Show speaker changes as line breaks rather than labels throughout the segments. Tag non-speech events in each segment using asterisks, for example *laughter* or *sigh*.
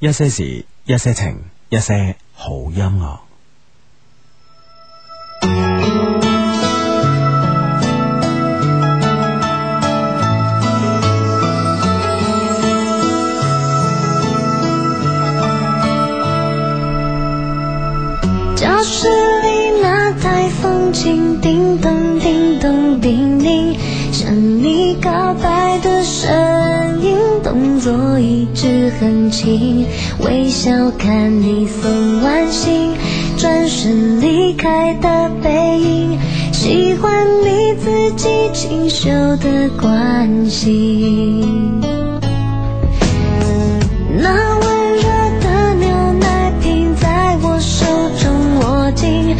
一些事，一些情，一些好音樂。
教室里那台风琴，叮咚叮咚叮咛，向你告白的声音，动作一直很轻，微笑看你送完信，转身离开的背影，喜欢你自己清秀的关心。那温热的牛奶瓶在我手中握紧，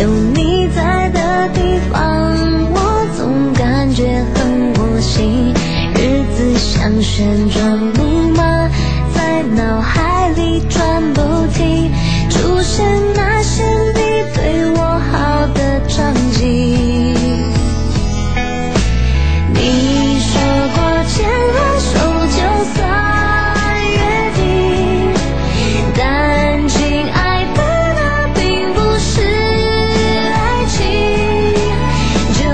有你在的地方，我总感觉很窝心。日子像旋转木马，在脑海里转不停，出现那些你对我好的场景。你说过牵了手就算约定，但亲爱的，那并不是爱情，就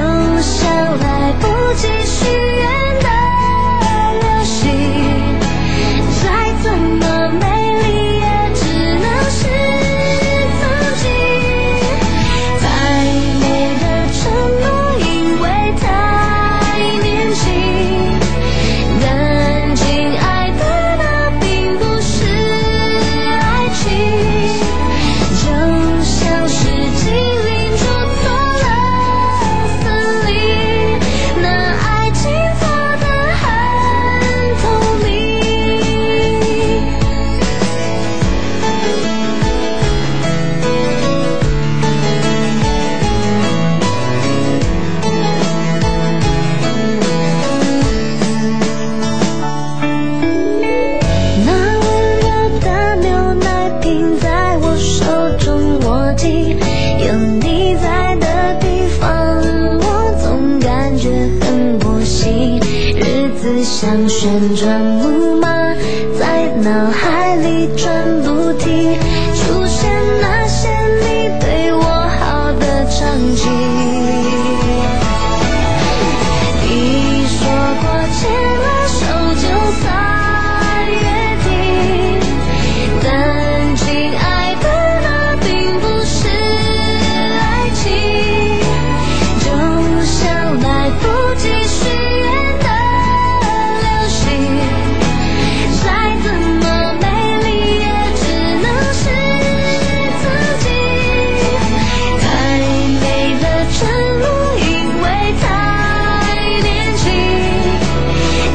像来不及许愿的流星，再怎么美丽也只能是自己。再美的承诺，因为太年轻。但亲爱的，那并不是爱情，就像是精灵捉错了森林，那爱情错得很透明。那温柔的牛奶瓶在我手中握紧，有你在的地方，我总感觉很窝心。日子像旋转木马，在脑海里转不停，出现那些你对我好的场景。你说过牵了手就算约定，但亲爱的，那并不是爱情，就像来不及许愿的流星，再怎么美丽也只能是自己。太美的承诺，因为太年轻。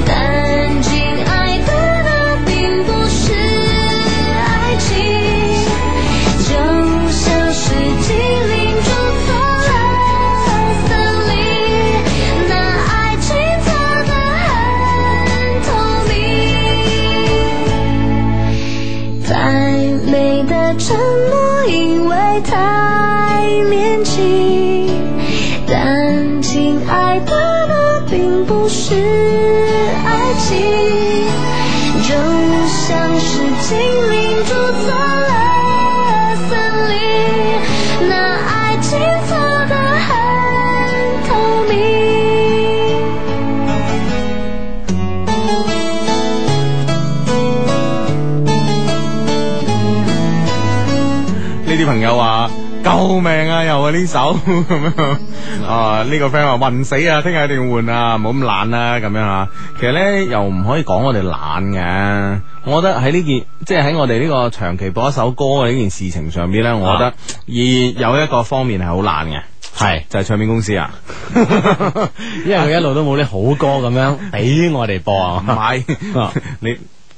但亲爱的，那并不是爱情，就像是精灵捉错了森林，那爱情错得很透明。再美的承诺，因为太年轻，但亲爱的，那并不是爱情，就像是精灵住错了森林，那爱情错得很透明。
呢啲朋友話：救命啊！又啊呢首 *laughs* 咁樣啊！呢、個 friend 話暈死啊！聽日一定要換啊！唔好咁懶啦咁樣啊！其實咧又唔可以講我哋懶嘅。我覺得喺呢件即係喺我哋呢個長期播一首歌嘅呢件事情上邊咧，我覺得而有一個方面係好懶嘅，
啊係
就係、唱片公司啊。
*laughs* 因為佢一路都冇啲好歌咁樣俾我哋播
唔
啊。
係
啊
*laughs* 你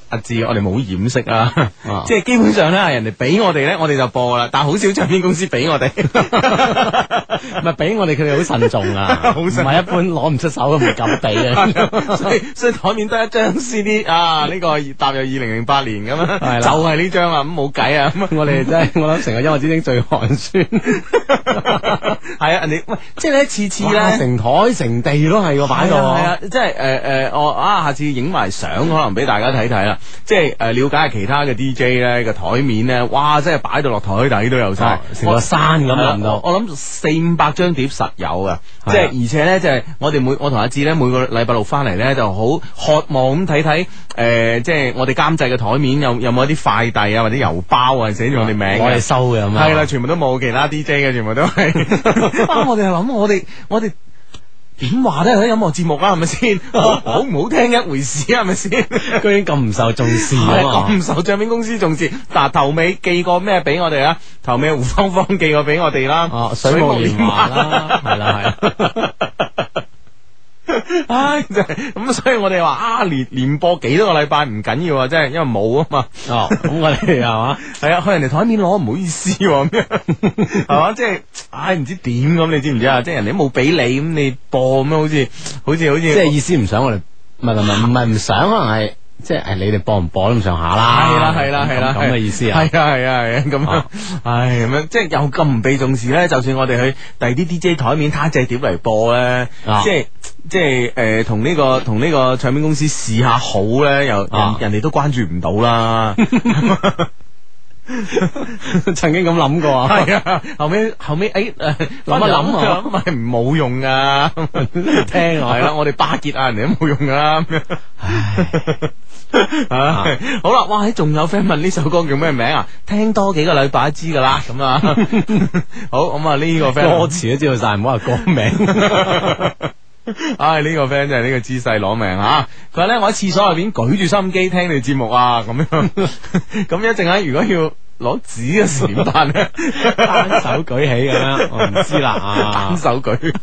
阿志，我哋冇掩飾啊
啊，
即係基本上咧，人哋俾我哋咧，我哋就播啦。但係好少唱片公司俾我哋，
唔係俾我哋，佢哋好慎重啊，
*laughs* 好
唔
慎
係一般攞唔出手都唔敢俾啊。
*laughs* 所以所以台面得一張 CD 啊，呢個踏入二零零八年咁樣，
係啦
就係呢張啊，咁冇計啊，咁
我哋真係我諗成個音樂之星最寒酸，
*laughs* 係啊，你喂，即係咧次次
哇
咧。
成台成地都係個擺
係啊
度，
啊，係啊，即係诶诶，呃我啊，下次影埋相可能俾大家睇睇啦。咧，即係诶了解下其他嘅 DJ 咧個台面咧，哇！真係擺到落台底都有晒
哦，成個山咁
我
冧到
我諗四五百張碟實有嘅，
係啊
即係而且咧就係我哋每我同阿志咧每個禮拜六翻嚟咧就好渴望咁睇睇诶，即係我哋監製嘅台面有有冇一啲快遞啊或者郵包啊寫住我哋名嘅。
嗯我哋收嘅咁啊樣
系啦，，全部都冇其他 DJ 嘅，全部都
*laughs*
係。啊！我哋諗，我哋我哋點話都係啲音樂節目啊，係咪
*laughs*
先？好好唔好聽一回事啊，係咪先？
居然咁唔受重視
係
啊嘛！
咁受唱片公司重視，嗱頭尾寄個咩俾我哋啊？頭尾胡芳芳寄個俾我哋啦，
哦，水木年華啦，係啦係。
*laughs* 唉，真係咁，所以我哋話啊，連連播幾多個禮拜唔緊要啊，真係因為冇啊嘛。
哦，咁我哋係
*laughs*
嘛？
系啊，去人哋台面攞唔好意思喎，咁樣
*laughs*
係嘛？即係唉，唔知點咁，你知唔知啊？即係人哋冇俾你，咁你播咁樣，好似好似好似，
即係意思唔想我哋，唔係唔係
*laughs*
唔係唔想，可能係即係哎你哋播唔播都咁上下啦。
係啦係啦
啊咁
係啦，
咁嘅意思啊。
係啊係啊係啊，咁樣
啊
唉咁樣，即係又咁唔被重視咧。就算我哋去第二啲 DJ 台面攤隻碟嚟播咧，
啊
即係即係诶，同呢個同呢個唱片公司試下好咧，又人
啊
人哋都關注唔到
*laughs*
啦。 *laughs*
曾經咁諗過啊，
系啊，后尾后尾诶谂一
諗一諗啊
谂系冇用噶，
聽我
系啦，我哋巴结啊，人哋都冇用噶啦。咁樣
啊
唉好啦，哇！仲有 friend 问呢首歌叫咩名啊？听多幾個禮拜知噶啦，咁
*laughs*
啊，好咁啊，呢個
歌
friend，
詞都知道晒，唔好話歌名。
*laughs* 唉，呢個 friend 真係呢個姿勢攞命啊！佢話咧，我喺廁所入邊舉住收音機聽你節目啊，咁樣，咁一陣間如果要攞紙嘅時點啊辦咧？
*laughs* 單手舉起咁樣，我唔知啦
*laughs*
啊
單。手舉，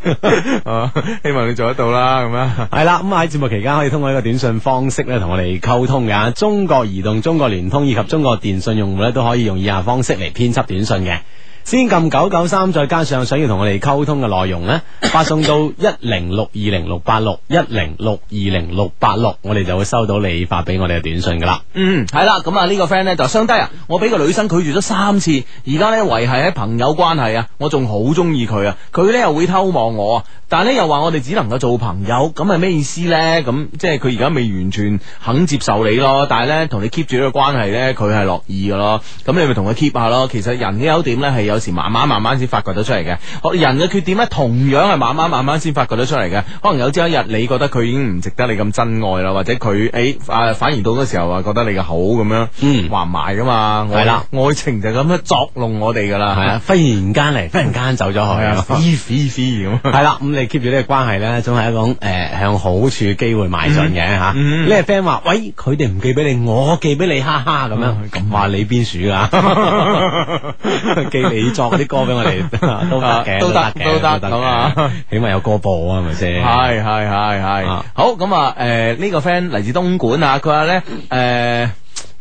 啊希望你做得到啦，咁啊樣。
系啦，咁喺節目期間可以通過呢個短信方式咧同我哋溝通嘅。中國移動、中國聯通以及中國電信用戶咧都可以用以下方式嚟編輯短信嘅。先撳九九三，再加上想要同我哋溝通嘅內容呢，發送到一零六二零六八六一零六二零六八六，我哋就會收到你發俾我哋嘅短信噶啦。
嗯，系啦，咁啊呢個 friend 咧就相低啊，我俾個女生拒絕咗三次，而家咧維係喺朋友關係啊，我仲好中意佢啊，佢咧又會偷望我啊，但係咧又話我哋只能夠做朋友，咁啊係咩意思咧？咁即係佢而家未完全肯接受你咯，但係咧同你 keep 住呢個關係咧，佢係樂意噶咯，咁你咪同佢 keep 下咯。其實人嘅優點咧係有時慢慢慢慢先發掘得出嚟嘅，好人嘅缺點咧同樣係慢慢慢慢先發掘得出嚟嘅，可能有朝一日你覺得佢已經唔值得你咁珍愛啦，或者佢誒啊反而到嗰時候啊覺得你嘅好咁樣，
嗯
話唔埋噶嘛，
係啦，
愛情就咁樣作弄我哋噶啦，
係
*laughs*
啊，忽然間嚟，忽然間走咗
係啊，
去。
飛飛飛 *laughs* 咁。
系啦，咁你 keep 住呢個關係咧，總係一種诶、呃向好處嘅機會邁進嘅吓。
嗯
呢個 friend 話：，喂，佢哋唔寄俾你，我寄俾你，哈哈咁
嗯
樣。咁話你邊鼠
*laughs*
噶？寄你作嗰啲歌俾我
*laughs*
哋都得嘅，
都得
嘅
啊都得咁啊
嘅起碼有歌播啊，係咪先？
系系系系
啊，
好咁啊！诶，呢個 friend 嚟自東莞啊，佢話咧诶。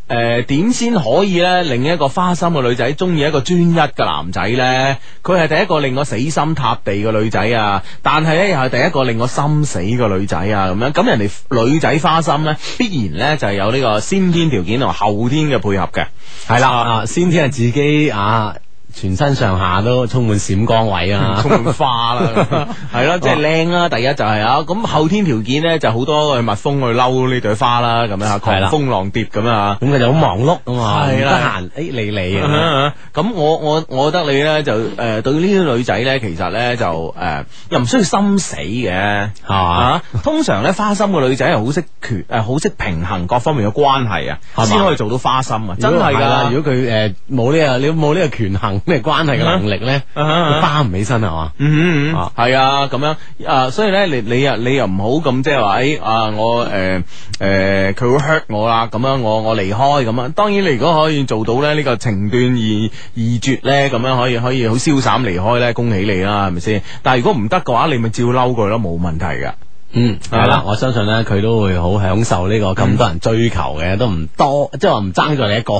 诶，点先、可以咧令一個花心嘅女仔中意一個專一嘅男仔咧？佢係第一個令我死心塌地嘅女仔啊，但係咧又係第一個令我心死嘅女仔啊，咁樣咁人哋女仔花心咧，必然咧就係有呢個先天條件同後天嘅配合嘅。
係啦，啊，先天係自己啊，全身上下都充滿閃光位啊，
*laughs* 充滿花啦，系咯， *laughs*
哦
即係靚啦。第一就係啊，咁後天條件咧就好多嘅蜜蜂去嬲呢朵花啦，咁樣啊，狂
係啦
風浪蝶咁
*laughs*
啊。
咁佢就好忙碌啊嘛，唔
係
得
啦嗯
閒，诶，理你啊。
咁我我我覺得你咧就诶對呢啲女仔咧，其實咧就诶又唔需要心死嘅，
係嘛
啊通常咧花心嘅女仔係好識權诶，好識平衡各方面嘅關係啊，
係嘛
先可以做到花心啊，真
如果
係
係啦
㗎。
如果佢誒冇呢個你冇呢個權衡咩關係嘅能力咧，
啊哈啊哈
佢包唔起身係嘛？
嗯，
啊
系啊，咁样啊，所以咧，你你又你又唔好咁即系话，诶、啊，我诶诶，佢、會 hurt 我啦，咁樣我我離開咁啊。當然，你如果可以做到咧呢、呢個情斷而而絕咧，咁樣可以可以好瀟灑離開咧，恭喜你啦，係咪先？但係如果唔得嘅話，你咪照嬲佢咯，冇問題噶。
嗯，係
啊
啦，我相信咧佢都會好享受呢個咁多人追求嘅，都唔多，即係話唔爭咗你一個，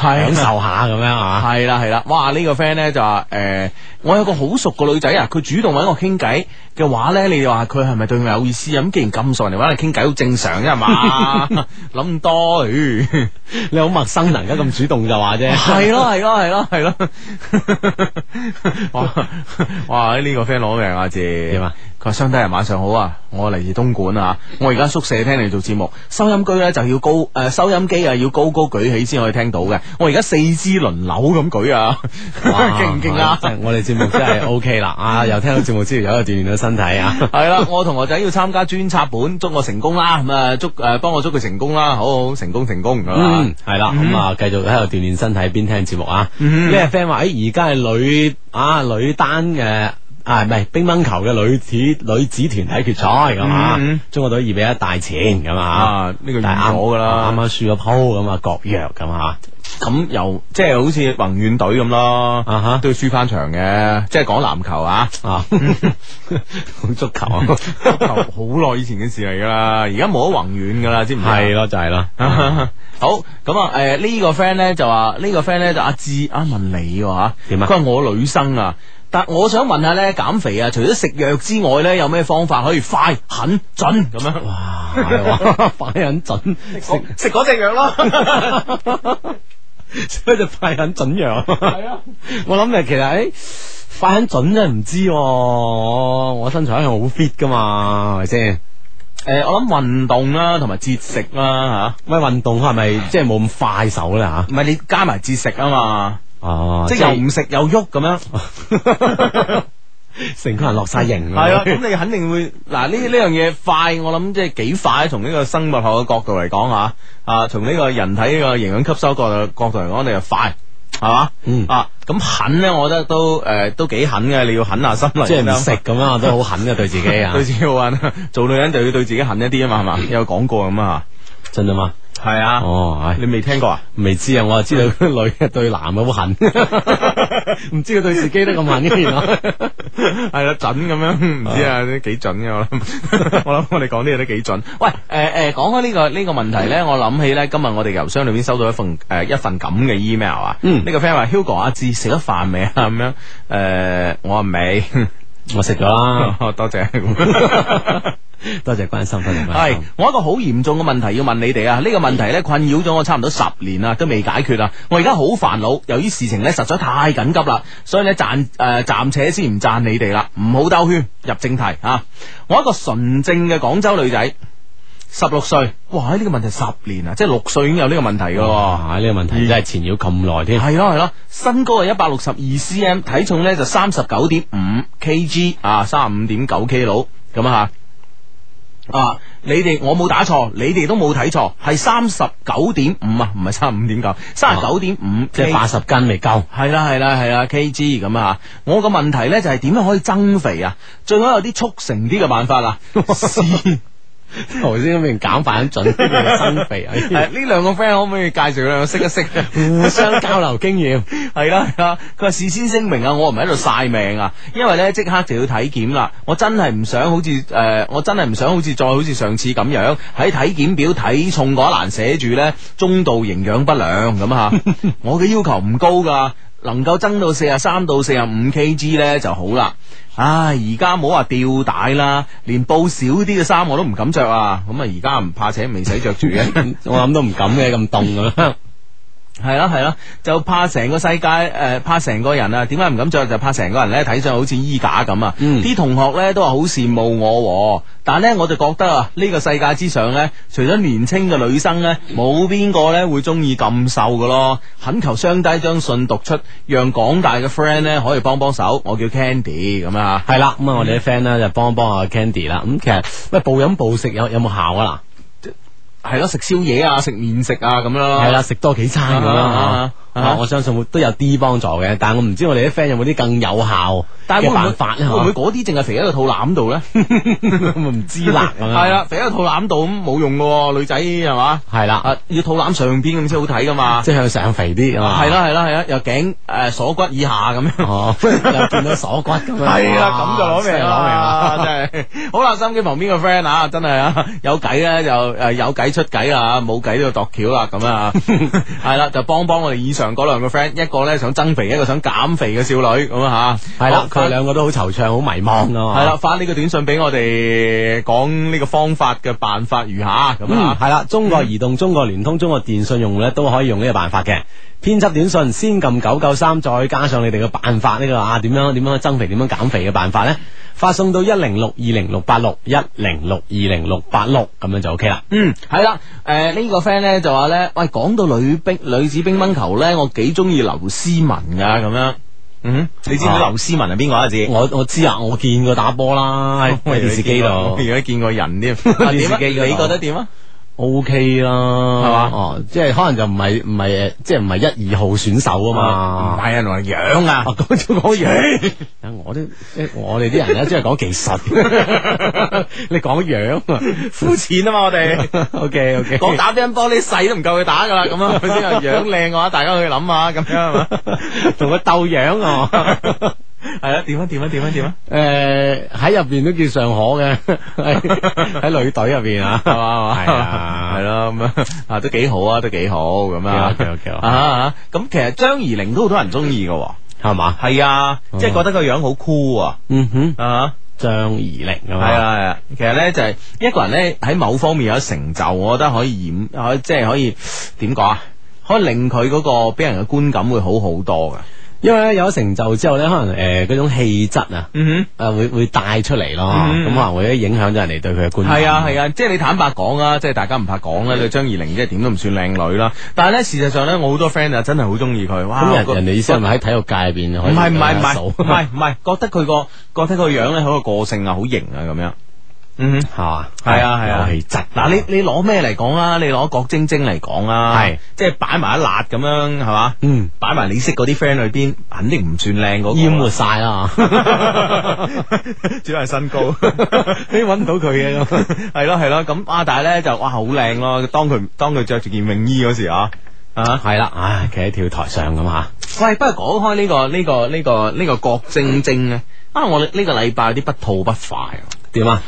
享受下咁樣啊。
係啦係啦，哇！呢、個 friend 咧就話诶、誒我有個好熟個女仔啊，佢主動揾我傾偈嘅話咧，你話佢係咪對我有意思啊？咁既然咁熟，人哋揾你傾偈好正常啫係嘛，諗咁多，咦
你好陌生人而家咁主動就話啫，
係咯係咯係咯係咯，哇哇！呢、個 friend 攞命啊，姐
點
佢
啊？
佢話相低人晚上好啊，我嚟自東莞啊，我而家宿舍聽你做節目，收音機咧就要高誒、呃收音機啊要高高舉起先可以聽到嘅，我而家四肢輪流咁舉啊， *laughs* *laughs* 勁唔勁啊？
真係我哋節目真係 O K 啦，啊，又聽到節目之餘，又有鍛炼到身體啊。
系啦，我同學仔要參加專插本，祝我成功啦！咁啊，祝诶帮我祝佢成功啦，好好成功成功咁啊！
嗯，系啦，咁啊，繼續喺度鍛炼身體，邊聽節目啊？
嗯
呢個 friend 話：，诶，而家係女啊女單嘅。啊，唔係乒乓球嘅女子女子團體決賽咁啊
嗯，
中國隊二比一大前咁啊
啊，呢個
但係
預咗㗎啦
啱啱輸咗鋪咁啊，國藥
*laughs*
咁啊，
咁又即係好似宏遠隊咁咯，
啊哈
都要輸翻場嘅，即係講籃球啊！
啊，好足球啊，
好耐以前嘅事嚟噶啦，而家冇得宏遠噶啦，知唔知啊？
*laughs* 係咯，就係咯，
*laughs* 好咁啊！诶、呢、個 friend 咧就話，呢、個 friend 咧就阿志啊問你喎吓，
點
佢
啊
話我女生啊，但我想問下咧減肥啊，除咗食藥之外咧，有咩方法可以快、狠、準咁樣？
哇，係喎 *laughs* 快狠準，食
食嗰只藥咯，
*laughs* 所以就快狠準藥。
係啊，
*laughs* 我諗誒，其實誒快狠準真係唔知喎，我我身材一向好 fit 噶嘛，係咪先？
诶、我諗運動啦，同埋節食啦
喂，運動係咪即係冇咁快手咧吓
吓，？唔係你加埋節食啊嘛，
哦，
即
即
係又
係
唔食又喐咁樣。
*laughs* 成個人落晒型
係啊啦，咁你肯定會嗱呢呢樣嘢快，我諗即係幾快。從呢個生物學嘅角度嚟講啊，啊，從呢個人體呢個營養吸收角度角度嚟講，你就快。係嘛？
嗯
啊，咁狠咧，我覺得都诶、誒都幾狠嘅，你要狠下心嚟。
即係唔食咁樣都好狠嘅對自己
*laughs*
啊
對，自己好狠。做女人就要對自己狠一啲啊嘛，係嘛？有講過咁啊，
真啊嘛。
係啊。
哦，唉
你未聽過啊？
未知啊，我就知道嗰個女嘅對男嘅好狠， *laughs* 唔知佢對自己都咁狠嘅原來。
*laughs* 係啦，準咁樣，唔知啊，都幾準嘅我諗。我諗 *laughs* 我哋講啲嘢都幾準。喂，诶、誒诶，講開呢個呢、個問題咧，我諗起咧，今日我哋郵箱裏邊收到一份诶、一份咁嘅 email 啊。
嗯
呢個 friend 話 Hugo 阿志食咗飯未啊？咁樣诶、誒我話未。 *laughs*
我食咗啦，
多謝。咁
多謝關心，多謝關
係
心。，
我一個好嚴重嘅問題要問你哋啊！呢、個問題咧困擾咗我差唔多十年啦，都未解決啊！我而家好煩惱，由於事情咧實在太緊急啦，所以咧暫誒暫且先唔讚你哋啦，唔好兜圈入正題啊！我一個純正嘅廣州女仔，十六歲，哇！呢、個問題十年啊，即係六歲已經有呢個問題㗎喎。
哇！呢、個問題真係纏繞咁耐添。
系咯系咯，身高系一百六十二 cm，體重咧就三十九點五 kg 啊，三十五點九 k 佬咁啊吓。啊！你哋我冇打錯，你哋都冇睇錯，係三十九點五啊，唔係三十五點九，三十九點五，
哦即係八十斤
*laughs*
未夠，
系啦系啦系啦，KG 咁啊！我個問題呢就係點樣可以增肥啊？最好有啲速成啲嘅辦法啦。試
*laughs* 頭先嗰邊減飯準備增肥，
係
哎
呢兩個 friend 可唔可以介紹兩個識一識啊？
互相交流
*laughs*
經驗。
系啦系啦，佢話事先聲明啊，我唔係喺度晒命啊，因為咧即刻就要體檢啦，我真係唔想好似诶、呃我真係唔想好似再好似上次咁樣喺體檢表體重嗰一欄寫住咧中度營養不良咁
*laughs*
吓，我嘅要求唔高噶，能夠增到四十三到四十五 kg 咧就好啦。唉，而家冇話吊帶啦，連布少啲嘅衫我都唔敢着啊！咁啊，而家唔怕且未使着住嘅。
我諗都唔敢嘅，咁凍咁樣。
系啦系啦，就怕成個世界诶、呃怕成個人啊，點解唔敢着？就怕成個人咧睇上去好似衣架咁啊！
嗯
啲、同學咧都話好羨慕我、喎，但咧我就覺得啊，呢、個世界之上咧，除咗年青嘅女生咧，冇邊個咧會中意咁瘦嘅咯。懇求雙低將信讀出，讓廣大嘅 friend 咧可以幫幫手。我叫 Candy 咁啊，
*laughs* 係啦，咁啊，我哋啲 friend 咧就幫幫阿 Candy 啦。咁其實喂暴飲暴食有有冇效啊？
係咯，食宵夜啊，食麵食啊咁樣
嗱，
咯。
係啦，，食多幾餐咁樣
啊
嚇
啊。啊
啊我相信會都有啲幫助嘅，但係我唔知我哋啲 friend 有冇啲更有效
但係會
嘅
唔會
辦法咧？
會唔會
嚇
嗰啲淨係肥喺個肚腩度咧？
咁啊唔知啦咁樣。
係啦，肥喺個肚腩度咁冇用嘅喎，女仔係嘛？
係啦，
啊，要肚腩上邊咁先好睇噶嘛。
即係向上肥啲啊。
係啦係啦係啦，由頸誒鎖骨以下咁樣。
哦，又見到鎖骨咁
*laughs*
樣。
係啊啦，咁就攞
真係
命
攞命啊啦！
啦，真係。好啦，心機旁邊個 friend 啊，真係啊，有計
*laughs*
咧就誒有計出計啦，冇計都要度橋啦，咁啊，係啦，就幫幫我哋以上上嗰兩個 friend，一個咧想增肥，一個想減肥嘅少女咁啊
系
吓，
啦
好，
佢哋兩個都好惆悵，好迷茫啊。
系啦，，發呢個短信俾我哋，講呢個方法嘅辦法如下咁
嗯，
啊
系。啦，中國移動、中國聯通、中國電信用戶咧都可以用呢個辦法嘅。編輯短信先撳九九三，再加上你哋嘅辦法呢、個啊，點樣點樣增肥、點樣減肥嘅辦法咧，發送到一零六二零六八六一零六二零六八六咁樣就 OK 啦。
嗯，系啦，诶、呢、個 friend 咧就話咧，喂，講到女乒女子乒乓球咧，我幾中意劉思文噶咁樣。嗯，你知唔知
啊
劉思文係邊個啊？字 *laughs*
我我知啊，我見過打波 *laughs* 啦，喺喺電視機度
我而家見過人 *laughs* 添，啊
電視機嗰度
你覺得點啊？
OK 啦，係
嘛
哦，即係可能就唔係唔係即係唔係一二號選手啊嘛。
唔係啊，同人樣 *laughs* 啊，
啊，講咗講
*laughs*
樣，我都即係我哋啲人咧，即係講技術。 *laughs* 你講樣啊
膚淺啊嘛，我 *laughs* 哋。
？OK *laughs* OK，
講打乒乓波，你細都唔夠佢打噶啦，咁啊樣係咪先？樣靚嘅話，大家去諗下，咁樣係嘛？
*laughs* 同佢鬥樣啊！
*laughs* 係啊，點啊點啊點啊點啊！
誒喺入邊都叫尚可嘅，喺
*laughs*
喺女隊入邊啊，
系嘛系
係啊
系咯咁樣啊， *laughs* 都幾好啊，都幾好咁啊。
幾好幾好幾好
啊啊咁其實張怡寧都好多人中意嘅，
係嘛？
係啊，
哦
即係覺得個樣好酷啊，
嗯哼，
啊，
張怡玲啊
係
嘛，
啊係啊，其實咧就係一個人咧喺某方面有成就，我覺得可以掩，可以即係可以點講啊？可以令佢嗰個俾人嘅觀感會好好多噶。
因為咧有咗成就之後咧，可能誒嗰種氣質啊。
嗯
誒會會帶出嚟咯，
嗯
咁可能會影響咗人哋對佢嘅觀感。
系啊系啊，即係你坦白講啊，即係大家唔怕講啦。你張怡寧即係點都唔算靚女啦，但係咧事實上咧，我好多 friend 啊真係好中意佢。哇！
咁人
個
人哋意思係咪喺體育界入邊
啊
可
唔
以
係唔係唔
有
係
數
唔係唔係，覺得佢個覺得佢個樣咧好有個性啊，好型啊咁樣。嗯，
係嘛？
係啊係啊
有氣質啊。
嗱你你攞咩嚟講啊？你攞郭晶晶嚟講啊，
係
即係擺埋一辣咁樣係嘛？
嗯，
擺埋你識嗰啲 friend 裏邊，肯定唔算靚嗰個。啊
淹沒晒啦，
*laughs* 主要係身 *laughs* 高，
你揾唔到佢嘅咁。
*laughs* 係咯係咯，咁啊但係咧就哇好靚咯，當佢當佢着住件泳衣嗰時啊啊。
系啦，唉，企喺跳台上咁啊吓，
喂，不過講開呢、個呢、個呢、個呢、個郭晶晶咧，啊我呢個禮拜有啲不吐不快啊。*laughs*
点啊？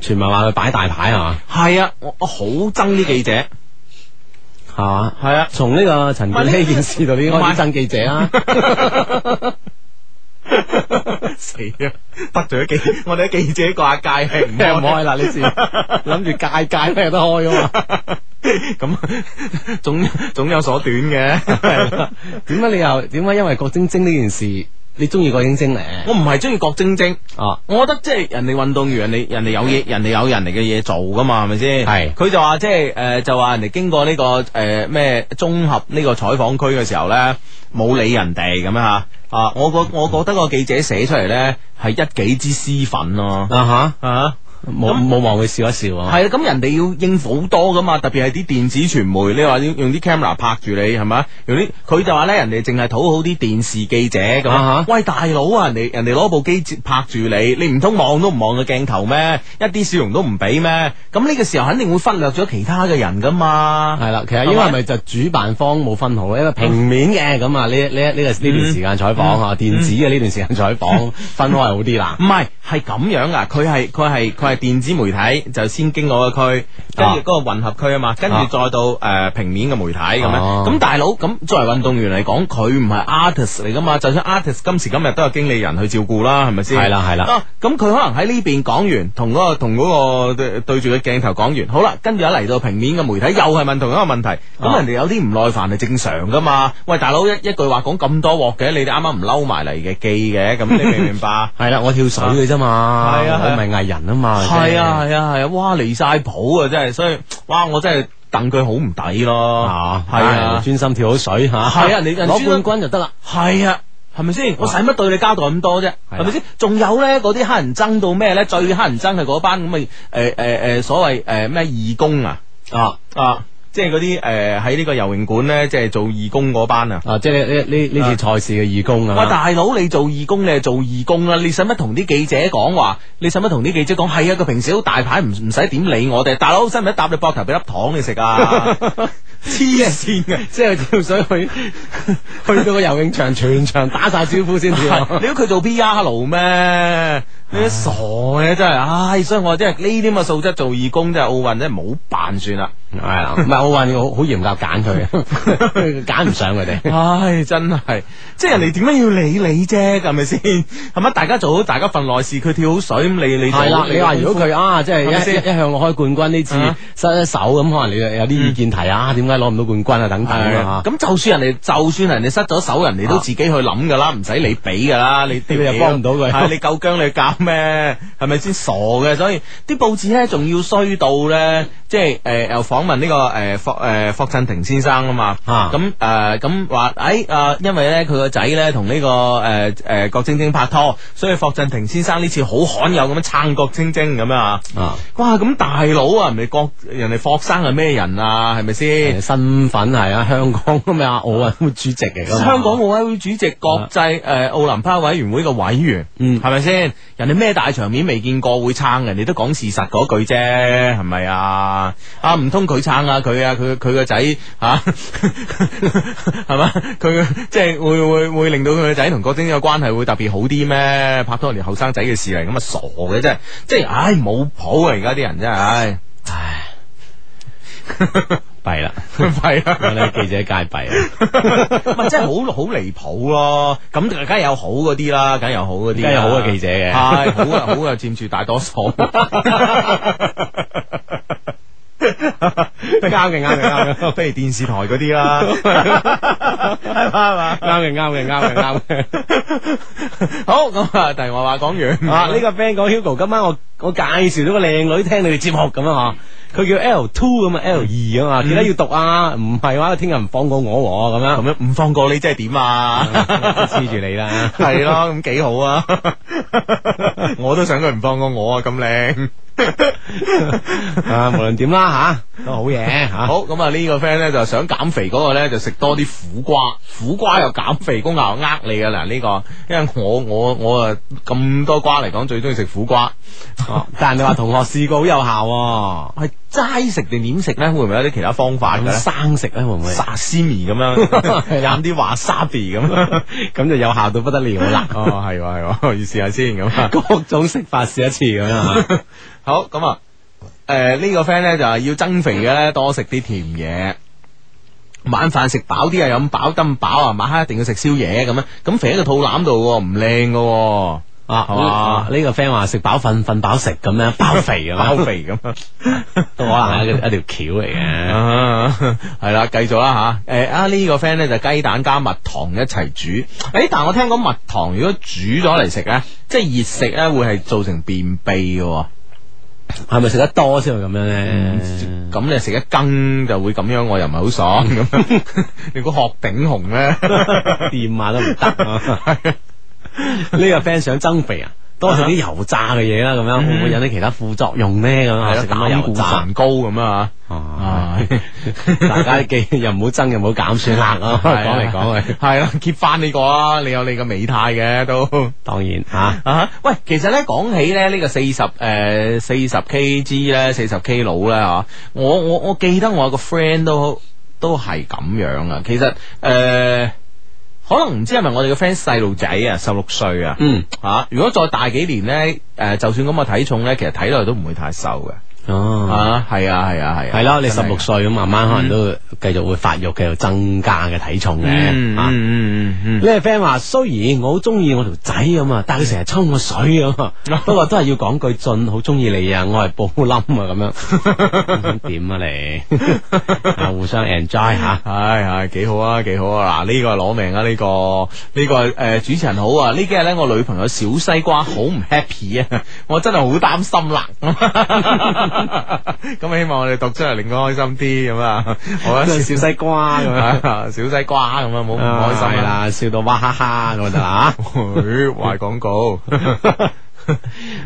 全民話佢擺大牌係嘛？
系啊，我我好憎啲記者。系
係嘛？
啊，
從呢個陳冠希件事度，你應該
唔係
啲憎記者啊，
*laughs* 死啊！得罪咗記， *laughs* 我哋啲記者掛界係唔
即 *laughs* 係唔開啦呢次，諗住界界都有得開啊噶嘛？
*laughs* 咁 *laughs* 總總有所短
係
嘅
啦。點解你又點解因為郭晶晶呢件事，你中意郭晶晶咧？
我唔係中意郭晶晶，
哦，
我覺得即係人哋運動員，人哋人哋有嘢，人哋有人哋嘅嘢做噶嘛，係咪先？
係
佢就話即係誒，就話人哋經過呢個誒咩綜合呢個採訪區嘅時候咧，冇理人哋咁樣嚇。啊，我覺我覺得個記者寫出嚟咧係一己之私憤咯。
啊
啊！
吓，冇冇望佢笑一笑啊？
系啊，咁人哋要應付好多噶嘛，特別係啲電子傳媒，你話要用啲 camera 拍住你係咪？用啲佢就話咧，人哋淨係討好啲電視記者咁
啊哈
啊。喂，大佬啊，人哋人哋攞部機接拍住你，你唔通望都唔望個鏡頭咩？一啲笑容都唔俾咩？咁呢個時候肯定會忽略咗其他嘅人噶嘛。
系啦，其實因為咪就主辦方冇分好咧，因為平面嘅咁啊，呢呢呢個
嗯
呢段時間採訪啊，電子嘅呢段時間採訪分開好啲啦
*laughs* 唔。係，係咁樣啊！佢係佢係佢係電子媒體，就先經過個區，跟住
啊
嗰個混合區啊嘛，跟住
啊
再到誒、呃平面嘅媒體咁樣。
哦
咁、大佬咁作為運動員嚟講，佢唔係 artist 嚟噶嘛，就算 artist 今時今日都有經理人去照顧啦，係咪先？
係啦係啦
啊咁佢、可能喺呢邊講完，同嗰、個同嗰、個對對住個鏡頭講完，好啦，跟住一嚟到平面嘅媒體又係問同一個問題，咁、
啊
人哋有啲唔耐煩係正常噶嘛？喂，大佬一一句話講咁多鑊嘅，你哋啱啱唔嬲埋嚟嘅記嘅，咁你明唔明白？
係啦，我跳水嘅啫嘛，
係啊係啊
佢咪藝人啊嘛，
系啊系啊系啊，哇離晒譜啊真係，所以哇我真係戥佢好唔抵咯，
啊，
係啊
專心跳好水吓，
係啊你人
攞冠軍就得啦。
係啊。係咪先？我使乜對你交代咁多啫？
係啊
係咪先？仲有咧，嗰啲黑人憎到咩咧？最黑人憎係嗰班咁嘅誒誒誒呃所謂誒咩義工啊
啊
啊！即係嗰啲誒喺呢個游泳館咧，即係做義工嗰班啊！
啊，即係呢呢呢次賽事嘅義工
喂，
啊，
大佬，你做義工，你係做義工啦，你使乜同啲記者講話？你使乜同啲記者講？係啊，佢平時好大牌，唔唔使點理我哋。大佬，使唔使搭你膊頭俾粒糖你食啊？黐線嘅！
即係跳水去 *laughs* *laughs* 去到個游泳場，全場打晒招呼先跳。
係你估佢做 P R 啊咩？你啲傻嘅真係，唉！所以我真係呢啲咁嘅素質做義工真係奧運真係冇辦算啦，
系啦，啊唔系奧運好好嚴格揀佢， *laughs* 揀唔上佢哋。
唉！真係，即係人哋點解要理你啫？係咪先？ *laughs* 係咪？大家做好大家份內事，佢跳好水咁，你你
係啦，你話如果
佢
佢啊，即係
係咪
一
先
一向攞開冠軍呢次
啊
失一手咁，可能你有啲意見提啊，點解攞唔到冠軍啊等等啊
係咁就算人哋就算人哋失咗手，人哋都自己去諗噶啦，唔使你俾噶啦，你
你又幫唔到佢
係你夠姜你搞咩？係咪先傻嘅？所以啲報紙咧仲要衰到咧，即係誒又訪問呢個誒霍誒霍振廷先生啊嘛，
啊
咁誒咁話誒啊，因為咧佢個仔咧同呢個誒誒郭晶晶拍拖，所以霍振廷先生呢次好罕有咁樣撐郭晶晶咁樣啊。
啊，
哇！咁大佬啊，人哋郭人哋霍生係咩人啊？係咪先？
身份係啊，香港咁啊，奧運會主席啊嚟噶嘛。
香港奧委會主席、國際誒奧林匹克委員會嘅委員，
嗯
係咪先？人哋咩大場面未見過會撐，人哋都講事實嗰句啫，係咪啊？啊，唔通佢撐啊佢啊佢佢個仔嚇 *laughs* 係嘛？佢即係會會會令到佢個仔同郭晶晶嘅關係會特別好啲咩？拍拖係年後生仔嘅事嚟，咁啊傻嘅真係，即係唉冇譜啊！而家啲人真係唉，
唉，弊啦，
係啊
我哋記者界弊啊。
咪真係好好離譜咯！咁梗係有好嗰啲啦，梗係有好嗰啲啦，
梗係有好嘅記者嘅
係好啊好啊，佔住大多數。
*laughs* 啱嘅啱嘅 *laughs* 啱嘅
不如電視台嗰啲啦，係嘛係嘛
啱嘅，啱嘅，啱嘅，啱嘅。
好咁啊，題外話講完
啊！呢、個 friend 講 Hugo，今晚我我介紹咗個靚女聽你哋節目咁啊嗬，佢叫 L two 咁啊 L 二啊嘛，記得要讀啊，唔係話聽日唔放過我喎咁樣，
咁樣唔放過你，即係點啊？
*laughs* 黐住你啦。
係咯，咁幾好啊！我都想佢唔放過我啊，咁靚。
啊，無論點啦吓，都好嘢吓。
好咁啊！呢個 friend 咧就想減肥嗰個咧就食多啲苦瓜，苦瓜又減肥功效呃你噶嗱呢個，因為我我我啊咁多瓜嚟講最中意食苦瓜，
哦 *laughs* 但係你話同學試過好有效喎，
係齋食定點食咧？會唔會有啲其他方法嘅 *laughs* 咧？
生食咧會唔會？
沙司味咁
*laughs*
樣，飲啲華沙比咁，
咁就有效到不得了啦。
哦係喎係喎， *laughs* 要試下先咁啊！
*laughs* 各種食法試一次咁樣啊。
*laughs* 好咁啊，诶、呢、個 friend 咧就係要增肥嘅咧，多食啲甜嘢。晚飯食飽啲啊，飲飽得飽啊，晚黑一定要食宵夜咁樣，咁肥喺個肚腩度喎，唔靚 *laughs* 噶，
啊，
係嘛
呢個 friend 話食飽瞓，瞓飽食咁 *laughs* 樣，包肥咁
飽
樣，
肥咁啊，
都可能係一個一條橋嚟嘅。
*laughs* 係啦，繼續啦吓，诶啊呢個 friend 咧就雞蛋加蜜糖一齊煮，诶但我聽講蜜糖如果煮咗嚟食咧，即係熱食咧會係造成便秘嘅喎，
系咪食得多先會咁樣咧？
咁你食一羹就會咁樣，我又唔係好爽咁樣， *laughs* 你估學頂紅 *laughs* 咧？
*laughs* 掂下都唔得啊。
*laughs*
呢個 friend 想增肥啊，多食啲油炸嘅嘢啦，咁樣會唔會引起其他副作用呢？咁
嗯係咯
樣食咁多油炸，
高咁啊， *laughs*
啊
啊，
*laughs* 大家記又唔好增又唔好減算
*laughs*
啦。咁啊
係啊
講嚟講去，
*laughs* 係啦，揭翻呢個啊，你有你個美態嘅都。
當然嚇
*laughs* 啊！喂，其實咧講起咧呢、呢個四十誒四十 kg 咧四十 k 佬咧嚇，我我我記得我有個 friend 都都係咁樣啊。其實誒、呃可能唔知係咪我哋嘅 friend 細路仔啊，十六歲啊，
嗯
嚇、如果再大幾年咧，誒、就算咁嘅體重咧，其實睇落去都唔會太瘦嘅。
哦。
啊，係啊，係啊，係啊，
係咯，你十
真係
六
嘅
歲咁，慢慢可能都繼續會發育，繼續增加嘅體重嘅啊
嗯
嚇。
嗯嗯嗯
呢個 friend 話：雖然我好中意我條仔咁啊，但係佢成日抽我水
*laughs*
咁啊，不過都係要講句盡，好中意你啊，我係布冧啊咁樣，
*laughs*
咁點啊你？啊，互相 enjoy
*laughs*
吓。
唉，系几好啊，几好啊！嗱，呢个係攞命啊，呢、個呢、個个诶、主持人好啊！呢幾日咧，我女朋友小西瓜好唔 happy 啊， *laughs* 我真係好擔心啦。 *laughs* 咁希望我哋讀出嚟令佢開心啲咁
*laughs*
啊！好啊，
小西瓜咁樣，
*laughs* 小西瓜咁啊，冇唔開
啊係
心啦。
啦，笑到哇哈哈咁
*laughs*
就啦。啊
佢壞廣告，
呢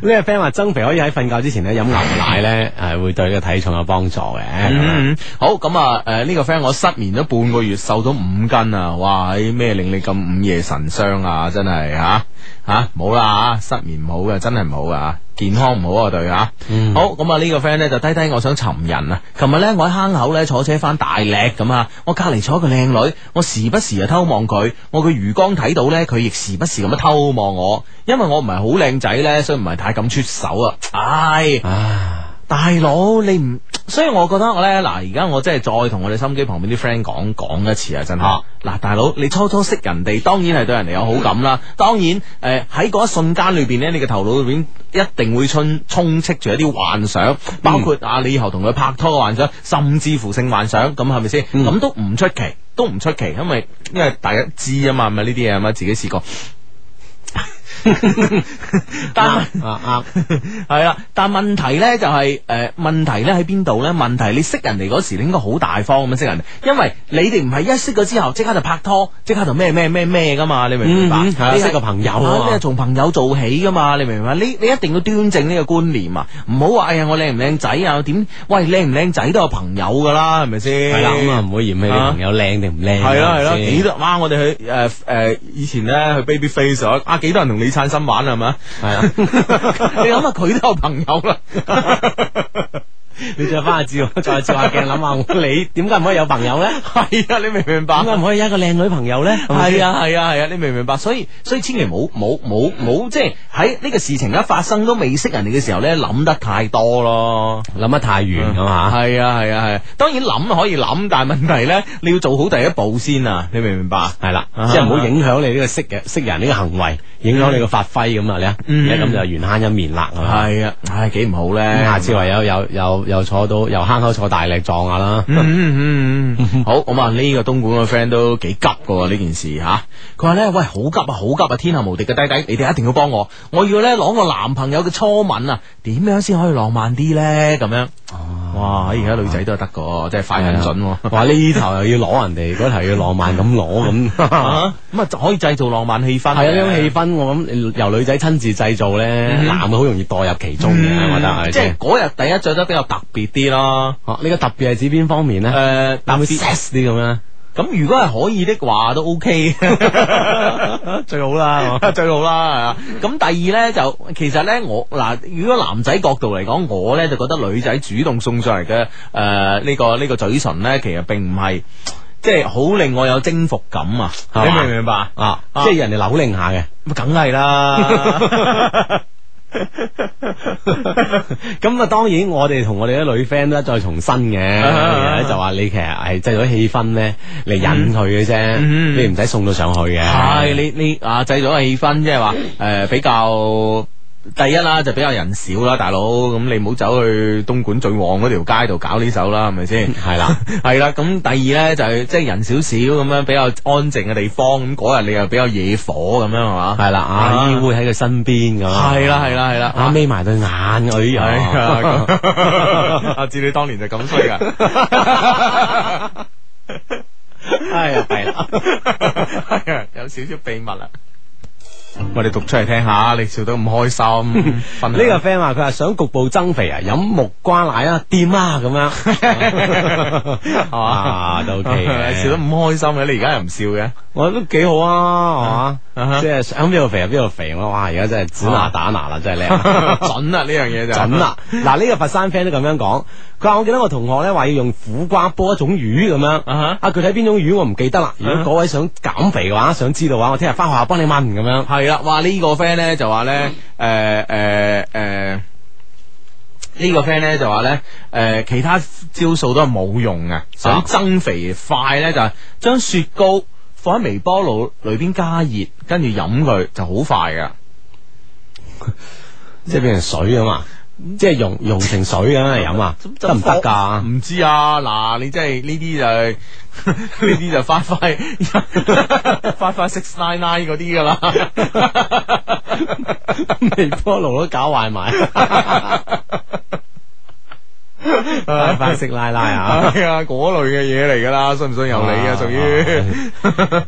個 friend 話增肥可以喺瞓覺之前咧飲牛奶咧，係會對呢個體重有幫助嘅。
嗯，好咁啊！诶、呢、個 friend 我失眠咗半個月，瘦咗五斤啊！哇，咩令你咁午夜神傷啊？真係吓吓冇啦吓，失眠唔好嘅，真係唔好噶吓，健康唔好啊對啊。
嗯
好咁啊，呢個 friend 咧就低低我想尋人啊。琴日咧我喺坑口咧坐車翻大嶺咁啊，我隔離坐一個靚女，我時不時啊偷望佢，我個魚缸睇到咧，佢亦時不時咁樣偷望我，因為我唔係好靚仔咧，所以唔係太敢出手啊。唉。
啊，
大佬，你唔，所以我覺得我咧，嗱，而家我真係再同我哋心機旁邊啲 friend 講講一次啊，真係。
啊
嗱，大佬，你初初識人哋，當然係對人哋有好感啦。當然，誒喺嗰一瞬間裏邊咧，你嘅頭腦裏邊一定會充充斥住一啲幻想，包括啊，你以後同佢拍拖嘅幻想，甚至乎性幻想，咁係咪先？咁、
嗯
都唔出奇，都唔出奇，因為因為大家知啊嘛，係咪呢啲嘢係咪自己試 *laughs* 過。但 *laughs*
啱啊
系啦，但問題咧就係呃問題咧喺邊度咧？問題你識人哋嗰時，你應該好大方咁樣識人哋，因為你哋唔係一識咗之後即刻就拍拖，即刻就咩咩咩咩噶嘛，你明唔明白？
嗯嗯係啊
你
識個朋友啊嘛
你係從朋友做起噶嘛，你明唔明白？你你一定要端正呢個觀念啊，唔好話哎呀我靚唔靚仔啊，點喂靚唔靚仔都有朋友噶啦，係咪先？
啱，係啦，咁啊唔會嫌棄你朋友靚定唔靚，啊
系啦系啦，幾
幾
多哇！我哋去诶诶，以前咧去 Baby Face 啊，啊幾多人同李燦森玩係咪？
係啊，
*laughs* 你諗下佢都有朋友啦。
你再翻下照， *laughs* 再照下鏡諗下你點解唔可以有朋友咧？
係啊，你明唔明白
點？解唔可以有一個靚女朋友咧？
係啊係啊係啊，你明唔明白？所以所以千祈唔好冇冇冇，即係喺呢個事情一發生都未識人哋嘅時候咧，諗得太多咯。
諗得太遠咁嘛，
係啊係啊係啊，當然諗可以諗，但係問題咧，你要做好第一步先啊！你明唔明白？
係啦，
啊
即係唔好影響你呢個識嘅識人呢個行為，影響你個發揮咁啊！你啊，
嗯
你咁就緣慳一面啦，係嘛
係啊，唉，幾唔好咧。
咁下次唯有又又又坐到又坑口坐大力撞下啦。
嗯嗯嗯嗯， *laughs* 好咁啊！呢個東莞嘅 friend 都幾急噶喎呢件事吓，佢話咧喂好急啊好急啊！天下無敵嘅弟弟，你哋一定要幫我，我要咧攞我男朋友嘅初吻啊，點樣先可以浪漫啲咧？咁樣，
哦
哇！而家女仔都係得噶，真係快人準喎。
哇！呢頭又要攞人哋，嗰頭又要浪漫咁攞咁，
*laughs* 啊咁啊，就可以製造浪漫氣氛嘅。
係啊！呢種氣氛，我諗由女仔親自製造咧，
嗯
男嘅好容易代入其中嘅，
嗯
我覺得係咪
即係
先？
嗰日第一着得比較特別啲咯。
哦，呢個特別係指邊方面咧？
誒，
有
特
冇
別
sex 啲咁啊咧？
咁如果係可以的話，都 OK，最好啦，最好啦。係啊咁第二呢，就其實呢，我嗱，如果男仔角度嚟講，我呢就覺得女仔主動送上嚟嘅誒呢個呢、個嘴唇呢，其實並唔係即係好令我有征服感啊！你
係嘛
明唔明白？
啊，
啊
即係人哋扭擰下嘅，
梗係啦。
咁啊，當然我哋同我哋啲女 friend 都一再重申
啊
嘅，就話你其實係製造氣氛咧嚟引佢嘅啫，
嗯
你唔使送到上去嘅。
系你你啊製造個氣氛，即係話诶比較第一啦，就比較人少啦，大佬咁你唔好走去東莞最旺嗰條街度搞呢首啦，係咪先？
係啦，
*laughs* 係啦，咁第二咧就係即係人少少咁樣比較安靜嘅地方，咁嗰日你又比較野火咁樣係嘛？
係啦，啊，
啊
依偎喺佢身邊咁啊。
係啦係啦係啦，
啊，眯埋對眼，哎
系
*laughs*
啊
呀，， *laughs*
阿志你當年就咁衰噶。
哎呀，係啦，
*laughs* 系啊，有少少秘密啦。我哋讀出嚟聽下，你笑得咁開
*laughs*
心，分
呢個 friend 話佢話想局部增肥啊，飲木瓜奶啊，掂啊
*laughs*
咁樣，
係嘛
*laughs* 啊都 OK
*laughs*
嘅
笑得咁開心嘅，你而家又唔笑
*laughs*
嘅，
我都幾好啊，係
啊哈
嘛？即係想邊度肥就邊度肥，我哇！而家真係指拿打拿啦，真係叻。啊 *laughs*
準啊啦呢樣嘢就
準啊啦！嗱，呢個佛山 friend 都咁樣講，佢話我記得我同學咧話要用苦瓜煲一種魚咁樣，
啊
啊具啊體邊種魚我唔記得啦。如果各位想減肥嘅話，想知道嘅話，我聽日翻學校幫你問咁樣。
哈，係啦，哇呢個 friend 咧就話咧，誒誒誒。呢個 friend 咧就話咧，誒、其他招數都係冇用
啊
嘅，想增肥快咧就係、將雪糕放喺微波爐裏邊加熱，跟住飲佢就好快噶。
即係變成水啊嘛，即係溶溶成水咁嚟飲啊，得唔得㗎？
唔知啊，嗱，你真係呢啲就係 *laughs* 呢啲就花花
*laughs*
花花 six nine nine 嗰啲噶啦。
微波爐都搞壞 *laughs* 埋，快快食奶奶 *laughs*
*laughs*
啊！
係啊，嗰類嘅嘢嚟噶啦，信唔信由你啊，
啊
屬於 *laughs*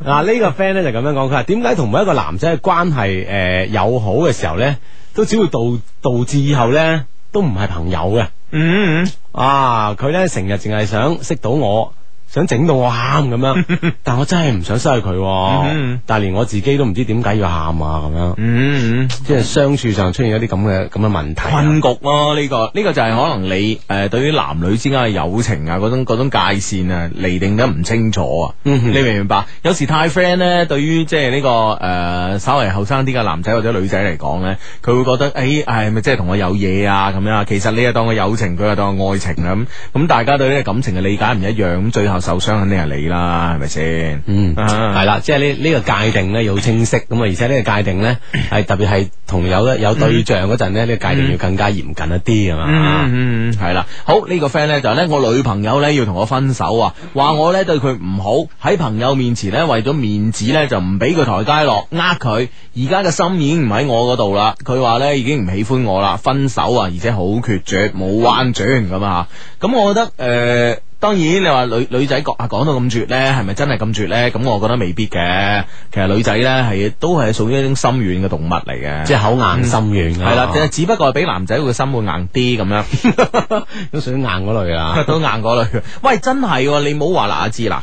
嗱，呢個 friend 咧就咁樣講，佢話點解同每一個男仔嘅關係誒友好嘅時候咧，都只會導導致以後咧都唔係朋友嘅。
嗯嗯
啊，佢咧成日淨係想識到我。想整到我喊咁
*laughs*
樣，但我真係唔想失去佢喎
嗯，
但係連我自己都唔知點解要喊啊咁樣，
嗯。嗯
即係相處上出現一啲咁嘅咁嘅問題啊。
困局咯，呢、個呢、個就係可能你诶、呃、对於男女之間嘅友情啊，嗰種嗰種界線啊，厘定得唔清楚啊。
嗯哼
你明唔明白？有時太 friend 咧，對於即係呢個诶、呃稍微後生啲嘅男仔或者女仔嚟講咧，佢會覺得诶係咪即係同我有嘢啊咁樣啊？其實你係當我友情，佢係當我愛情啊咁。咁大家對呢個感情嘅理解唔一樣，咁最後受傷肯定係你啦，係咪先？
嗯，
啊
系啦，即系呢呢个界定咧要好清晰咁啊，而且呢個界定咧係特別係同有得有對象嗰陣咧，呢個界定要更加嚴謹一啲啊嘛。
嗯嗯，系啦，好呢、個 friend 咧就係咧，我女朋友咧要同我分手啊，話我咧對佢唔好，喺朋友面前咧為咗面子咧就唔俾佢台階落，呃佢，而家嘅心已經唔喺我嗰度啦，佢話咧已經唔喜歡我啦，分手啊，而且好決絕，冇彎轉咁啊，咁我覺得诶。呃當然，你話女女仔講啊講到咁絕咧，係咪真係咁絕咧？咁我覺得未必嘅。其實女仔咧係都係屬於一種心軟嘅動物嚟嘅，
即係口硬心軟啊。
系啦，只不嗯過係比男仔個心會硬啲咁
*laughs*
樣，
都屬於硬嗰類啊啦。
都硬嗰類。喂，真係喎，你唔好話嗱阿志嗱，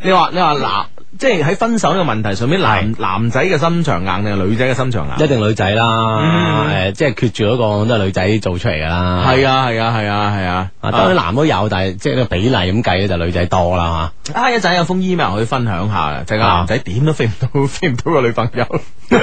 你話你話嗱，即係喺分手呢個問題上面，男男仔嘅心腸硬定係女仔嘅心腸
一
硬？
定女仔啦，
嗯
诶、即係決住嗰個都係女仔做出嚟噶啦。
係啊係啊係啊係啊！
啊，當然男都有，但係即係呢個比例咁計咧，就女仔
*laughs*
多啦
啊，一陣有封 email 可以分享下嘅，就係個
啊
男仔點都飛唔到 *laughs* 飛唔到個女朋友。
吓，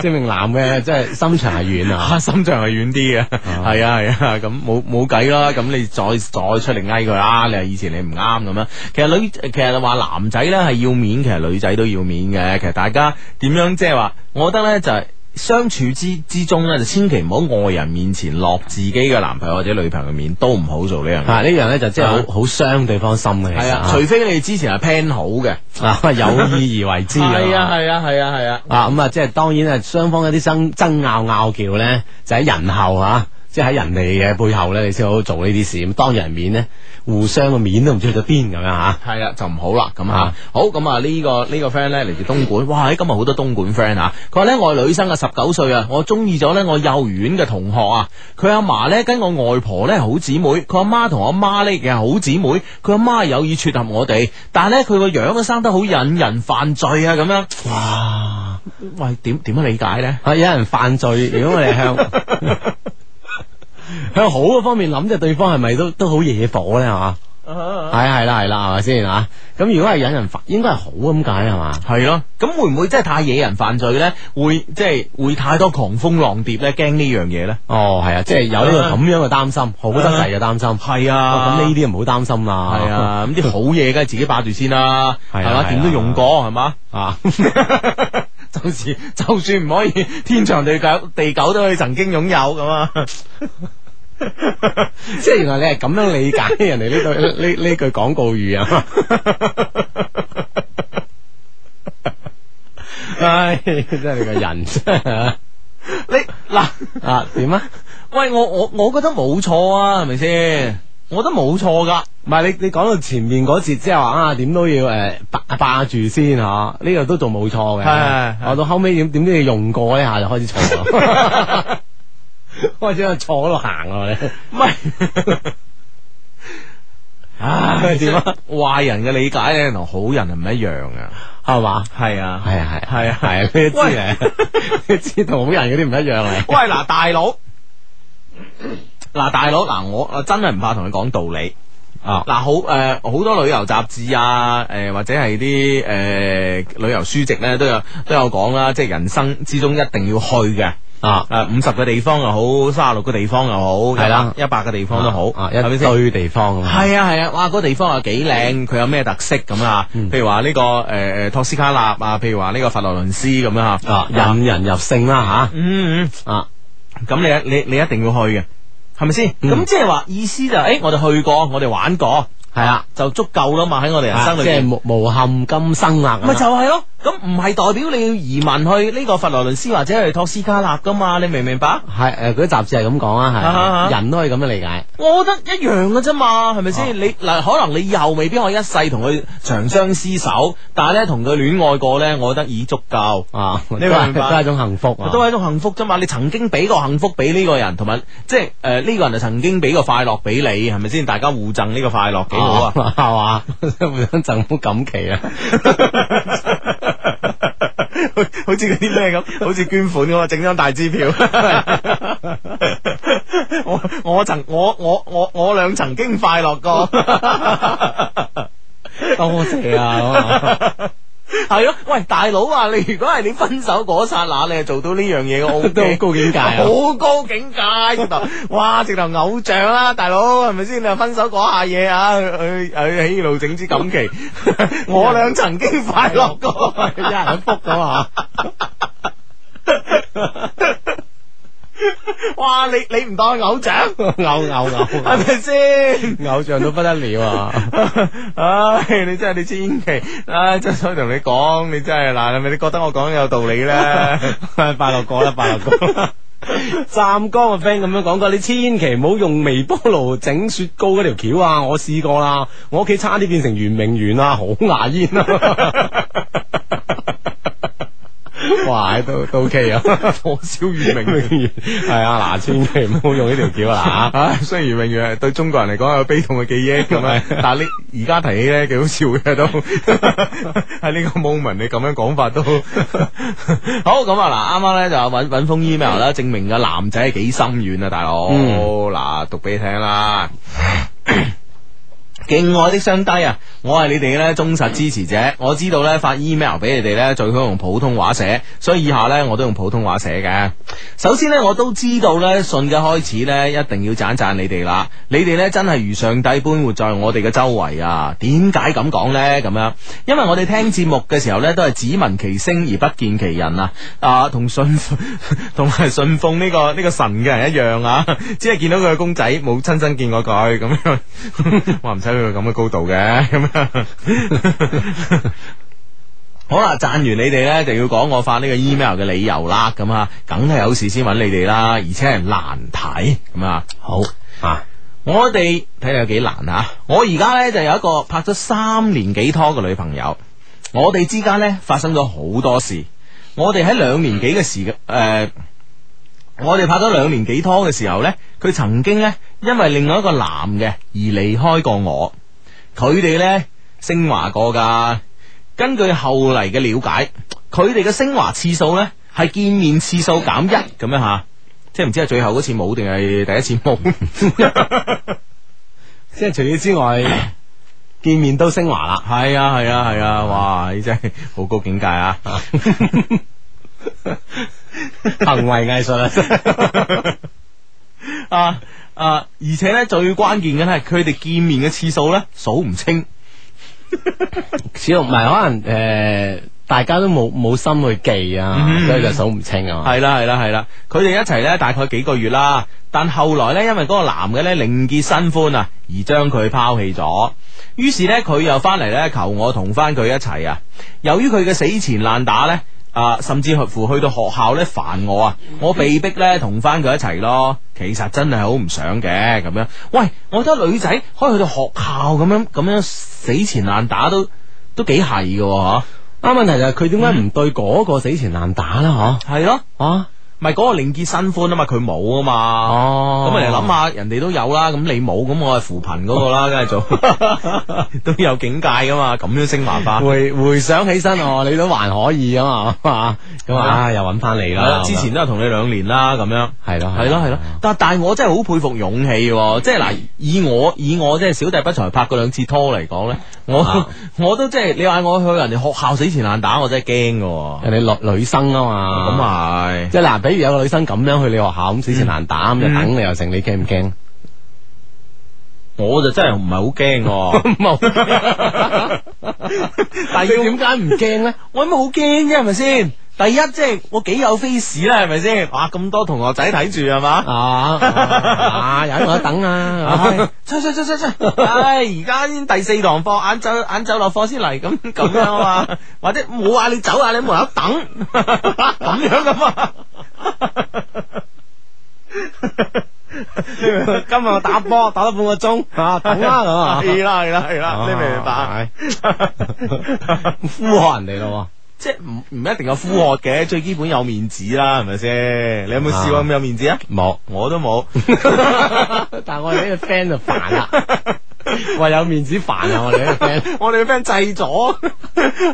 證明男嘅即係心腸係軟啊。
啊， *laughs* 心臟係遠啲嘅，係啊係啊，咁冇冇計啦，咁你再再出嚟嗌佢啦，你話以前你唔啱咁樣。其實女，其實話男仔咧係要面，其實女仔都要面嘅。其實大家點樣即係話，我覺得咧就係、相處之之中咧，就千祈唔好外人面前落自己嘅男朋友或者女朋友面，都唔好做呢樣嘢。
啊，呢樣咧就即係
啊
好好傷對方心嘅，其
係
實
啊，除非你哋之前係 plan 好嘅。
啊有意而為之
係啊係啊係啊係啊。
啊，咁啊，即係當然啊，雙方一啲爭爭拗拗撬咧，就喺人後啊，即係喺人哋嘅背後咧，你先好做呢啲事。咁當人面咧，互相嘅面都唔知去咗邊咁樣啊嚇。
系啦，就唔好啦，咁吓
啊，
好咁啊，呢個呢個 friend 咧嚟自東莞，哇！喺今日好多東莞 friend 啊，佢話咧我係女生啊，十九歲啊，我中意咗咧我幼兒園嘅同學啊，佢阿嫲咧跟我外婆咧係好姊妹，佢阿媽同我媽咧亦係好姊妹，佢阿媽有意撮合我哋，但係咧佢個樣咧生得好引人犯罪啊，咁樣，
哇！
喂，點點樣理解咧？
啊，有人犯罪，如果我哋向向好嘅方面諗，即係對方係咪都都好惹火咧？係嘛？係啊係啦係啦，係咪先啊？咁如果係引人犯，應該係好咁解係嘛？
係咯，咁會唔會真係太惹人犯罪咧？會即係會太多狂風浪蝶咧？驚呢樣嘢咧？
哦，係啊，即係有呢個咁樣嘅擔心，好得滯嘅擔心。
係
哦咁呢啲唔好擔
*laughs*
心啦。
系啊，咁啲好嘢梗係自己霸住先啦，係
係
嘛，
啊係啊
點都用過係 *laughs* 嘛，
啊。
就是就算唔可以天長地久，地久都可以曾經擁有咁啊。
*laughs* 即系原来你系咁样理解人哋呢句呢呢句广告语啊！ *laughs* 唉，真系你个人
你嗱， *laughs*
啊点啊？
喂，我我我覺得冇錯啊，係咪先？我覺得冇錯噶。
唔系你你讲到前面嗰節，即系话啊点都要诶霸霸住先吓，呢、個都仲冇錯嘅。
係係係
我到後尾點點都要用過一下就開始錯
*laughs*
啦，開始喺錯嗰度行啊咯你。
唔係， *laughs* 唉，
點啊？
壞人嘅理解咧，同好人係唔一樣噶。
係嘛？
係啊
係啊係
係啊
係啊！你都知
喂
啊，你知同好人嗰啲唔一樣嚟。
*laughs* 喂，嗱，大佬，嗱，大佬，嗱，我我真係唔怕同你講道理。
啊
嗱，好誒，好、多旅遊雜誌啊，誒、或者係啲誒呃旅遊書籍咧，都有都有講啦，即係人生之中一定要去嘅。
啊！
誒五十個地方又好，三十六個地方又好，
係啦
一百個地方都好，
啊，
係咪
一
先？
堆地方啊
系啊系啊，哇！嗰地方又幾靚，佢有咩特色咁啊？
嗯
譬如話呢、個诶诶托斯卡納啊，譬如話呢個佛羅倫斯咁樣吓，
啊，引人入勝啦
嗯嗯。
吓，啊
咁你你你一定要去嘅，係咪先？咁、
嗯
即係話意思就係，诶、我哋去過，我哋玩過，
係啊，
就足夠啦嘛，喺我哋人生裏
啊即係
边。
無無憾今生啦，啊
咪就係咯，咁唔係代表你要移民去呢個佛羅倫斯或者去托斯卡納噶嘛？你明唔明白？
系诶，嗰啲雜誌係咁講
啊啊
啊，
啊
係人都可以咁樣理解。
我覺得一樣嘅啫嘛，係咪先？你嗱，可能你又未必可以一世同佢長相厮守，但係咧同佢戀愛過咧，我覺得已足夠。
啊，
你
都係
明白
都係一種幸福啊，
都係一種幸福啫嘛，你曾經俾過幸福俾呢個人，同埋即係诶呢個人就曾經俾個快樂俾你，係咪先？大家互贈呢個快樂幾好啊！
*laughs* 係嘛，互相贈福感期 *laughs* 啊，
好好似嗰啲咩咁，好似捐款咁啊，整張大支票。我我曾我我我我俩曾經快樂過。
多謝啊咁啊，
系咯，喂，大佬啊，你如果係你分手嗰刹那，你係做到呢樣
*laughs*
嘢嘅，我
都好高境界啊
好高境界，直頭，哇，直頭偶像啦，大佬係咪先？你話分手嗰下嘢啊，去去去起路整支錦旗， *laughs* 我俩曾經快樂 *laughs* 過，
有人福咁啊， *laughs*
哇，你你唔當佢偶 *laughs* 像，
偶偶
係
偶
咪先？
偶像都不得了啊！
*laughs* 唉，你真係你千祈，唉，真係想同你講，你真係嗱，係咪你覺得我講得有道理 *laughs* 咧？
快樂過啦，快樂過。湛江嘅 friend 咁樣講過，你千祈唔好用微波爐整雪糕嗰條橋啊！我試過啦，我屋企差啲變成圓明園啊，好牙煙啊！ *laughs* 哇，都都 OK 啊！
火燒月明 *laughs*
明園係啊，嗱，千祈唔好用呢條橋啦嚇。
啊，雖然永遠係對中國人嚟講有悲痛嘅記憶咁樣，但係你而家提起咧，幾好笑嘅都 *laughs* 喺呢個 moment，你咁樣講法都 *laughs* 好咁啊！嗱，啱啱咧就揾揾封 email 啦，證明個男仔係幾心軟啊，大佬
嗯
嗱，讀俾你聽啦。 *coughs* 敬愛的雙低啊！我係你哋咧忠實支持者，我知道咧發 email 俾你哋咧最好用普通話寫，所以以下咧我都用普通話寫嘅。首先咧我都知道咧信嘅開始咧一定要讚一讚你哋啦，你哋咧真係如上帝般活在我哋嘅周圍啊！點解咁講呢？咁樣，因為我哋聽節目嘅時候咧都係只聞其聲而不見其人啊！啊，同信 *laughs* 同埋信奉呢、個呢、個神嘅人一樣啊， *laughs* 只係見到佢嘅公仔，冇親身見過佢咁樣。 *laughs* 我唔使去到咁嘅高度嘅，咁樣。好啦，讚完你哋咧，就要講我發呢個 email 嘅理由啦，咁啊，梗係有事先揾你哋啦，而且係難題咁啊。好，
啊，
我哋睇下有幾難啊！我而家咧就有一個拍咗三年幾拖嘅女朋友，我哋之間咧發生咗好多事，我哋喺兩年幾嘅時嘅誒。呃我哋拍咗兩年幾拖嘅時候呢，佢曾經呢，因為另外一個男嘅而離開過我。佢哋呢，升華過噶。根據後嚟嘅了解，佢哋嘅升華次數呢，係見面次數減一咁樣吓，即係唔知係最後嗰次冇定係第一次冇。
*laughs* 即係除此之外，見面都升華啦。
係啊係啊係啊，哇！呢真係好高境界啊！
*laughs*
*laughs*
行為藝術啊，
*laughs* 啊啊！而且咧最關鍵嘅咧，佢哋見面嘅次數咧數唔清。
主要唔係可能诶、呃大家都冇冇心去記啊，
嗯
所以就數唔清啊。
系啦系啦系啦，佢哋一齊咧大概幾個月啦，但後來咧因為嗰個男嘅咧另結新歡啊，而將佢拋棄咗。於是咧佢又翻嚟咧求我同翻佢一齊啊。由於佢嘅死纏爛打咧。啊，甚至乎去到學校咧煩我啊，我被逼咧同翻佢一齊咯。其實真係好唔想嘅咁樣。喂，我覺得女仔可以去到學校咁樣咁樣死纏爛打都都幾係嘅喎
啊，問題就係佢點解唔對嗰個死纏爛打啦？
嚇，係咯。
嗬、啊，
咪嗰個另結新歡啊嘛，佢冇啊嘛。
哦
咁你諗下，人哋都有啦，咁你冇，咁我係扶貧嗰個啦，梗係
*laughs*
做都有境界噶嘛，咁樣升麻花。
回回想起身哦，你都還可以啊嘛，係嘛咁
係啊
啊，又哦揾翻你
係
啦
啦。之前都係同你兩年啦，咁樣。
係咯，
係咯係咯，但但係我真係好佩服勇氣喎，即係嗱，以我以我即係小弟不才拍過兩次拖嚟講咧，我
啊
*laughs* 我都即係你嗌我去人哋學校死纏爛打，我真係驚噶。
人哋女女生啊嘛，
咁，係。
即係嗱，比如有個女生咁樣去你學校咁死纏爛打，咁就
嗯
等你又成，你驚唔驚？
我就真係唔係好
*laughs*
驚喎， *laughs* 冇。但係
你點解唔驚咧？
我有乜好驚啫？係咪先？第一即系我几有 face 啦，系咪先？哇，咁多同学仔睇住系嘛？
啊啊，有我等啊，
出出出出出！唉，而家先第四堂課，晏晝晏晝落課先嚟，咁咁樣啊嘛，或者冇話你走啊，你喺門口等，咁樣噶嘛。今日我打波打咗半個鐘，
*laughs*
哎
啊等啦
*laughs*
咁啊，
係啦係啦係啦，你明唔明白？ *laughs*
呼喝人哋咯
即係唔唔一定有呼喝嘅，最基本有面子啦，係咪先？你有冇試過咁有面子 *laughs* 啊？
喎，冇。
我都冇。
但系我哋呢個 friend 就
*laughs*
煩啦，話有面子煩啊！我哋呢個 friend
我哋俾人制咗，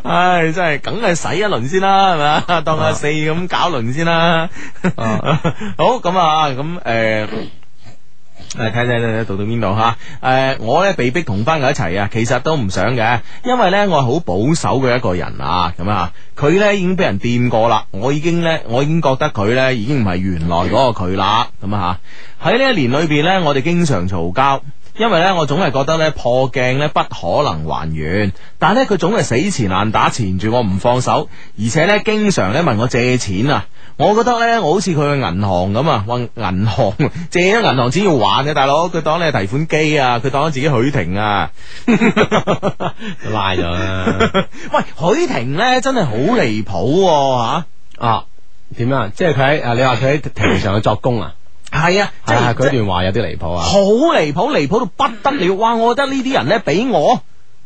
唉，真系梗系洗一輪先啦，係咪啊？ *laughs* 當阿四咁搞輪先啦。
啊
*laughs* 好咁啊，咁诶。誒誒睇睇睇睇讀到邊度吓？誒、我咧被逼同班佢一齊啊，其實都唔想嘅，因為咧我係好保守嘅一個人啊，咁啊，佢咧已經俾人掂過啦，我已經咧我已經覺得佢咧已經唔係原來嗰個佢啦，咁啊吓。喺呢一年裏邊咧，我哋經常嘈交。因為咧，我總係覺得咧破鏡咧不可能還原，但係咧佢總係死纏爛打纏住我唔放手，而且咧經常咧問我借錢啊！我覺得咧我好似佢去銀行咁啊，話銀行 *laughs* 借咗銀行錢要還嘅大佬，佢當你係提款機啊，佢當咗自己許霆啊！
拉咗啦。
*laughs* 喂，許霆咧真係好離譜喎吓，
啊，點啊？即係佢喺啊，你話佢喺庭上嘅作供啊？
係啊，即
係
係
係佢一段話有啲離譜啊！
好離譜，離譜到不得了！哇，我覺得呢啲人咧俾我，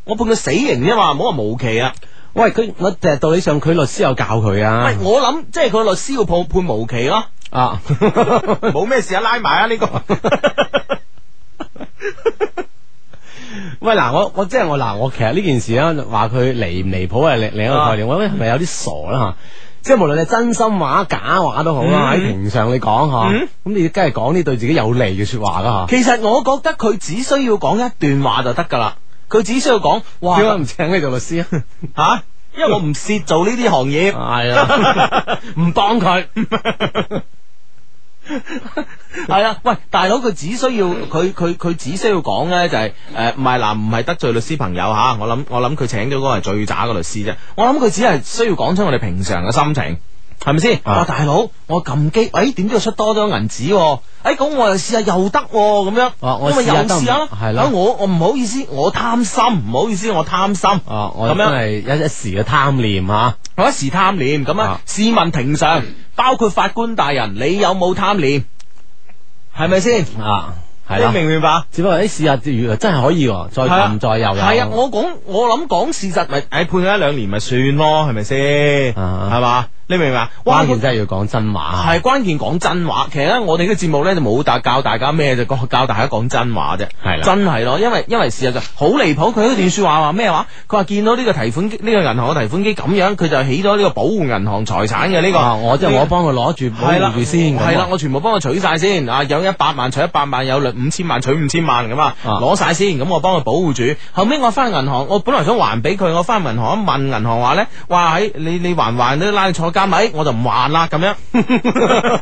我判佢死刑啫嘛，唔好話無期啊！
喂，佢我誒道理上佢律師有教佢啊
喂，我諗即係佢律師要判判無期咯。
啊，
*laughs*
*laughs*
冇咩事啊，拉埋啊呢个。
喂嗱，我我即係我嗱，我其實呢件事咧話佢離唔離譜係另另一個概
啊
念，我覺得係咪有啲傻啦嚇？即係無論你真心話假話都好啦，喺庭上你講嚇，咁
嗯
你梗係講啲對自己有利嘅説話啦
*laughs*
嚇。
其實我覺得佢只需要講一段話就得㗎啦，佢只需要講哇
點解唔請你做律師啊？
吓、因為我唔屑做呢啲行業，
係
*laughs*
啊，唔幫 *laughs* 佢。
係啊，喂，大佬佢只需要佢佢佢只需要講咧就係誒唔係嗱唔係得罪律師朋友吓，我諗我諗佢請咗嗰個係最渣嘅律師啫，我諗佢只係需要講出我哋平常嘅心情。係咪先？
啊
哇，大佬，我撳機，哎，點知佢出多咗銀紙喎？哎，咁我又試下又得喎咁樣，
啊我
因為
試
又
下得唔
試下啦，
係啦
啊我我唔好意思，我貪心，唔好意思，我貪心。
哦，我
咁
真
樣
係一一時嘅貪念啊嚇。
我一時貪念咁
啊
啊，試問庭上，包括法官大人，你有冇貪念？係咪先？
啊，系
你
啦，
明唔明白？
只不過诶哎試下，原來真係可以喎，再
係啊
撳再又有，
係啊，我講我諗講事實咪，唉，判佢一兩年咪算咯，係咪先？
啊
係嘛？你明唔明白？
關鍵真係要講真話，
系关键講真話，其實咧，我哋嘅節目咧就冇大教大家咩，就教教大家講真話啫。
係啦
真係咯，因為因為事實就好離譜。佢嗰段说話話咩話？佢話見到呢個提款機，呢、個銀行嘅提款機咁樣，佢就起咗呢個保護銀行財產嘅呢、個。
啊我即係我幫佢攞住保
係啦
護住先，啊
係啦，我全部幫佢取晒先啊！有一百萬取一百萬，有兩五千萬取五千萬咁啊，
啊
攞晒先，咁我幫佢保護住。後尾我翻銀行，我本來想還俾佢，我翻銀行一問銀行話咧，哇！喺你你還唔還都拉你坐監咪，我就唔還啦咁樣。 *laughs*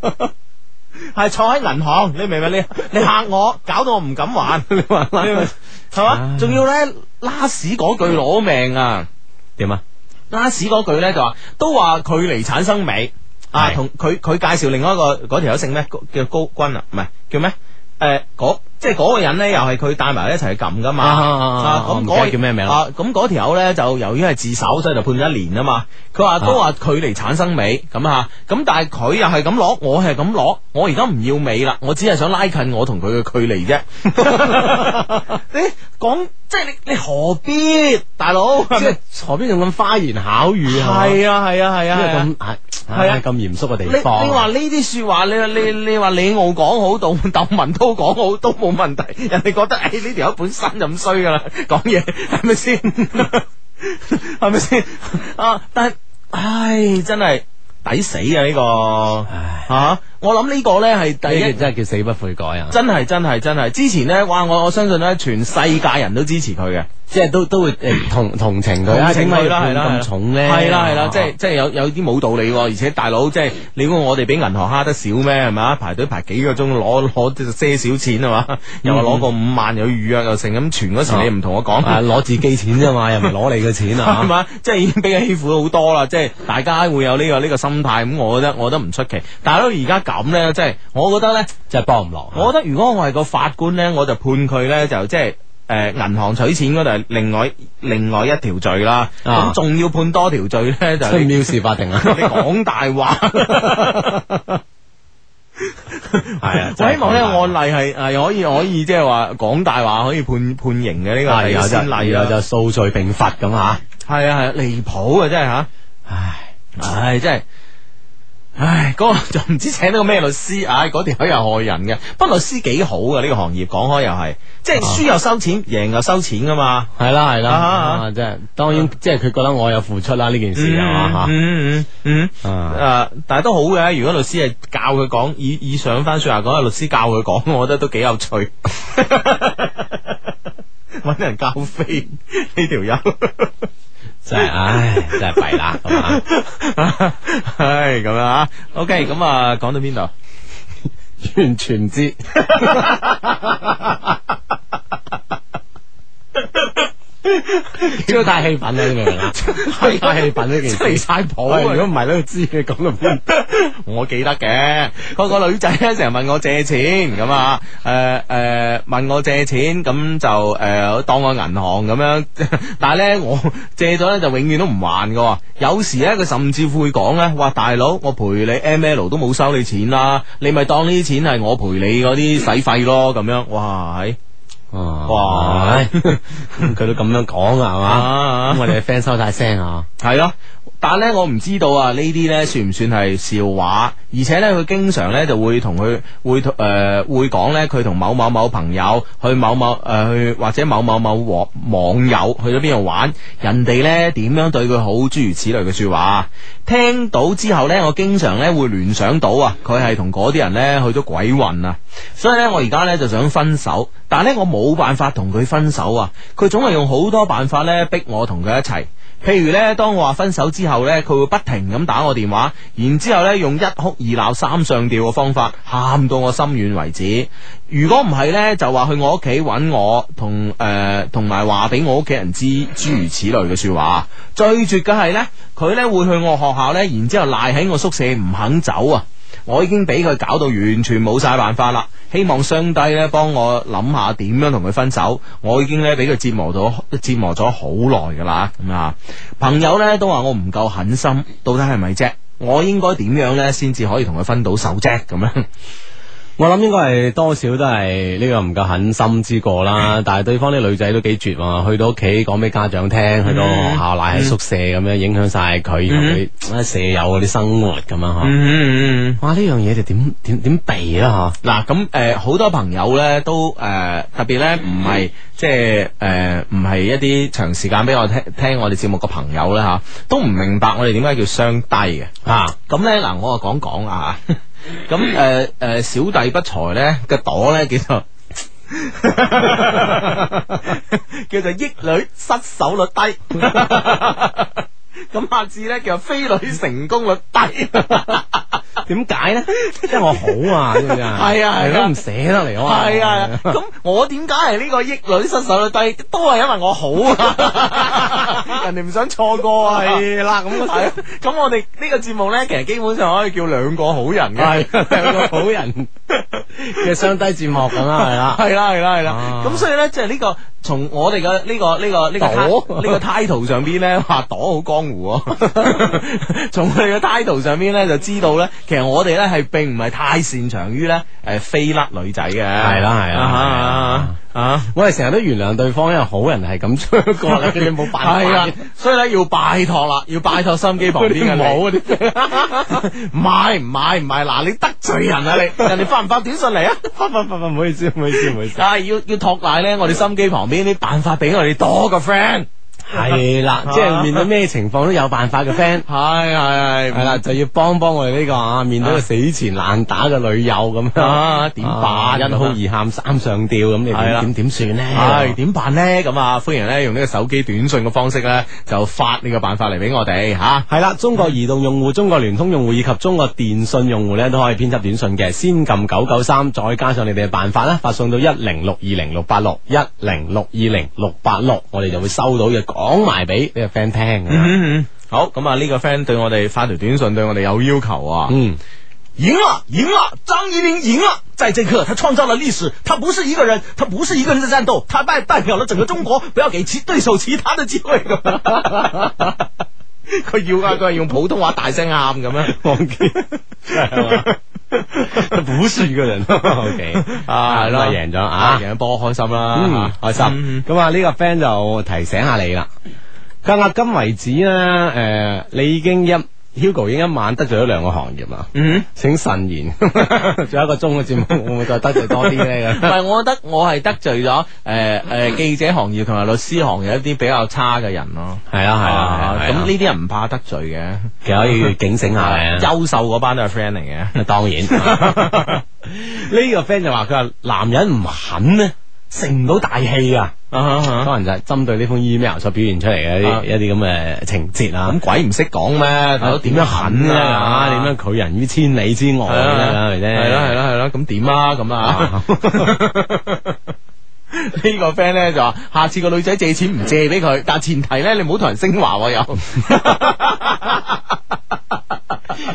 係坐喺銀行，你明唔明？你你嚇我，搞到我唔敢還， *laughs* 你話啦係嘛
唉？
仲要咧拉屎嗰句攞命啊！
點啊？
拉屎嗰句咧就話，都話距離產生美啊，
係
同佢佢介紹另外一個嗰條友姓咩？高叫高君啊，唔係叫咩？诶，嗰即係嗰個人咧，又係佢帶埋一齊去撳噶嘛。
啊啊啊
啊，
我
咁
唔記
嗰
得叫咩名啦
啊，咁嗰條友咧就由於係自首，所以就判咗一年啊嘛。佢話都話距離產生美咁啊，咁但係佢又係咁攞，我係咁攞，我而家唔要美啦，我只係想拉近我同佢嘅距離
*laughs*
啫。 *laughs* 你講即係你你何必大
*laughs*
佬？
即係何必仲咁花言巧語啊？
系啊系啊系
因為
啊，
咁係
係啊
唉咁嚴肅嘅
你
地
你
方，啊
话呢啲说话，你你你话李敖講好， *laughs* 杜窦文涛講好都冇問題，人哋覺得诶呢條友本身就咁衰噶啦， *laughs* 講嘢係咪先？ *laughs* 係咪先？啊！但係唉，真係抵死啊！呢、個
唉
吓、啊我諗呢個呢係第
呢
一
個真係叫死不悔改啊！
真係真係真係，之前呢，哇！我我相信呢，全世界人都支持佢嘅，
即係都都會誒同同情佢啊，
同情
點解
佢啦係
要
啦係
判
啦
咁重咧？
係啦係啦，即係
啊
即係有有啲冇道理喎，而且大佬即係你估我哋俾銀行蝦得少咩？係咪排隊排幾個鐘攞攞些少錢係
嗯
嘛？又話攞個五萬又要預約又成咁，存嗰時你唔同我講。
啊攞自己錢啫嘛，又唔 *laughs* 係攞你嘅錢
係
啊！
嘛？即係已經俾佢欺負好多啦，即係大家會有呢、個呢、個心態，咁我覺得我覺得唔出奇。但係咧而家咁咧，即係我覺得咧，
真係幫唔落。啊
我覺得如果我係個法官咧，我就判佢咧就即係。誒銀行取錢嗰度係另外另外一條罪啦，
啊
咁仲、要判多條罪咧就係
真
*laughs* 你
藐視法庭啊！
你講大話。
*laughs*
*laughs*
係 *laughs* 啊，
我希望呢
真係講大話
個案例係係可以可以即係話講大話可以判判刑嘅呢個
啊，
係
然後
先
就
例
然
啦
後，就數罪並罰咁嚇。
係啊係啊離譜啊真係嚇。
唉，
唉，真系。唉，嗰、個就唔知請到個咩律師，唉，嗰條友又害人嘅。不過律師幾好嘅呢、個行業，講開又係，即係輸又收錢，贏又收錢噶嘛。
係啦係啦，
啊啊
啊即係當然，即係佢覺得我有付出啦呢件事係嘛嚇。
嗯嗯嗯
啊
誒，但係都好嘅。如果律師係教佢講，以以上翻説話講，律師教佢講， *laughs* 我覺得都幾有趣。揾人教飛 *laughs* 呢條友。
真係唉，真係弊啦咁 *laughs* 啊！
唉，咁樣啊。OK，咁啊，講到邊度？
完全唔 *laughs* 知，超太氣憤啦！你明唔明 *laughs* 啊？太氣憤呢件
真係離
事。
晒譜
喂，
啊
如！果唔係都知你講到邊。
*laughs* 我記得嘅，個個女仔咧成日問我借錢咁啊，誒、誒、問我借錢咁就誒、當我銀行咁樣， *laughs* 但係咧我借咗咧就永遠都唔還嘅喎。有時咧佢甚至乎會講咧，哇大佬，我賠你 M L 都冇收你錢啦，你咪當呢啲錢係我賠你嗰啲使費咯咁樣，哇係
哦哇！咁佢都咁樣講啊，係嘛？
*laughs*
咁我哋嘅 friend 收晒聲啊！
係咯。但係咧，我唔知道啊，呢啲咧算唔算係笑話？而且咧，佢經常咧就會同佢會誒、呃、會講咧，佢同某某某朋友去某某誒、呃、去或者某某某網網友去咗邊度玩，人哋咧點樣對佢好，諸如此類嘅説話。聽到之後咧，我經常咧會聯想到啊，佢係同嗰啲人咧去咗鬼混啊，所以咧我而家咧就想分手，但係咧我冇辦法同佢分手啊，佢總係用好多辦法咧逼我同佢一齊。譬如咧，當我話分手之後咧，佢會不停咁打我電話，然之後咧用一哭二鬧三上吊嘅方法，喊到我心軟為止。如果唔係咧，就話去我屋企揾我，同誒同埋話俾我屋企人知，諸如此類嘅説話。最絕嘅係咧，佢咧會去我學校咧，然之後賴喺我宿舍唔肯走啊！我已經俾佢搞到完全冇晒辦法啦，希望雙低咧幫我諗下點樣同佢分手。我已經咧俾佢折磨咗折磨咗好耐噶啦，咁啊，朋友咧都話我唔夠狠心，到底係咪啫？我應該點樣咧先至可以同佢分到手啫？咁樣
我諗應該係多少都係呢個唔夠狠心之過 *laughs* 啦，但係對方啲女仔都幾絕喎，去到屋企講俾家長聽，去到學校賴喺宿舍咁樣，影響晒佢同佢啊舍友嗰啲生活咁樣嗬。
嗯。
哇！呢樣嘢就點點點避啊
嗱
啦
咁誒，好、多朋友咧都誒、呃特別咧唔係即係誒唔係一啲長時間俾我聽聽我哋節目嘅朋友咧嚇、都唔明白我哋點解叫雙低嘅。
嗬啊！
咁咧嗱，我啊講講啊， *laughs* 咁誒誒，小弟不才咧嘅朵咧叫做 *laughs* 叫做益女失手率低， *laughs* 咁阿志咧叫做飛女成功率低，
*laughs* 點解咧？因為我好啊，知唔知啊？
係啊係啊
*laughs* 係都唔捨得嚟我話
係啊，
*laughs*
咁我點解係呢個益女失手率低？都係因為我好啊，
*laughs*
人哋唔想錯過啊，
係啦，咁
係啊，咁我哋呢個節目咧，其實基本上可以叫兩個好人嘅，
係啊兩個好人嘅雙低節目咁啦，係啦。
系啦系啦系啦
啊，
咁所以咧，即系呢個從我哋嘅呢個呢個呢個
朵
ti- 呢個 title 上邊咧，話朵好江湖喎。 *laughs* 從我哋嘅 title 上邊咧，就知道咧，其實我哋咧係並唔係太擅長於咧誒飛甩女仔嘅。係
啦係啦
啊！
我哋成日都原諒對方，因為好人 *laughs* 係啊咁追過嚟，你冇辦 *laughs* 法
係啦
嘅。，
所以咧要拜託啦，要拜託心機旁邊
*laughs*
嘅你
嗰啲
*laughs* 唔係唔係唔係，嗱你得罪人啊你，人哋發唔發短信嚟啊？
不不不不，唔好意思，唔好意思，唔好意思。
啊，要要托賴咧，我哋心機旁邊啲辦法俾我哋多個 friend。
系 *laughs* 啦，即系面对咩情況都有辦 *laughs* 法嘅 friend，
系系
係啦，就要幫幫我哋呢個啊，面對個死纏爛打嘅女友咁樣，
啊，點
啊
辦？
一哭而喊三上吊咁，你
係啦
點點點算
唉，
咧？
點辦呢？咁啊，歡迎咧用呢個手機短信嘅方式咧，就發呢個辦法嚟俾我哋吓。
係啦，中國移動用戶、中國聯通用戶以及中國電信用戶咧，都可以編輯短信嘅，先撳九九三，再加上你哋嘅辦法啦，發送到一零六二零六八六一零六二零六八六，我哋就會收到嘅，講埋俾呢個 friend 聽㗎。
嗯，好，咁啊呢個 friend 對我哋發條短信，對我哋有要求啊。
嗯。
赢了，赢了，张怡宁赢了。在这一刻，他创造了历史。他不是一个人，他不是一个人的战斗，他代代表了整个中国。不要给其对手其他的机 *laughs* 会。佢要啊，佢系用普通话大声喊咁样。
忘 *laughs* 記，不是一個 *laughs* 人。OK，
啊，係
咁啊
咯，
贏咗啊，
赢波開心啦
嗯，，開心。咁啊，呢個 friend 就提醒下你啦。佢話押金為止啦，诶，你已經一 Hugo 已經一晚得罪咗兩個行業啦。
嗯。
請慎言， *laughs* 仲有一個鐘嘅節目，會唔會再得罪多啲咧？
*laughs* 唔係，我覺得我係得罪咗誒誒記者行業同埋律師行業一啲比較差嘅人咯。啊
*laughs* 係啦，啊係啊啦，
咁
咁
呢
呢
啲人唔怕得罪嘅，啊
其實可以警醒下 *laughs* 嘅。
優秀嗰班都係 friend 嚟嘅。
當然， *laughs* 呢個 friend 就話佢話男人唔肯咧，成唔到大氣啊。可能就係針對呢封 email 所表現出嚟嘅一
啊
啲一啲咁嘅情節啊
咁。鬼唔識講咩？
啊
咁
點樣狠咧？啊？點樣拒人於千里之外
係
咧？係咪
啦，係啦，係
先？
啦，係啦，咁點啊？咁啊？
啊
*laughs* 呢個 friend 咧就話：下次個女仔借錢唔借俾佢，但前提咧你唔好同人升華
*laughs*
喎又。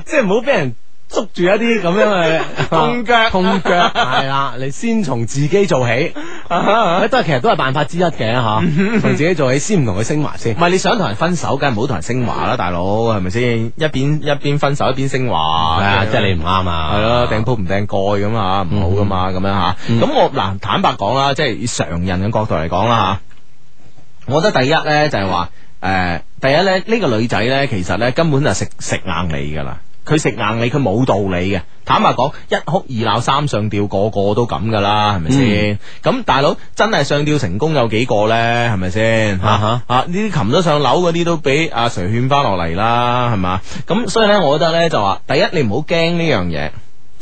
即係唔好俾人捉住一啲咁樣
*laughs*
嘅
痛腳
痛
*laughs*
腳係啦。你先從自己做起，
啊
啊都係其實都係辦法之一
嗯
嘅嚇。從自己做起，先唔同佢升華先
唔。係你想同人分手，梗係唔好同人升華啦，大佬係咪先？一邊一邊分手，一邊升華，
係啊，即係你唔啱啊。
係咯，掟鋪唔掟蓋咁啊，唔好噶嘛，咁樣吓。咁我嗱坦白講啦，即係以常人嘅角度嚟講啦吓，我覺得第一咧就係話誒，第一咧呢個女仔咧其實咧根本就食食硬你噶啦。佢食硬你，佢冇道理嘅。坦白講，一哭二鬧三上吊，個個都咁噶啦，係咪先？咁大佬真係上吊成功有幾個咧？係咪先？
啊哈
啊！呢啲擒咗上樓嗰啲都俾阿 Sir 勸翻落嚟啦，係嘛？咁所以咧，我覺得咧就話，第一你唔好驚呢樣嘢。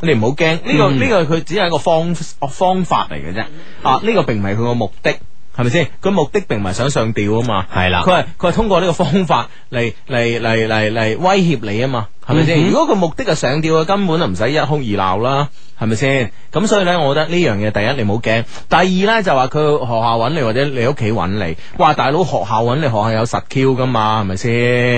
你唔好驚，呢、
嗯
個呢、個佢只係一個方方法嚟嘅啫，
嗯
啊呢、個並唔係佢個目的，係咪先？佢目的並唔係想上吊啊嘛，
係啦
佢係佢係通過呢個方法嚟嚟嚟嚟嚟威脅你啊嘛，係咪先？
嗯哼
如果佢目的係上吊嘅，根本就唔使一哭二鬧啦，係咪先？咁所以咧，我覺得呢樣嘢第一你唔好驚，第二咧就話佢學校揾你或者你屋企揾你，哇大佬學校揾你，學校有實 Q 噶嘛，係咪先？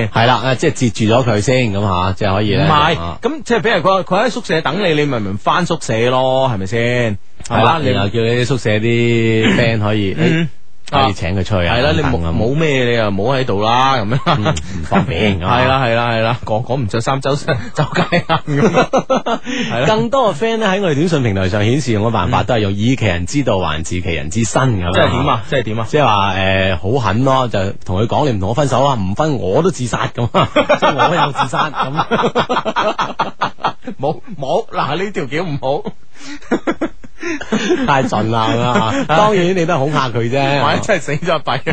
係啦，啊即係截住咗佢先咁嚇，即係可以
唔
咧。
係，
啊
咁即係俾人佢佢喺宿舍等你，你咪唔翻宿舍咯，係咪先？
係啦，
你
然後叫你啲宿舍啲 friend 可以
嗯
可
啊
以請佢吹啊，
係啦，你冇
等等咁
冇咩你又冇喺度啦，咁
嗯
樣。
唔
*laughs*
方便咁啊
係啦係啦係啦，個個唔着衫周 *laughs* 周街行咁，係 *laughs* 啦。
更多嘅 friend 咧喺我哋短信平台上顯示用嘅辦法都係用以其人之道還治其人之身咁。
即係點啊？？即係點啊？
即係話诶，好狠咯，就同佢講你唔同我分手啊，唔分我都自殺咁，
*laughs*
啊即係我有自殺
*laughs*
咁。啊
冇冇嗱呢條橋
*laughs*
唔好，
太盡啦 *laughs* 咁啊！當然你都係恐嚇佢
萬一
啫。
真係死咗弊，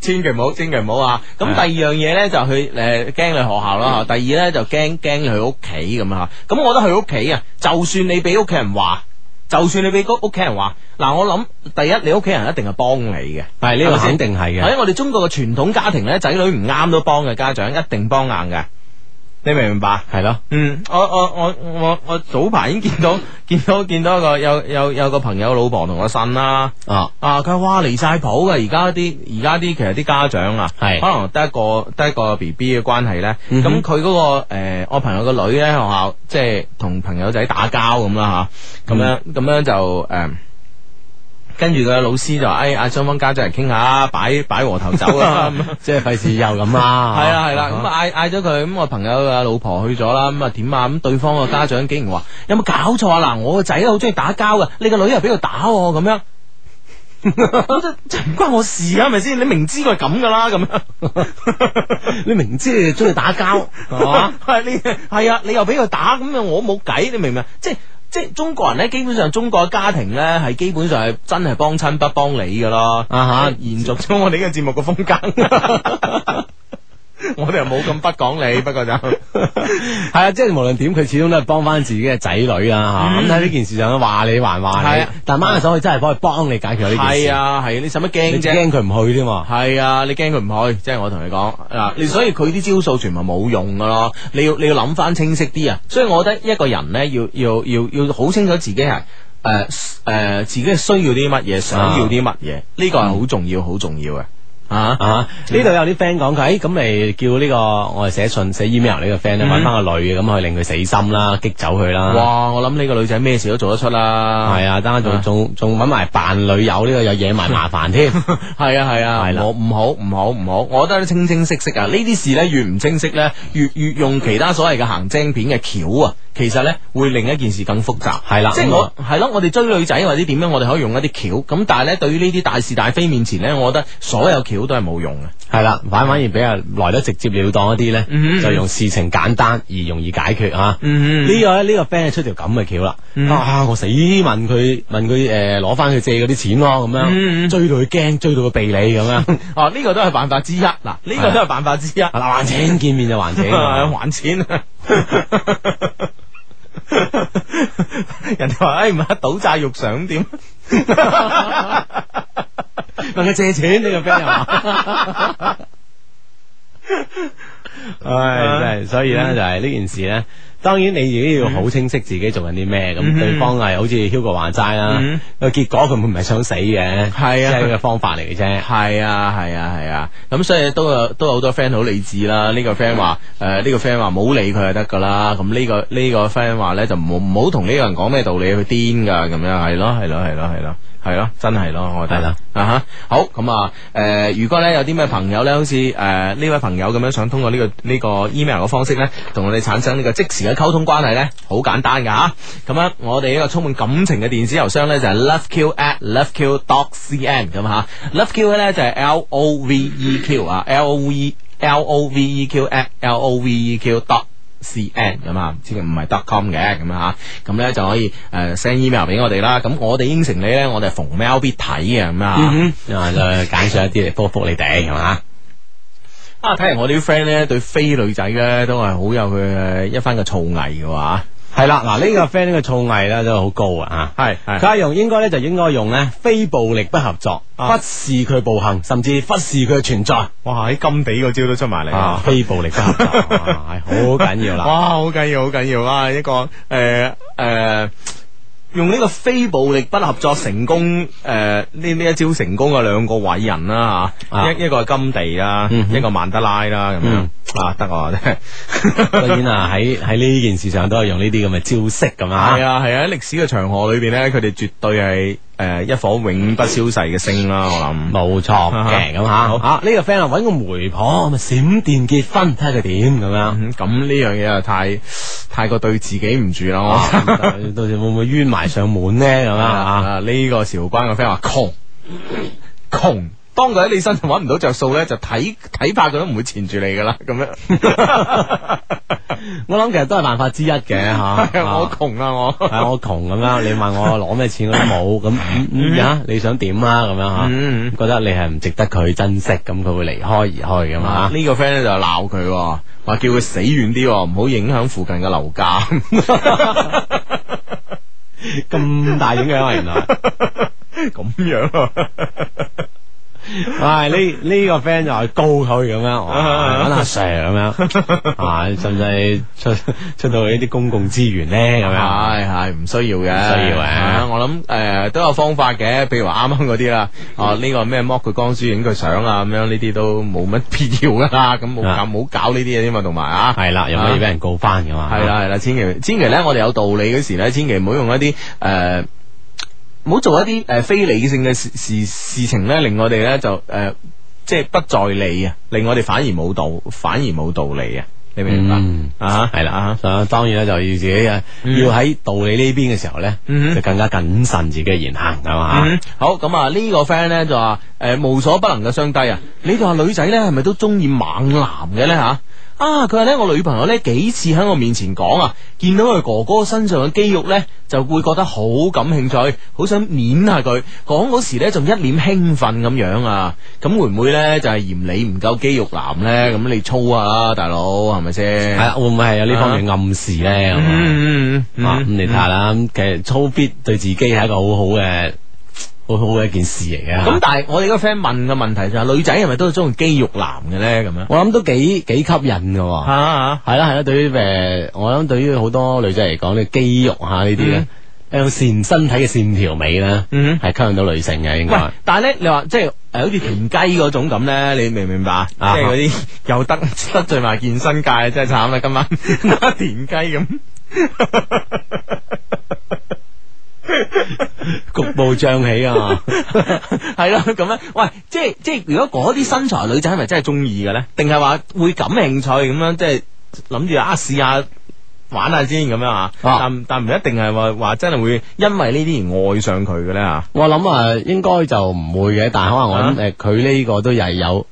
*laughs* 千祈唔好，千祈唔好啊！嗯咁第二樣嘢咧就去诶驚你學校啦，第二咧就驚驚佢屋企咁啊。咁我覺得佢屋企啊，就算你俾屋企人話，就算你俾屋企人話，嗱我諗第一你屋企人一定係幫你嘅。
係
係
呢個
咪先
肯定係嘅，
喺我哋中國嘅傳統家庭咧，仔女唔啱都幫嘅家長一定幫硬嘅，你明唔明白？
係咯。
嗯，我我我我我早排已經見到 *laughs* 見到見到一個有有有個朋友老婆同個呻啦，
啊，
啊佢話哇離晒譜嘅，而家啲而家啲其實啲家長啊，
係
可能得一個得一個 B B 嘅關係咧，
嗯
咁
哼
佢嗰個诶、呃我朋友個女咧學校即係同朋友仔打交咁啦吓，咁樣
嗯
咁樣就诶。呃跟住個老師就話：，哎，阿雙方家長嚟傾下，擺擺和頭酒
*laughs*
啊！咁
即係費事又咁啦。
系啦系啦，咁啊嗌嗌咗佢，咁我朋友嘅老婆去咗啦，咁啊點啊？咁對方個家長竟然話：有冇搞錯啊？嗱，我個仔好中意打交嘅，你個女又俾佢打喎，咁樣。咁就就唔關我事啊，係咪先？你明知佢係咁噶啦，咁樣 *laughs*
你明知你中意打交，係嘛？
*laughs* 係你係啊，你又俾佢打，咁啊我冇計，你明唔明啊？即係即係中國人咧，基本上中國嘅家庭咧係基本上係真係幫親不幫理噶咯。
啊吓，
延續
*laughs*
咗我哋嘅節目嘅風格。 *laughs* 我哋又冇咁不講
*laughs*
理，不過就
系啊，即系无论点，佢始終都係幫翻自己嘅仔女啊吓。咁喺呢件事上，話你還話
嗯係
你
啊，
但媽嘅手佢真係可以幫你解決呢件事。
係，啊，係啊你使乜
你
驚啫？
驚佢唔去添喎。
系啊，你驚佢唔去，即係我同你講嗱，你所以佢啲招數全部冇用噶咯，你要你要諗翻清晰啲啊，所以我覺得一個人咧要要要要好清楚自己係诶诶自己係需要啲乜嘢，想要啲乜嘢，呢個係好重要好重要嘅啊，
*laughs* 啊！呢度有啲 friend 講佢，誒哎咁咪叫呢個我哋寫信寫 email 呢個 friend 咧，
嗯
揾翻個女嘅，咁去啊令佢死心啦，激走佢啦。
哇！我諗呢個女仔咩事都做得出啦，
係啊，等下仲
啊
仲仲揾埋扮女友呢個又惹埋麻
*laughs*
煩添。
係啊係啊，
係啦
我唔好唔好唔好，我覺得清清晰晰啊！呢啲事咧越唔清晰咧，越越用其他所謂嘅行精片嘅橋啊，其實咧會令一件事更複雜。
係啦，
即係
咁啊
我係咯，我哋追女仔或者點樣，我哋可以用一啲橋。咁但係咧，對於呢啲大是大非面前咧，我覺得所有橋都係冇用嘅。
系啦，反反而比較來得直接了當一啲咧，
嗯
就用事情簡單而容易解決啊。
嗯
呢個咧呢個 friend 出條咁嘅橋啦，啊我死問佢問佢诶攞翻佢借嗰啲錢咯，
嗯
咁樣
嗯
追到佢驚，追到佢避你咁
*laughs*
樣，
哦，呢個都係辦法之一。嗱，呢個都係辦法之一。
嗱還錢見面就還錢，
還錢 *laughs* 啊！人哋話：，哎，唔係賭債肉想點？
問佢借錢呢個 friend
*laughs*
又話，唉真係，所以咧就係呢件事咧。當然你自己要好清晰自己做緊啲咩，咁
嗯
對方係好似 Hugo 話齋啦
嗯，
個結果佢唔係想死嘅，
係啊
即係個方法嚟嘅啫。
係啊，係啊，係啊，咁所以都有都有好多 friend 好理智啦。呢、個 friend 話，誒、呢、個 friend 話冇理佢就得噶啦。咁呢、個呢、個 friend 話咧就唔好唔好同呢個人講咩道理，佢癲噶咁樣，係咯，係咯，係咯，係咯。係咯，真係咯，我覺得
係啦
啊哈，好咁啊，誒、如果咧有啲咩朋友咧，好似誒呢位朋友咁樣，想通過呢、個呢、個 email 嘅方式咧，同我哋產生呢個即時嘅溝通關係咧，好簡單噶嚇。咁啊，我哋呢個充滿感情嘅電子郵箱咧就係 loveq at loveq dot cn 咁嚇，loveq 咧就係 l o v e q 啊，l o v l o v e q at l o v e q dot C N 咁啊，千祈唔係 dot com 嘅咁啊吓，咁咧就可以誒 send email 俾我哋啦。咁我哋應承你咧，我哋係逢 mail 必睇嘅咁
嗯
啊。
啊，就揀選一啲嚟報復你哋，係嘛？
啊，睇嚟我哋啲 friend 咧對非女仔咧都係好有佢嘅一番嘅造詣嘅話，
系啦，嗱呢個 friend 呢個造詣咧都好高啊吓。
係
佢話用應該咧就應該用咧非暴力不合作，忽視佢暴行，甚至忽視佢嘅存在
哇喺金地個招都出埋嚟
啊！非暴力不合作 *laughs* 啊係好緊要啦。
哇，好緊要，好緊要啊！一個
誒誒。用呢個非暴力不合作成功，誒呢呢一招成功嘅兩個偉人啦嚇，
啊
一一個係金地啦，
嗯哼
一個曼德拉啦咁樣、
嗯
啊，得我真係。
當然啊，喺喺呢件事上都係用呢啲咁嘅招式咁
系
啊。
啊系啊，喺歷史嘅長河裏边咧，佢哋絕對係诶、呃一顆永不消逝嘅星啦，我諗。
冇錯嘅咁吓，
好
吓呢個 friend 啊揾個媒婆咪閃電結婚，睇下佢點咁樣。
嗯咁呢樣嘢啊，太太過對自己唔住啦，我。
啊到時會唔會冤埋上門呢？咁啊？
啊！呢個韶關嘅 friend 話窮窮，當佢喺你身上揾唔到着數咧，就睇睇怕佢都唔會纏住你噶啦，咁
*laughs*
樣。
我諗其實都係辦法之一嘅 *laughs* 吓。啊
我窮啊我。
系我窮咁樣，你問我攞咩錢我都冇，咁嗯嗯啊你想點啊咁樣吓，
嗯
覺得你係唔值得佢珍惜，咁佢會離開而去噶嘛
啊！呢個 friend 咧就鬧佢喎，話叫佢死遠啲喎，唔好影響附近嘅樓
*laughs*
價。
咁大影響啊原來，
咁樣啊！
唉呢呢個 friend 就係告佢咁
啊
樣，哇揾阿 Sir 咁
*laughs*
樣，啊使唔使出 *laughs* 出到呢啲公共資源咧咁
啊
樣？
系系唔需要嘅，
唔需要嘅
啊我諗诶、誒都有方法嘅，譬如話啱啱嗰啲啦，
嗯
哦呢、個咩剝佢光書影佢相啊，咁樣呢啲都冇乜必要噶啦，咁冇
啊
搞冇搞呢啲嘢添嘛，同埋啊。
係啦，又可以俾人告翻噶嘛？
係啦係啦，千祈千祈咧，我哋有道理嗰時咧，千祈唔好用一啲诶，唔、好做一啲诶非理性嘅事事事情咧，令我哋咧就诶、誒即係不在理啊，令我哋反而冇道，反而冇道理啊，你明唔明白、
嗯
啊？
系啦
啊，
啊當然咧就要自己啊，
嗯
要喺道理呢邊嘅時候咧，
嗯哼
就更加謹慎自己嘅言行，係嘛？
嗯，好咁啊！呢個 friend 咧就話誒無所不能嘅雙低啊！你哋話女仔咧係咪都中意猛男嘅咧嚇？啊，佢話咧我女朋友咧幾次喺我面前講啊，見到佢哥哥身上嘅肌肉咧，就會覺得好感興趣，好想捏下佢。講嗰時咧仲一臉興奮咁樣啊，咁會唔會咧就係、嫌你唔夠肌肉男咧？咁你粗啊，大佬係咪先？
系啦，会唔會係啊有呢方面嘅暗示咧？咁啊
嗯，嗯嗯
啊，咁你睇下啦，咁其實粗必對自己係一個好好嘅、好好嘅一件事嚟嘅。
咁但係我哋個 friend 問嘅問題就係、女仔係咪都中意肌肉男嘅咧？咁樣
我諗都幾幾吸引嘅喎。
啊
係啦係啦，對於诶，我諗對於好多女仔嚟講，呢肌肉吓呢啲咧，一種線身體嘅線條美咧，
嗯
係吸引到女性嘅
喂
應該。，
但係咧，你話即係诶，好似田雞嗰種咁咧，你明唔明白？啊即係嗰啲又得得罪埋健身界，真係慘啊啦！今晚 *laughs* 打田雞咁，
局部脹起啊嘛，
係咯咁樣。喂，即係即係，如果嗰啲身材女仔係咪真係中意嘅咧？定係話會感興趣咁樣，即係諗住啊試下。玩下先咁樣啊，
啊
但但唔一定係話話真係會因為呢啲而愛上佢嘅咧嚇。
*laughs* 我諗啊應該就唔會嘅，但係可能我
啊
諗诶，佢呢個都係有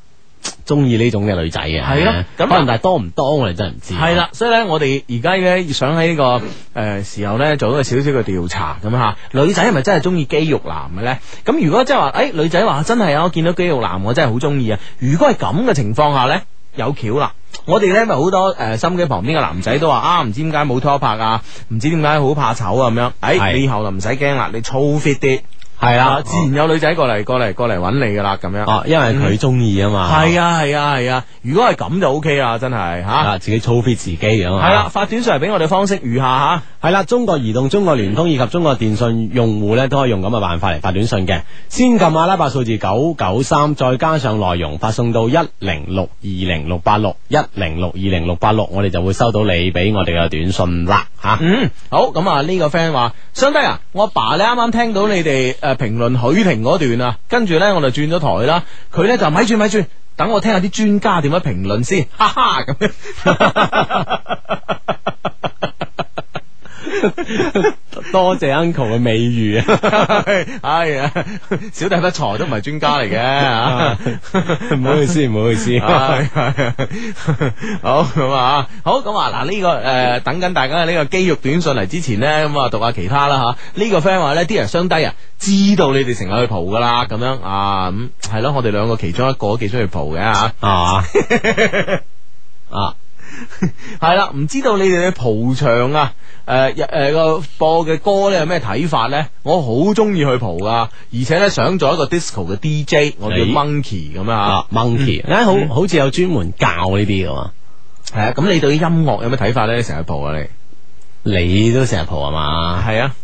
中意呢種嘅女仔嘅。
係咯咁
可能但係多唔多我哋真係唔知。啊
系啦，所以咧，我哋而家咧想喺呢、個个诶、呃時候咧做一個少少嘅調查咁吓，女仔係咪真係中意肌肉男嘅咧？咁如果即係話，诶、女仔話真係啊，我見到肌肉男我真係好中意啊！如果係咁嘅情況下咧，有橋啦。我哋咧咪好多诶、呃心機旁邊嘅男仔都話啊，唔知點解冇拖拍啊，唔知點解好怕醜啊咁樣。诶、
係
你以後就唔使驚啦，你粗 fit 啲，
係
啊，
啦，
自然有女仔過嚟過嚟過嚟揾你噶啦咁樣。
哦，因為佢中意啊嘛。
嗯係啊係啊係啊，如果係咁就 OK 啦，真係吓。
啊，自己操 fit 自己咁啊。
系啦，，發短信嚟俾我哋方式如下吓。
系啦，中國移動、中國聯通以及中國電信用戶咧，都可以用咁嘅辦法嚟發短信嘅。先撳阿拉伯數字九九三，再加上內容，發送到一零六二零六八六一零六二零六八六，我哋就會收到你俾我哋嘅短信啦。
*laughs*
吓、
嗯，好咁啊！呢、個 friend 話：，相低啊，我阿爸咧啱啱聽到你哋诶評論許霆嗰段啊，跟住咧我就轉咗台啦。佢咧就咪住咪住，等我聽下啲專家點樣評論
*laughs*
先， *laughs* 哈哈咁樣。
多謝 Uncle 嘅美語啊！
哎呀，小弟不才都唔係專家嚟嘅 *laughs* 啊。
*laughs* 唔好意思，唔好
*laughs*
意思。
系系，好咁啊，好咁啊，嗱呢個诶等緊大家嘅呢個肌肉短信嚟之前咧，咁啊讀下其他啦吓。呢個 friend 話咧，啲人相低啊，知道你哋成日去蒲噶啦，咁樣啊咁係咯，我哋兩個其中一個都幾中意蒲嘅吓。
啊啊，
*laughs* 係啦，唔知道你哋嘅蒲場啊，诶诶个播嘅歌咧有咩睇法咧？我好中意去蒲噶，而且咧想做一個 disco 嘅 DJ，我叫
咦
Monkey 咁啊
啊。Monkey，
*laughs*
诶，好好似有專門教呢啲噶嘛？
系啊，咁你對音樂有咩睇法咧？你成日蒲啊你？
你都成日蒲係嘛？ *laughs*
系啊，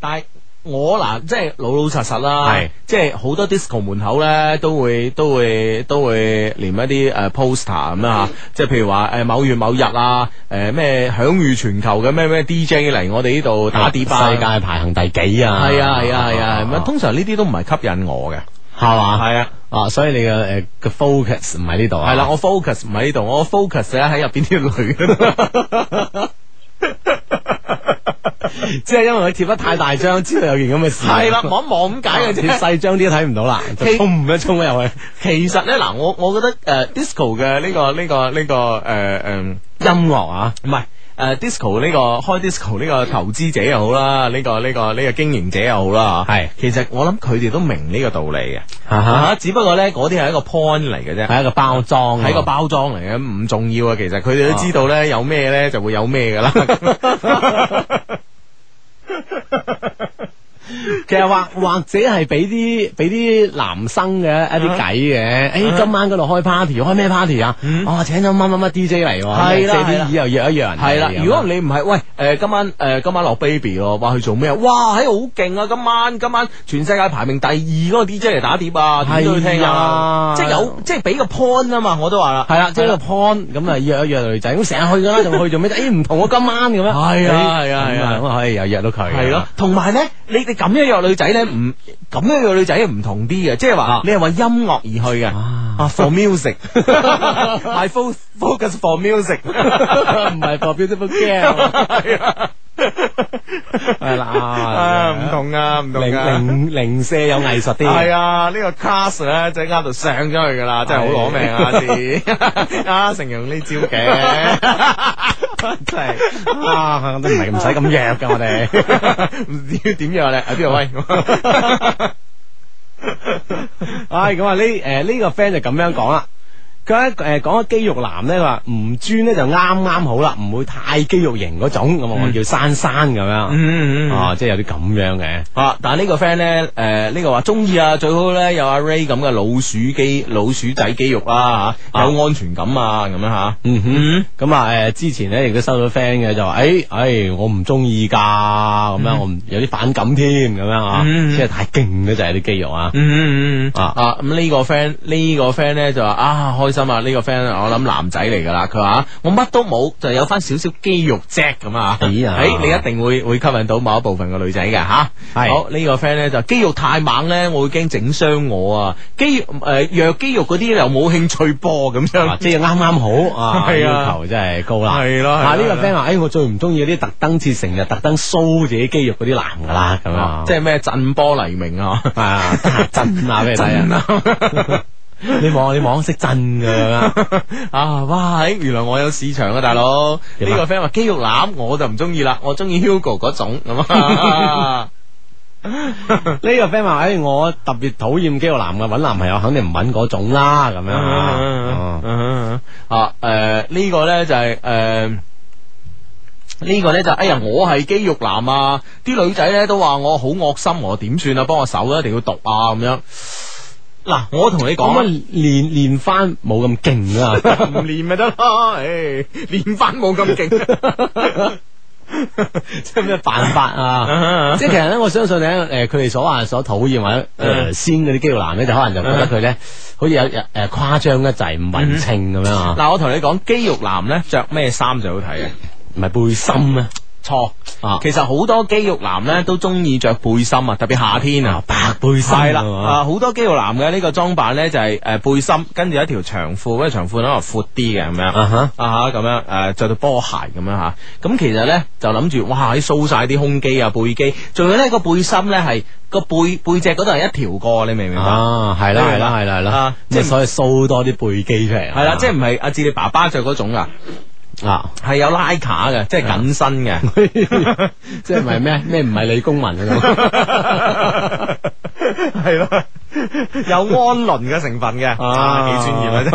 但系我嗱，即系老老實實啦，
係
即係好多 disco 門口咧，都會都會都會連一啲诶 poster 咁啊，即係譬如話诶某月某日啊，诶咩享譽全球嘅咩咩 DJ 嚟我哋呢度打碟啊，
世界排行第幾啊？
係啊係啊係啊，咁啊通常呢啲都唔係吸引我嘅，
系嘛？
係啊。
啊，所以你嘅诶嘅 focus 唔喺呢度啊？
系啦，我 focus 唔喺呢度，我 focus 咧喺入边啲女嗰 *laughs* 嗯度。
即係因為佢貼得太大張，知道有件咁嘅事。
係啦，望一望咁解嘅啫
貼。細張啲都睇唔到啦，就衝一衝咗入去。
其實咧，嗱，我我覺得誒、呃 disco 嘅呢、個呢、個呢、個誒誒、呃呃
音樂啊，
唔係。誒、disco 呃呢、個開 disco 呢個投資者又好啦，呢、個呢、個呢、個經營者又好啦，
係
其實我諗佢哋都明呢個道理嘅，
啊
啊只不過咧嗰啲係一個 point 嚟嘅啫，
係一個包裝啊，
係一個包裝嚟嘅，唔重要啊。其實佢哋都知道咧，有咩咧就會有咩
*laughs*
噶啦。 *laughs*
其實或或者係俾啲俾啲男生嘅一啲計嘅。誒，今晚嗰度開 party，開咩 party 啊？哦，請咗乜乜乜 DJ 嚟喎，
係啦
借
係
啲
啦
耳又約一約人嚟咁啊
係
樣。
啦，如果你唔係，喂，誒、今晚誒、今晚落 baby 咯，話去做咩啊？哇，喺好勁啊！今晚今晚全世界排名第二嗰個 DJ 嚟打碟啊，點都要聽
係啊
即係有即係俾個 point 啊嘛，我都話啦，
係啦，即係個 point 咁啊，約一約女仔，咁成日去噶啦，仲去做 *laughs* 咩啫？誒，唔同我今晚咁樣。
係啊係啊係啊
咁可以又約到佢。
係咯，同埋咧，你你咁樣約女仔咧，唔咁樣約女仔唔同啲嘅，即係話你係為音樂而去嘅。
啊
啊，for *laughs* music，my focus for music，
唔係 for beautiful girl。
係啊
系
*laughs*
啦，
啊，唔同噶，唔同
零
噶。
零零舍有藝術啲，
系啊，呢、個 class 咧就喺啱度上咗去噶啦，真係好攞命啊！
*laughs*
字啊，成用呢招嘅，真係
啊，都唔係唔使咁弱噶，我 *laughs* 哋
*laughs* 唔知點樣咧？啊，邊度威？
*laughs*
唉，咁啊呢诶呢個 friend 就咁樣講啦。佢咧誒講咗肌肉男咧，佢話唔專咧就啱啱好啦，唔會太肌肉型嗰種，咁啊我叫珊珊咁樣，
嗯
啊即係有啲咁樣嘅，
啊！但系呢個 friend 咧，誒、呢、個話中意啊，最好咧有阿 Ray 咁嘅老鼠肌、老鼠仔肌肉啦、嚇
啊
有安全感啊，咁樣嚇。
嗯哼。
嗯，
咁啊，誒之前咧亦都收到 friend 嘅就話，誒，誒我唔中意㗎，咁樣我唔有啲反感添，咁樣啊，
嗯嗯
即係太勁咧就係啲肌肉啊，
嗯嗯嗯
啊
啊！咁呢個 friend 呢個 friend 咧就話啊開心啊！呢、個 friend 我諗男仔嚟㗎啦，佢話我乜都冇，就有翻少少肌肉啫咁啊！
哎呀
哎你一定會會吸引到某一部分嘅女仔嘅吓。
係
好呢、個 friend 咧就肌肉太猛咧，我會驚整傷我啊！肌誒、呃、弱肌肉嗰啲又冇興趣噃咁樣
啊。即係啱啱好啊，
係啊
要求真係高啦。
係咯係咯
啊呢個
係咯
friend 話，誒我最唔中意嗰啲特登切成日特登 show 自己肌肉嗰啲男㗎啦，咁樣
即系咩震波黎明啊！
啊震啊俾你睇啊， *laughs* 你望你望識震㗎咁樣。
啊，哇！哎原來我有市場啊，大佬。呢
點啊
個 friend 話肌肉腩我就唔中意啦，我中意 Hugo 嗰種咁啊。
*laughs*
呢個 friend 話：，誒、哎我特別討厭肌肉男嘅，揾男朋友肯定唔揾嗰種啦，咁樣啊。
嗯
哦
啊，诶，呢個咧就係诶。呢個咧就哎呀，我係肌肉男啊！啲女仔咧都話我好惡心，我點算啊？幫我手啊，一定要讀啊咁樣。嗱，我同你
咁
講
啊，
啊，
練練翻冇咁勁啊
*laughs*
啦。
啊唔練咪得咯，唉，練翻冇咁勁。
即係咩辦法啊？即係其實咧，我相信咧，誒佢哋所話所討厭或者
啊
誒先嗰啲肌肉男咧，就可能就覺得佢咧好似有有誒誇張得滯，唔文
嗯
青咁樣啊，
*laughs* 嗱，我同你講，肌肉男咧着咩衫最好睇啊？
唔係背心啊，
錯。
啊
其實好多肌肉男咧都中意着背心啊，特別夏天啊
啊。白背心
係啦，
啊
啊好多肌肉男嘅呢個裝扮咧就係誒背心，跟住一條長褲，嗰條長褲可能闊啲嘅咁樣，
啊哈
啊咁樣誒着到波鞋咁樣吓，咁其實咧就諗住哇，喺 show 晒啲胸肌啊背肌，仲有咧個背心咧係個背背脊嗰度係一條過，你明唔明白？
啊，係啦係啦係啦係啦
啊，
即
即
係
係
所以 show 多啲背肌出嚟啊。
係啦，即係唔係阿志你爸爸着嗰種啊？
啊。
係有拉卡嘅，即係緊身
*laughs*
嘅。 *laughs*
即系唔系咩咩唔系李公民嗰種
系咯，有安倫嘅成分嘅，啊，幾專業啊，真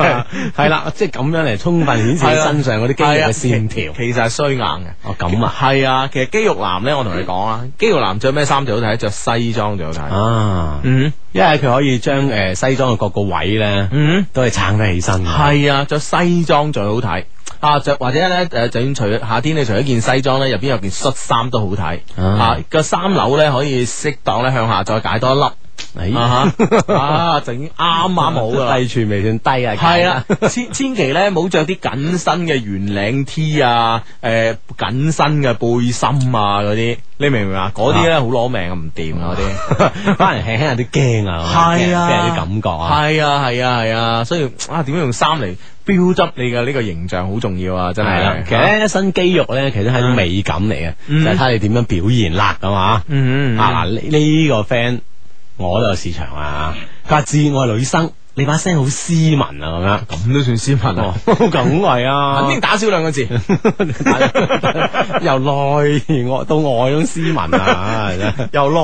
係。
系啦，即系咁樣嚟充分顯示你身上嗰啲肌
啊
肉嘅線條。
其實係衰硬嘅。
哦，咁啊，
系啊，其實肌肉男咧，我同你講啊，肌肉男着咩衫最好睇？着西裝最好睇。
啊，
嗯
因為佢可以將诶西裝嘅各個位咧，
嗯，
都係撐得起身嘅。
系啊，着西裝最好睇。啊，着或者咧，诶，就算除夏天，你除咗件西裝咧，入邊有件恤衫都好睇。
啊
啊，個衫紐咧可以適當咧向下再解多一粒。
係
啊哈啊，整啱啱
*laughs*
好噶啦。
低處未算低啊。
系
*laughs*
啦， *laughs* 千千祈咧，冇着啲緊身嘅圓領 T 啊，诶、緊身嘅背心啊嗰啲，你明唔明啊？嗰啲咧好攞命啊，唔掂啊嗰啲。 *laughs*
反而輕輕有啲驚啊，
係啊
即係有啲感覺啊。
系啊，系啊，系啊，所以啊，点樣用衫嚟 build up 你嘅呢個形象好重要啊，真
系啦，
係。
其實咧身肌肉咧，其實係一種美感嚟嘅，
嗯
就係睇你點樣表現啦，咁啊。
嗯，嗯嗯
啊嗱，呢呢個 friend 我都有市場啊！佢話自我女生，你把聲好斯文啊咁樣。
咁都算斯文
哦
啊，
*laughs* 梗係
肯
啊
定打少兩個 *laughs* 字。
由內而外到外嗰種斯文啊，
*laughs*
真係
由內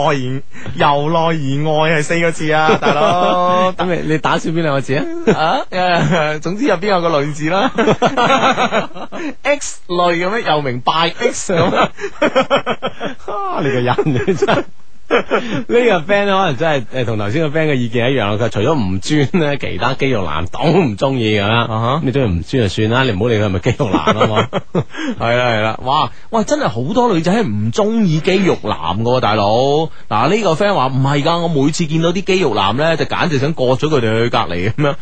而由內而外係四個字
*laughs*
啊，大佬。
咁你你打少邊兩個字啊？
啊，誒，總之入邊有個類字 *laughs* 啦，X 類咁樣又明拜 X 咁。
啊 *laughs* 你個人你真係呢個 friend 可能真係誒同頭先個 friend 嘅意見一樣啦，佢除咗唔專咧，其他肌肉男都唔中意㗎啦
啊哈。
你中意唔專就算啦，你唔好理佢係咪肌肉男
*laughs*
啊嘛。
系啦系啦，哇哇真係好多女仔係唔中意肌肉男噶，大佬嗱呢、個 friend 話唔係㗎，我每次見到啲肌肉男咧，就簡直想割咗佢哋去隔離咁樣。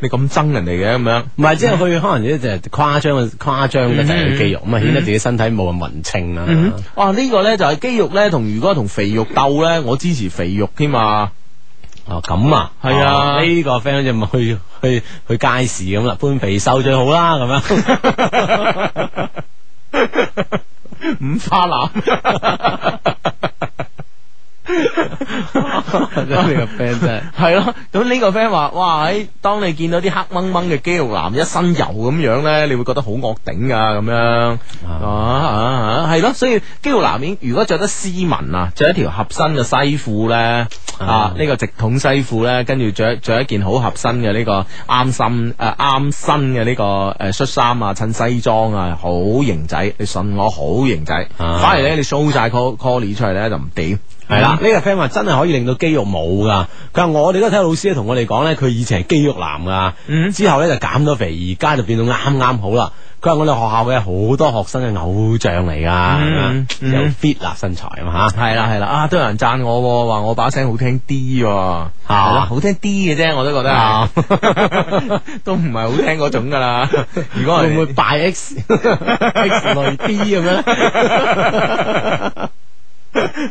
*laughs* 你咁憎人哋嘅咁樣，
唔係，即係佢可能呢就係誇張
嗯
嘅誇張嘅就係佢肌肉，咁啊顯得自己身體冇咁文青啊啦。
哇、嗯哦呢個咧就係肌肉咧同如果同肥肉鬥咧，我支持肥肉添啊！
哦，咁啊，
係啊
哦呢個 friend 就咪去去去街市咁啦，搬肥瘦最好啦，咁樣。
唔
五花腩。
真係呢個 friend 真係係咯，咁呢個 friend 話：，哇！喺當你見到啲黑掹掹嘅肌肉男一身油咁樣咧，你會覺得好惡頂噶咁樣啊啊！係咯，所以肌肉男面如果着得斯文啊，着一條合身嘅西褲咧，啊呢個直筒西褲咧，跟住着着一件好合身嘅呢個啱身誒啱身嘅呢個誒恤衫啊，襯西裝啊，好型仔，你信我好型仔，
啊
反而咧你 show 晒 call call 出嚟咧就唔掂。
系啦，呢個 friend 話真係可以令到肌肉冇噶。佢話我哋嗰個體育老師咧同我哋講咧，佢以前係肌肉男噶，
嗯
之後咧就減咗肥，而家就變到啱啱好啦。佢話我哋學校嘅好多學生嘅偶像嚟噶，
嗯嗯
又 fit 啦身材啊嘛吓。
系啦系啦，啊都有人赞我喎，話我把聲好聽啲喎，係啦好聽啲嘅啫，我都覺得係， *laughs* 都唔係好聽嗰種噶
*laughs*
啦。如果係
會唔會拜
*laughs*
X X 類 D 咁 *laughs* 樣？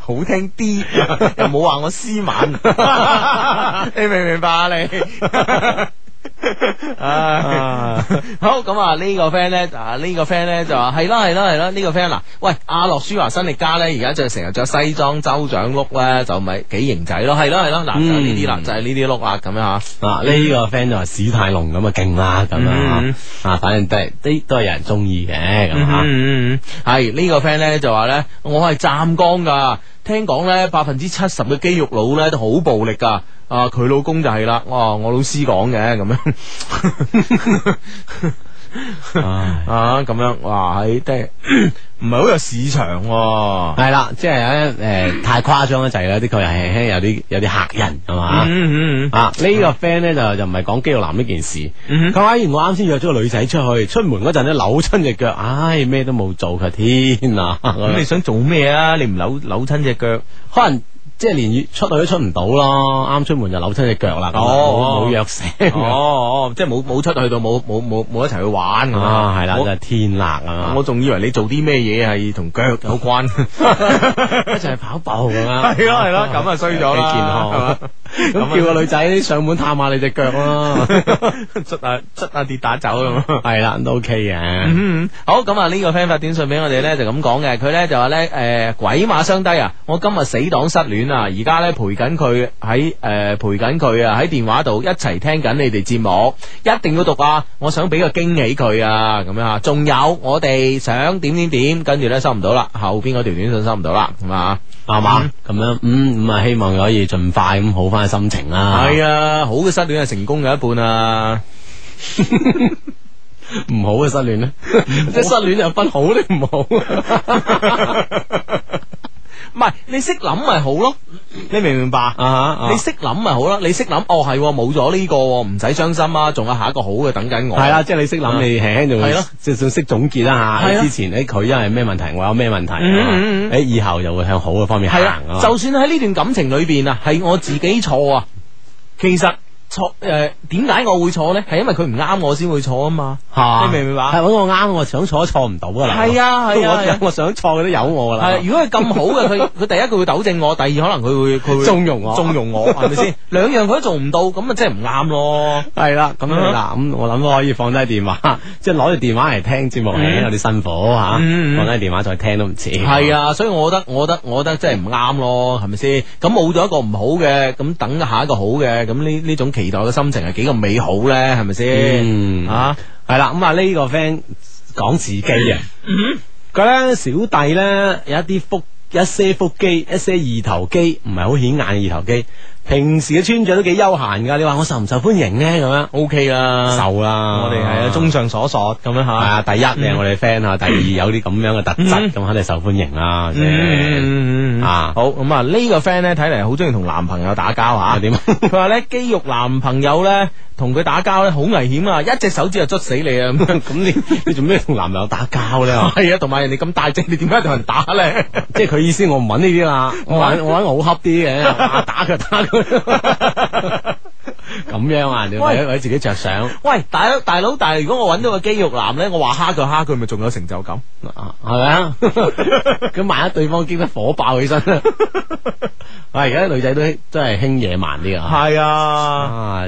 好聽啲，又冇話我斯
*laughs*
文，你明唔明白啊你？唉， *laughs* 好咁啊！呢個 friend 咧，啊呢個 friend 咧就話係啦係啦係啦，呢個 friend 嗱，喂阿諾舒華辛力加咧，而家就成日着西裝州長碌咧，就咪幾型仔咯，係咯係咯，嗱就係呢啲啦，
嗯
就係呢啲碌啦，咁樣吓。
啊！呢個 friend 就話史泰龍咁啊勁啦，咁
嗯
樣嚇啊，反正都係都都係有人中意嘅咁
嗯
啊嚇。
嗯嗯，系呢、個 friend 咧就話咧，我係湛江噶，聽講咧百分之七十嘅肌肉佬咧都好暴力噶。啊，佢老公就係啦，哇，我老師講嘅咁樣。 *laughs*
唉
啊，咁樣，哇，係即係唔係好有市場喎、
系啦，即係咧诶太誇張得滯啦，的確係輕輕有啲有啲嚇人係嘛。
嗯嗯
啊！呢、個 friend 咧就就唔係講肌肉男呢件事，
嗯
佢話哎我啱先約咗個女仔出去，出門嗰陣咧扭親只腳，唉咩都冇做，佢話天啊！
咁你想做咩啊？你唔扭扭親只
*laughs*
腳？
可能即係連出去都出唔到咯，啱出門就扭親只腳啦，咁啊
哦
冇冇約啊成。
哦哦，即係冇冇出去到冇冇冇冇一齊去玩咁
啊，係啦，
我
真係天辣啊！
我仲以為你做啲咩嘢係同腳有
*laughs*
關。 *laughs*
一齊去跑步咁啊，
係咯係
*laughs*
咯咁啊衰咗啦
幾健康。
啊
咁叫個女仔上門探下你只腳
*laughs*
咯，
捽下捽下跌打酒咁。
係啦，都 OK 嘅。
嗯，好咁啊！呢個 friend 發短信俾我哋咧，就咁講嘅。佢咧就話咧，誒、鬼馬相低啊！我今日死黨失戀啊，而家咧陪緊佢喺誒陪緊佢啊，喺電話度一齊聽緊你哋節目，一定要讀啊！我想俾個驚喜佢啊，咁樣啊！仲有我哋想點點點，跟住咧收唔到啦，後邊嗰條短信收唔到啦，咁啊！
係嘛？咁樣嗯咁啊，希望可以盡快咁好翻心情啦。
係啊，好嘅失戀係成功嘅一半啊！
唔好嘅
*laughs*
失戀咧，啊即係失戀又分好定唔好。
唔係你識諗咪好咯，你明唔明白？
啊
你識諗咪好啦，你識諗，哦係喎，冇咗呢個喎，唔使傷心啊，仲有下一個好嘅等緊我。
系啦，，即係你識諗，你輕輕就
哦啊係
會
咯
即係識總結一下
係咯
之前诶佢因為咩問題，我有咩問題，
嗯嗯嗯
诶以後就會向好嘅方面行
係啦
啊，嘛。
就算喺呢段感情裏邊啊，係我自己錯啊，其實錯誒點解我會錯呢？係因為佢唔啱我先會錯啊嘛。
嚇
你明唔明白
係揾我啱，我想錯都錯唔到噶啦。 *laughs*
係啊係啊係啊
我我想錯嘅都有我噶啦
係，。啊如果佢咁好嘅， *laughs* 佢佢第一佢會糾正我，第二可能佢會佢會
縱容我
縱容我係咪
*laughs*
先？兩樣佢都做唔到，咁啊真係唔啱咯。
系啦，咁
嗯
樣嗱，咁我諗可以放低電話， *laughs* 即係攞住電話嚟聽節目，
嗯
誒有啲辛苦吓，
嗯嗯
放低電話再聽都唔遲。
系啊，所以我覺得，我覺得，我覺得真係唔啱咯，係咪先？咁冇咗一個唔好嘅，咁等下一個好嘅，咁呢呢種期待嘅心情係幾咁美好咧，係咪先？
嗯
啊，
係啦，咁啊呢個 friend 講自己啊，
嗯
佢咧小弟咧有一啲腹一些腹肌，一些二頭肌，唔係好顯眼嘅二頭肌。平時嘅穿着都幾休閒噶，你話我受唔受歡迎咧？咁樣
O K 啦，
受啦，
我哋係啊，嗯綜上所述咁樣
係
吓。
啊，第一你係我哋 friend 吓，第二有啲咁樣嘅特質，咁肯定受歡迎啦。即係
嗯
啊
好咁啊！呢個 friend 咧睇嚟好中意同男朋友打交吓，
又 *laughs* 點啊
佢話咧肌肉男朋友咧同佢打交咧好危險啊！一隻手指就捽死你啊！咁樣
*laughs* 咁你你做咩同男朋友打交咧？
*laughs* 係啊，同埋人哋咁大隻，你點解同人打咧？
即係佢意思，我唔揾呢啲啦，我揾我揾我好恰啲嘅， *laughs* 啊打佢打佢， *laughs* 咁樣啊？你
喂
為為自己着想
喂，大佬大佬，但係如果我揾到個肌肉男咧，我話蝦佢蝦佢，咪仲有成就感？
*laughs* 啊係咪啊？咁萬一對方激得火爆起身 *laughs* 咧，啊而家啲女仔都真係興野蠻啲啊！
係啊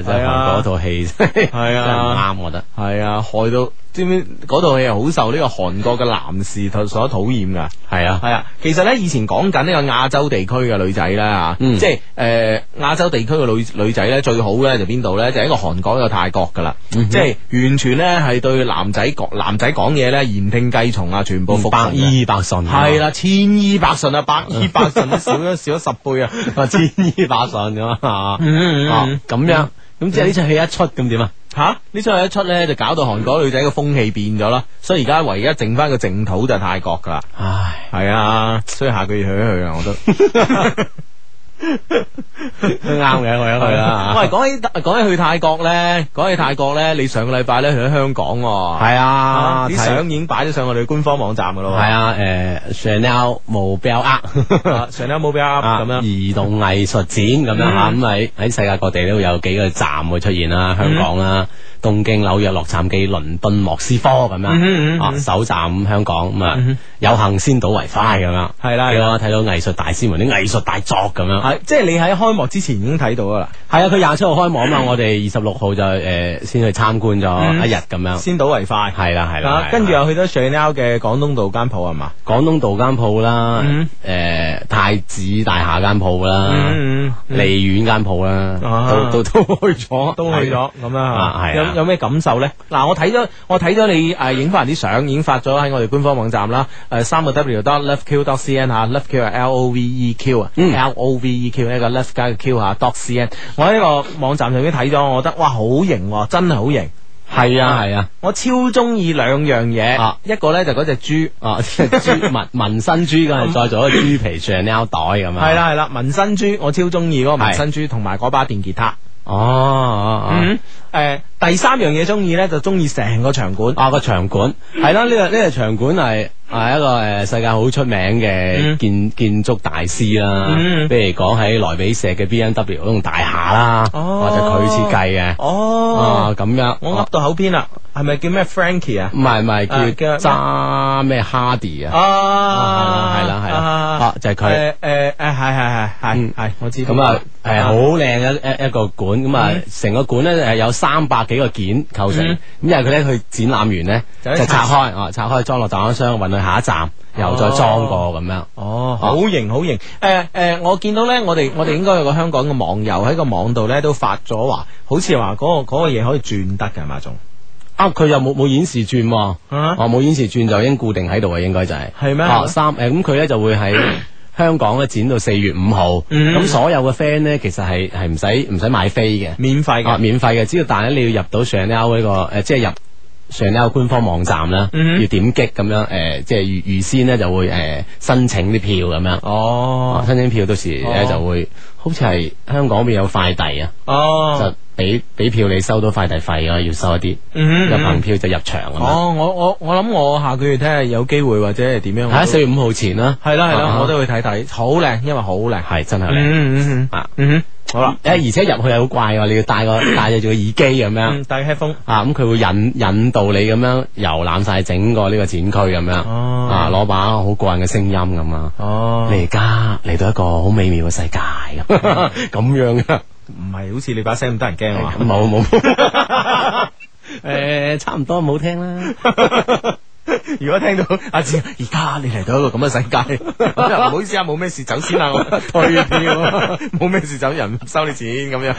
*laughs* 啊，真係韓國嗰套戲真係
係啊
真係唔啱，我覺得。
系啊，害到知唔知嗰套戲係好受呢個韓國嘅男士所討厭㗎？
系啊，
系啊，其實咧以前講緊呢個亞洲地區嘅女仔啦吓，
嗯
即係诶亞洲地區嘅女女仔咧最好咧就邊度咧就係一個韓國一個泰國噶啦，
嗯
即係完全咧係對男仔講男仔講嘢咧言聽計從啊，全部服從
百
嘅
依百順啊，
係啦，千依百順啊，百依百順都少咗少咗十倍啊，
*laughs* 啊， *laughs* 千依百順咁啊，
嗯嗯嗯
啊咁樣，咁即係呢出戲一出咁點啊？
吓呢出一出咧就搞到韓國女仔嘅風氣變咗啦，所以而家唯一剩翻個淨土就係泰國噶啦，
唉，
係啊，所以下個月去一去啊， *laughs* 我都。
都啱嘅，我
啊
一去啦
喂，講起講起去泰國咧，講起泰國咧，你上個禮拜咧去咗香港喎，
係啊，
啊啲相已
睇
經擺咗上我哋官方網站噶咯
係
喎，
啊，诶，Chanel 無標呃。
*laughs* 啊，上 Mobile
啊
咁樣，嗯
移動藝術展咁樣嚇，咁喺喺世界各地都有幾個站會出現啦，香港啦、東京、紐約、洛杉磯、倫敦、莫斯科咁
嗯嗯嗯嗯
樣，啊首站咁香港咁啊，有幸先睹為快咁樣，
係啦啊
幾好啊睇到藝術大師們啲藝術大作咁樣，
係即係你喺開幕之前已經睇到噶啦，
係啊，佢廿七號開幕啊嘛，我哋二十六號就誒先去參觀
嗯
咗一日咁樣，
先睹為快，
係啦係啦
啊，，
係
跟
啦
住又去咗上 Now 嘅廣東道間鋪係嘛，
廣東道間鋪啦
嗯，
誒太子大廈間鋪啦。
嗯嗯
利苑間鋪啦，
啊
都都都去咗，
都去咗咁樣
啊係啊
有有咩感受咧？嗱，我睇咗我睇咗你誒影翻人啲相，已經發咗喺我哋官方網站啦。誒三個 W dot loveq dot cn 嚇，loveq 係 L O V E Q 啊
嗯
，L O V E Q 呢個 love 加個 Q 嚇 dot cn。我喺個網站上面睇咗，我覺得哇好型喎，真係好型！
係，系啊係啊，
我超中意兩樣嘢
啊，
一個咧就嗰只豬。
啊即
*laughs*
係豬紋紋身豬咁，再做一個豬皮 Chanel 袋咁啊，
嗯係，啦係啦，紋身豬我超中意嗰個紋
係
身豬，同埋嗰把電吉他。
哦，
嗯，誒第三樣嘢中意咧就中意成個場館。
啊個場館係啦，呢個呢個場館係係一個誒世界好出名
嗯
嘅建建築大師啦
嗯，
譬如講喺萊比錫嘅 B N W 嗰棟大廈啦，
哦
或者佢設計嘅，
哦
啊，咁樣，
我噏到口邊啦，係咪叫咩 Frankie 啊？
唔係唔
啊
係
叫
叫揸咩 Hardy 啊，
啊，
係啦係啦
啊
啊就係佢
誒誒誒，係係係係
嗯
係，我知道。
咁啊，係好靚嘅一一個館，咁啊，成個館咧係有三百幾個件構成，
嗯
咁因為佢咧佢展覽完咧
就一
就拆
拆
開，哦，拆開裝落集裝箱，運去下一站，又再裝過咁樣。
哦，
啊
好型好型。誒誒，我見到咧，我哋我哋應該有個香港嘅網友喺個網度咧都發咗話，好似話嗰個嗰個嘢可以轉得嘅係嘛，仲
啊，佢又冇冇顯示轉喎，
啊
哦，冇顯示轉就已經固定喺度啊嘅，應該就係
係咩
哦三誒咁佢咧就會喺香港咧展到四月五號，
嗯
咁所有嘅 friend 咧其實係係唔使唔使買飛嘅。
免費
啊，
嘅。
免費嘅，只要但係你要入到 Chanel 呢個誒，即係入 Chanel 官方網站啦，
嗯哼
要點擊咁樣誒，即係預預先咧就會誒申請啲票咁樣。
哦
申請票到時咧
哦
就會，好似係香港邊有快遞啊，
哦
就，俾俾票你收到快遞費啊，要收一啲，
嗯
入憑票就入場咁樣。
哦，我我我諗我下個月睇下有機會或者係點樣。
係啊四月五號前啦，
係啦係啦，
啊
我都去睇睇，好靚，因為好靚。
係真係靚
嗯嗯嗯
啊！
嗯，好啦，
誒而且入去係好怪喎，你要戴個戴住個耳機咁樣
嗯，戴 headphone。
啊，咁佢會引引導你咁樣遊覽晒整個呢個展區咁樣。啊，
哦，
攞把好個人嘅聲音咁啊！
哦，
你而家嚟到一個好美妙嘅世界咁 *laughs* 咁樣噶，
唔係好似你把聲咁得人驚啊嘛？
冇冇冇， *laughs* 誒差唔多冇聽啦，
如果聽到阿志，而家你嚟到一個咁嘅世界，咁就唔好意思啊，冇咩事走先啦，我退票，冇咩事走人唔收你錢咁樣，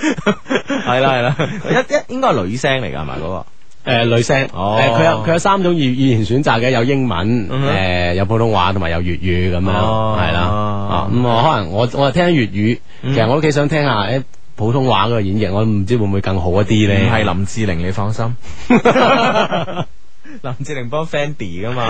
係啦係啦，一一應該係女聲嚟㗎係咪嗰個？
誒女聲，誒
哦
佢有佢有三種語語言選擇嘅，有英文，
嗯哼
誒有普通話同埋有粵語咁樣，
哦
係啦，啊咁我可能我我係聽粵語，其實我都幾想聽下誒普通話嗰個演繹，我唔知會唔會更好一啲
唔
咧？
係林志玲，你放心。林志玲幫 Fendi 噶嘛，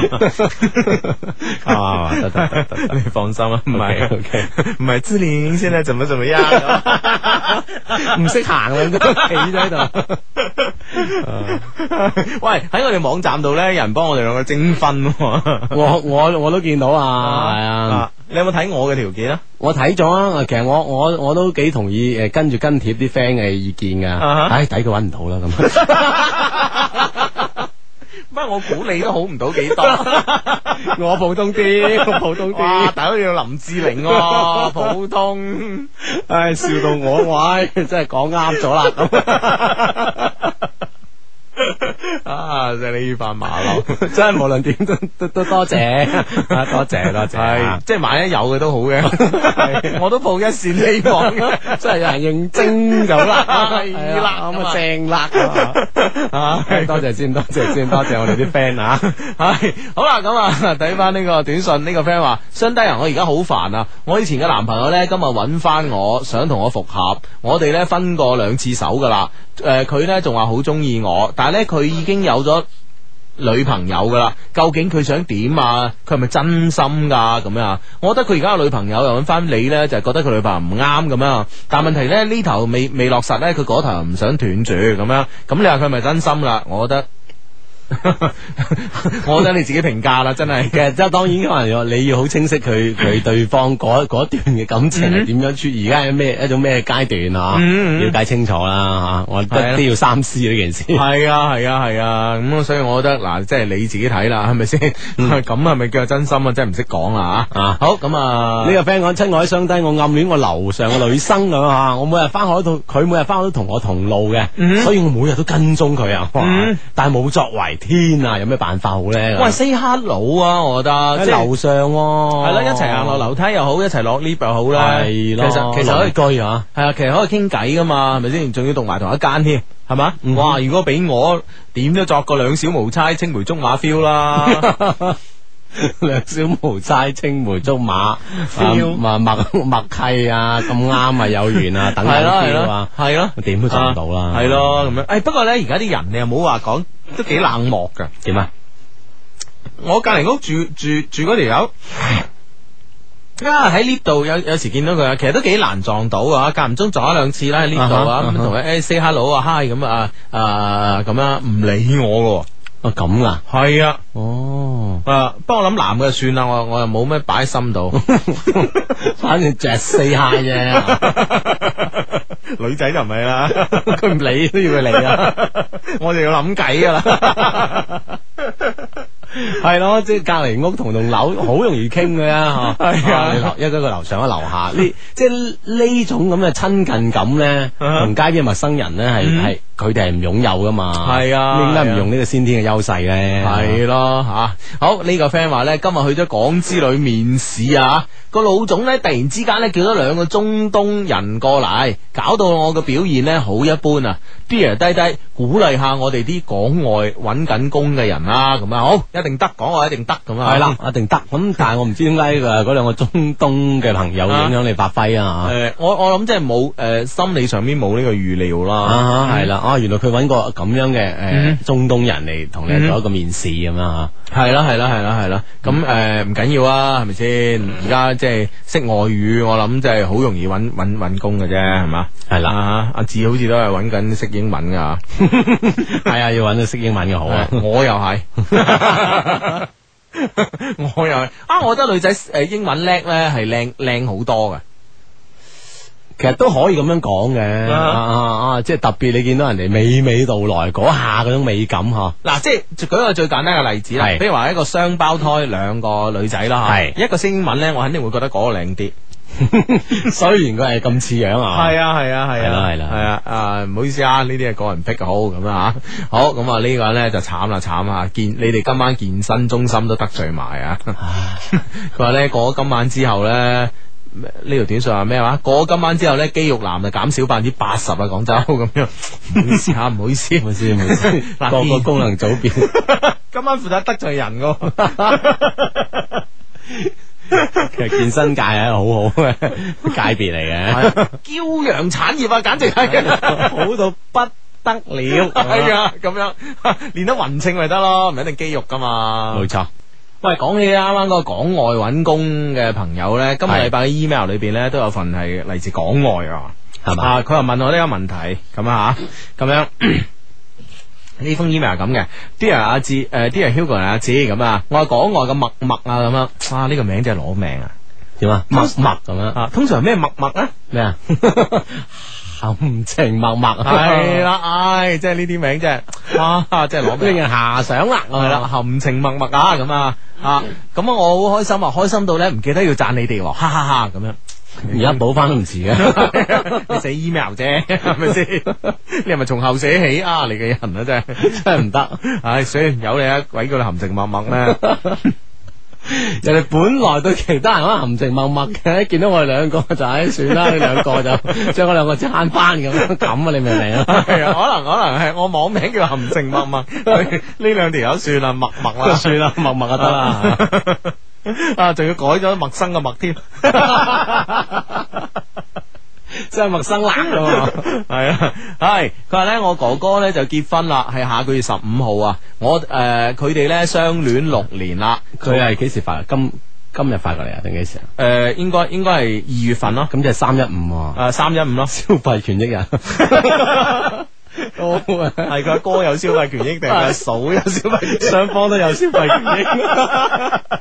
啊得得得得得
你放心啊，唔係
OK，OK
唔係志玲，現在怎麼怎麼樣？
*laughs* 唔識行啦，企咗喺度。
*laughs* 喂，喺我哋網站度咧，有人幫我哋兩個徵婚 *laughs* 喎，
我我我都見到啊，係啊，，
你有冇睇我嘅條件啊？
我睇咗啊，其實我我我都幾同意誒跟住跟貼啲 friend 嘅意見
啊
噶，
哈
唉抵佢揾唔到啦咁，
不過我估你都好唔到 *laughs* 幾多，
*laughs* 我普
*laughs*
通啲，我普通
哇！，大佬要林志玲
*laughs*
喎，普通。
唉笑到 *laughs*
*laughs*
我，我唉真係講啱咗啦咁，
啊，真係呢飯馬騮。
真系无论点都都都多谢，
*laughs*
啊多谢多谢
系
啊，
即系万一有嘅都好嘅， *laughs* 我都抱一线希望嘅，
*laughs* 真系有人认证就
*laughs*
啦，
係啦
係咁啊正啦，咁啊啊多谢先，多谢先，多谢我哋啲 friend 啊，
系好啦，咁啊睇翻呢個短信，呢、個 friend 話：，相低人，我而家好煩啊！我以前嘅男朋友呢，今日揾翻我，想同我復合，我哋呢，分過兩次手噶啦。诶、佢呢仲話好中意我，但係呢，佢已經有咗。女朋友噶啦，究竟佢想點啊？佢係咪真心噶咁樣啊？我覺得佢而家有女朋友又揾翻你呢，就係覺得佢女朋友唔啱咁樣啊。但問題呢，呢頭未未落實呢，佢嗰頭又唔想斷住咁樣。咁你話佢係咪真心啦？我覺得。我覺得你自己評價啦，真係
*laughs* 其实即系当然，可能你要好清晰佢
嗯
佢对方嗰嗰段嘅感情系点样处，而家喺咩一种咩阶段啊，
嗯嗯嗯
了解清楚啦吓，我覺
係
得
啊
都要三思
*laughs*
呢件事。
係啊，係啊，係啊，咁、所以我覺得嗱，即係你自己睇啦，係咪先？ *laughs* 咁係咪叫真心啊？真係唔識講啦吓。
啊
好咁啊，
呢個 friend 講親愛相低，我暗戀我樓上嘅女生咁啊！
嗯
我每日翻學都同佢每日翻學都同我同路嘅，所以我每日都跟蹤佢啊！哇
嗯
但係冇作為，天啊！有咩辦法好咧？
喂 say hello 啊，我覺得
喺
即係
樓上喎，
係啦，一齊行落樓梯又好，一齊落 lift 又好啦。
係咯，
其實其實可以
鄰居啊，
係啊，其實可以傾偈噶嘛，係咪先？仲要讀埋同一間添，係嘛？哇！如果俾我點都作個兩小無猜青梅竹馬 feel 啦。
*laughs* 兩小無猜，青梅竹馬，啊
Feel
默默默契啊，咁啱啊，有緣啊，等等
係咯
feel 啊，
係咯，
我點都做唔到啦
系咯咁樣。诶，不過咧，而家啲人你又冇話講，都幾冷漠噶。
點啊？
我隔離屋住住住嗰條友。啊！喺呢度有有時見到佢啊，其實都幾難撞到啊，間唔中撞一兩次啦喺呢度啊，
啊哈
咁同佢誒 say hello 啊 hi 咁啊啊咁樣唔理我
哦咁啊，
噶，係啊，
哦，
啊，不過我諗男嘅算啦，我我又冇咩擺喺心度，
反正着四下啫。
*laughs* *laughs* 女仔就唔係 *laughs* 啦，
*laughs* 佢唔理都要佢理啊！
*laughs* 我哋要諗計噶啦，
*laughs* 系咯，即系隔篱屋同栋楼好容易
*laughs*
倾嘅啊！
係啊
你樓一個樓上一樓下，呢即系呢種咁嘅親近感咧，
啊
同街邊嘅陌生人咧係
嗯
係佢哋係唔擁有噶嘛，
係啊
咁應該唔用呢個先天嘅優勢咧，
係咯吓，好呢個 friend 話呢，今日去咗港之旅面試啊，個老總呢，突然之間呢，叫咗兩個中東人過嚟，搞到我嘅表現呢，好一般啊，Dear 低低鼓勵下我哋啲港外揾緊工嘅人啦，咁啊好，一定得，港外一定得咁啊，
係啦，一定得。咁但係我唔知點解誒嗰兩個中東嘅朋友影響你發揮啊！
诶、嗯我我谂即系冇诶，心理上面冇呢個預料啦。
啊，係啦，啊，原來佢揾個咁樣嘅
嗯
誒中東人嚟同你做一個面試咁啊！
係啦係啦係啦係啦，咁
嗯
诶唔緊要啊，係咪先？而家即係識外語，我諗即係好容易揾揾揾工嘅啫，係嘛？
係啦
啊，阿志好似都係揾緊識英文噶，
*laughs* 係啊，要揾到識英文嘅好啊！
我又
*laughs*
係， *laughs* 我又係啊！我覺得女仔诶英文叻咧係靚靚好多嘅，
其實都可以咁樣講嘅，
啊
啊啊啊！即係特別你見到人哋娓娓道來嗰下嗰種美感嗬，
嗱，即係舉個最簡單嘅例子啦，
係
比如話一個雙胞胎兩個女仔啦，嚇
係
一個識英文咧，我肯定會覺得嗰個靚啲。
*laughs* 雖然佢係咁似樣啊，
系啊系啊系
係啦
啊
係啦
系啊啊唔好意思啊，呢啲係個人癖好咁啊吓，好咁啊呢個咧就慘啦慘啊，健你哋今晚健身中心都得罪埋啊！佢話咧過咗今晚之後咧。咩呢條短信話咩話？過咗今晚之後咧，肌肉男就減少百分之八十啊！廣州咁樣，唔好意思啊，唔好意思，唔好意思，唔好意
*laughs*
思。嗱，
各個功能組別
今晚負責得罪人噶， *laughs*
其實健身界係一個好好嘅界別
啊
嚟
驕陽產業啊，簡直係。
嘅，好到不得了，
系啊，咁樣 *laughs* 練得匀稱咪得咯，唔一定肌肉噶嘛。
冇錯，
喂，講起啱啱嗰個港外揾工嘅朋友咧，今個禮拜嘅 email 裏邊咧都有份係嚟自港外啊，
係嘛
啊，佢又問我呢個問題，咁啊吓，咁樣。 *clears throat* 呢封 email 係咁嘅，Dear 阿志，誒、Dear Hugo 同阿志咁啊，我係港外嘅默默啊咁樣，哇呢、個名真係攞命啊！
點啊？默默咁樣
啊，通常咩默默啊？
咩 *laughs* 啊？含情脈啊脈
係，啦， *laughs* 唉，即係呢啲名真係，哇，真係攞
令
命啊！
人遐想啦，啊
系啦，含情脉脉啊，咁啊，啊，咁啊，我好开心啊，开心到咧唔记得要赞你哋喎，哈哈哈咁样。
而家补翻都唔遲嘅。
*laughs* 你寫 email 啫，係咪先？ *laughs* 你係咪從後寫起啊？你嘅人啊，真係真係唔得。唉，所以有你啊，鬼叫你含情脈脈咩？
人哋本來對其他人可能含情脈脈嘅，見到我哋兩個就唉算啦，呢兩個
*laughs*
就將嗰兩個撐翻咁樣咁啊！你明唔明啊？
係啊，可能可能係我網名叫含情脈 *laughs* 脈，呢兩條友算啦，默默啦，
算啦，默默就得啦。
啊，仲要改咗陌生嘅陌添。
真係陌生男啊！
系啊，系佢话咧，我哥哥咧就结婚啦，系下个月十五号啊。我诶，佢哋咧相恋六年啦。
*laughs* 佢係幾時發？今今日發過嚟啊？定幾時啊？
诶、呃应该应该系二月份咯，
咁就係三一五喎。
诶、三一五咯。系
消費權益
*laughs*
人，高啊！
佢阿哥有消费权益定係
*laughs*
佢阿嫂有消费權益？
雙方都有消費權 *laughs* 益，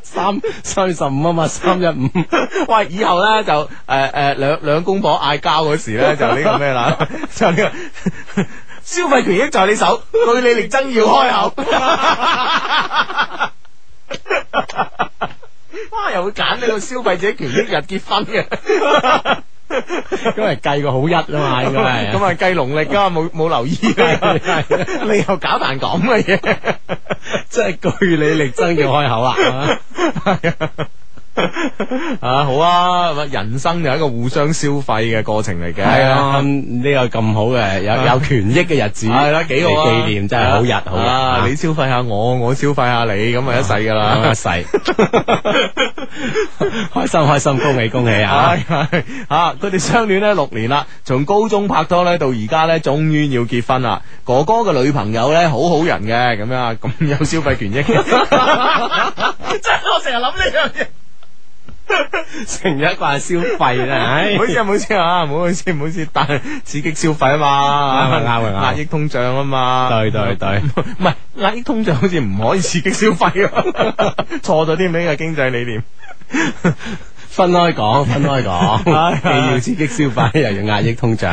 三三月十五啊嘛，三一五，
*laughs* 喂，以後咧就诶诶兩两公婆嗌交嗰時
*laughs*
咧就呢個咩啦， *laughs* 就呢、個消費權益在你手，據理力爭要開口。 *laughs* 哇！又會揀呢個消費者權益日結婚嘅，
因為計個好一啊 *laughs* 嘛，應該係
咁啊計農曆噶，冇冇留意你又搞壇咁嘅嘢。
即係據理力爭要開 *laughs* 口啦。
啊，好啊，咁啊人生就係一個互相消費嘅過程嚟嘅。
係啊，呢個咁好嘅有有權益嘅日子，
係啦，幾好啊！
嚟紀念真係好日好日
啊！你消費下我，我消費下你，咁啊一世噶
*laughs*
啦
一。世，開心開心，恭喜恭喜啊！
系系啊！ *laughs* 佢哋相戀咧六年啦，從高中拍拖咧到而家咧，終於要結婚啦。哥哥嘅女朋友咧好好人嘅，咁樣啊，咁有消費權
*laughs*
益。真 *laughs* 係我成日諗呢樣嘢。
成日掛消費啦，唉
唔好意思，唔好意思啊，唔好意思，唔好意思，但係刺激消費啊嘛，
啱啊啱啊
壓抑通脹啊嘛，
對對對
唔係壓抑通脹好似唔可以刺激消費啊， *laughs* 錯咗啲咩嘅經濟理念。
分開講，分開
*laughs* 唉
講，既要刺激消費，又要壓抑通脹。
系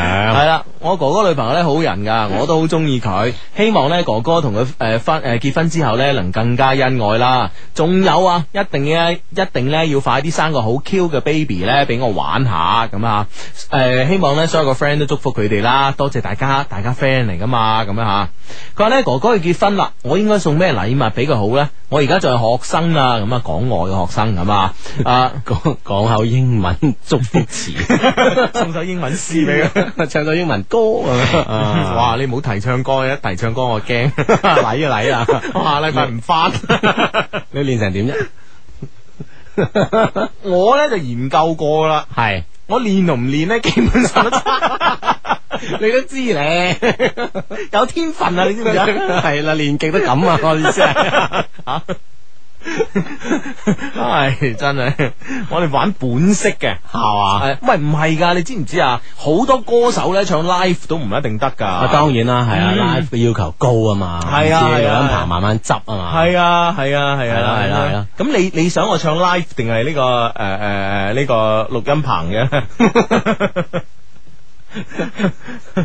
啦，我哥哥女朋友咧好人噶，我都好中意佢，希望咧哥哥同佢诶婚诶结婚之後咧能更加恩愛啦。仲有啊，一定咧一定咧要快啲生個好 Q 嘅 baby 咧俾我玩下咁啊！诶、希望咧所有個 friend 都祝福佢哋啦，多謝大家，大家 friend 嚟噶嘛，咁樣吓。佢話咧哥哥要結婚啦，我應該送咩禮物俾佢好咧？我而家仲係學生啊，咁啊港外嘅學生咁啊，啊
講講口英文祝福詞，
*laughs* 送首英文詩俾佢。
唱首英文歌啊！
*laughs* 哇！你唔好提唱歌，一提唱歌我 *laughs* 驚。
禮啊禮啊！
我下禮拜唔翻。
你練成點啫？
*laughs* 我咧就研究過啦，
係
我練同唔練咧， *laughs* 基本上都 *laughs* 差
你都知 *laughs* 咧，
有天分啊！你知唔知啊？
係啦，練極都咁啊！我意思
*laughs*
係，
唉，真係，我哋玩本色嘅。
係嘛？
誒喂，唔係㗎，你知唔知啊？好多歌手咧唱 live 都唔一定得
啊，
㗎。
當然啦，係啊，live 嘅要求高啊嘛，
係啊
唔知
係啊
咁爬慢慢執啊嘛，
係啊，係啊，係
係啦
啊，
係啦係啦。
咁你你想我唱 live 定係呢個誒誒呢個錄音棚嘅？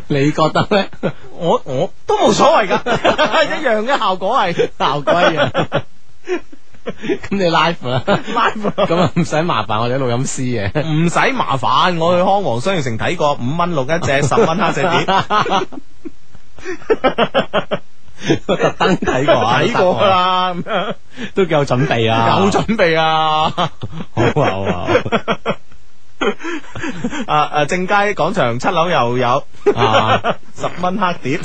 你覺得咧？
*laughs* 我我都冇所謂㗎， *laughs* 一樣嘅效果係
鬧龜啊！ *laughs* 咁你 live 啦
live 啊
*laughs* 咁啊唔使麻煩我哋啲錄音師
*laughs*
嘅。
唔使麻煩，我去康王商業城睇過，五蚊六一
*laughs*
隻，十蚊黑隻碟，
特登睇過啊，
睇過啦，咁樣
都幾有準備啊，
有準備啊！
好啊好啊，
啊 *laughs* 啊！正佳廣場七樓又有
好啊
*laughs* 十蚊黑碟，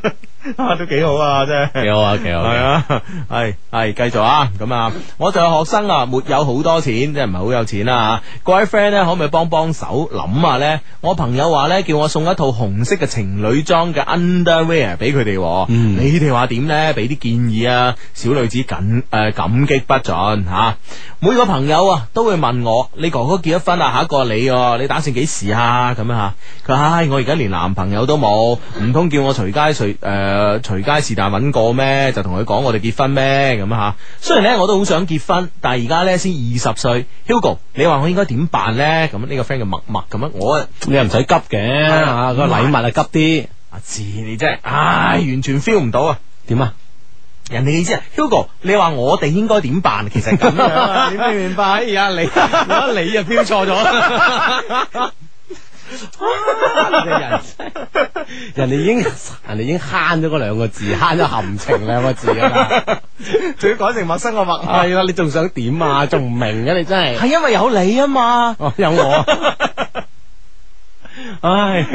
*laughs* 啊都幾好啊，真係。
幾好啊幾好
系
啊，
啊，系系继续啊，咁啊，我就係學生啊，沒有好多錢，即係唔係好有錢啦、啊、各位 friend 咧，可唔可以幫幫手諗下咧？我朋友話咧，叫我送一套紅色嘅情侶裝嘅 underwear 俾佢哋喎，
嗯
你哋話點咧？俾啲建議啊，小女子感诶、感激不盡吓、啊每個朋友啊都會問我，你哥哥結咗婚啊啦，下一個你、喎，你打算幾時啊？咁樣吓，佢話唉，我而家連男朋友都冇，唔通叫我隨街隨诶隨街是但揾個咩？就同佢講我哋結婚咩？咁吓，雖然咧我都好想結婚，但係而家咧先二十歲，Hugo，你話我應該點辦咧？咁呢個 friend 叫默默咁樣，我啊
你又唔使急嘅
啊
啊，個禮物啊急啲，
阿志你真係唉，完全 feel 唔到啊！
點啊？
人哋嘅意思係，Hugo，你話我哋應該點辦？其實係咁樣，
啊
你明唔明白？哎呀，
*laughs*
你你啊標錯咗。
人哋已經人哋已經慳咗嗰兩個字，慳咗含情兩個字啊噶啦。
*laughs* 仲要改成陌生嘅陌
係啦，你仲想點啊？仲唔明嘅你真係
係因為有你啊嘛。
哦有我。 *laughs* 唉，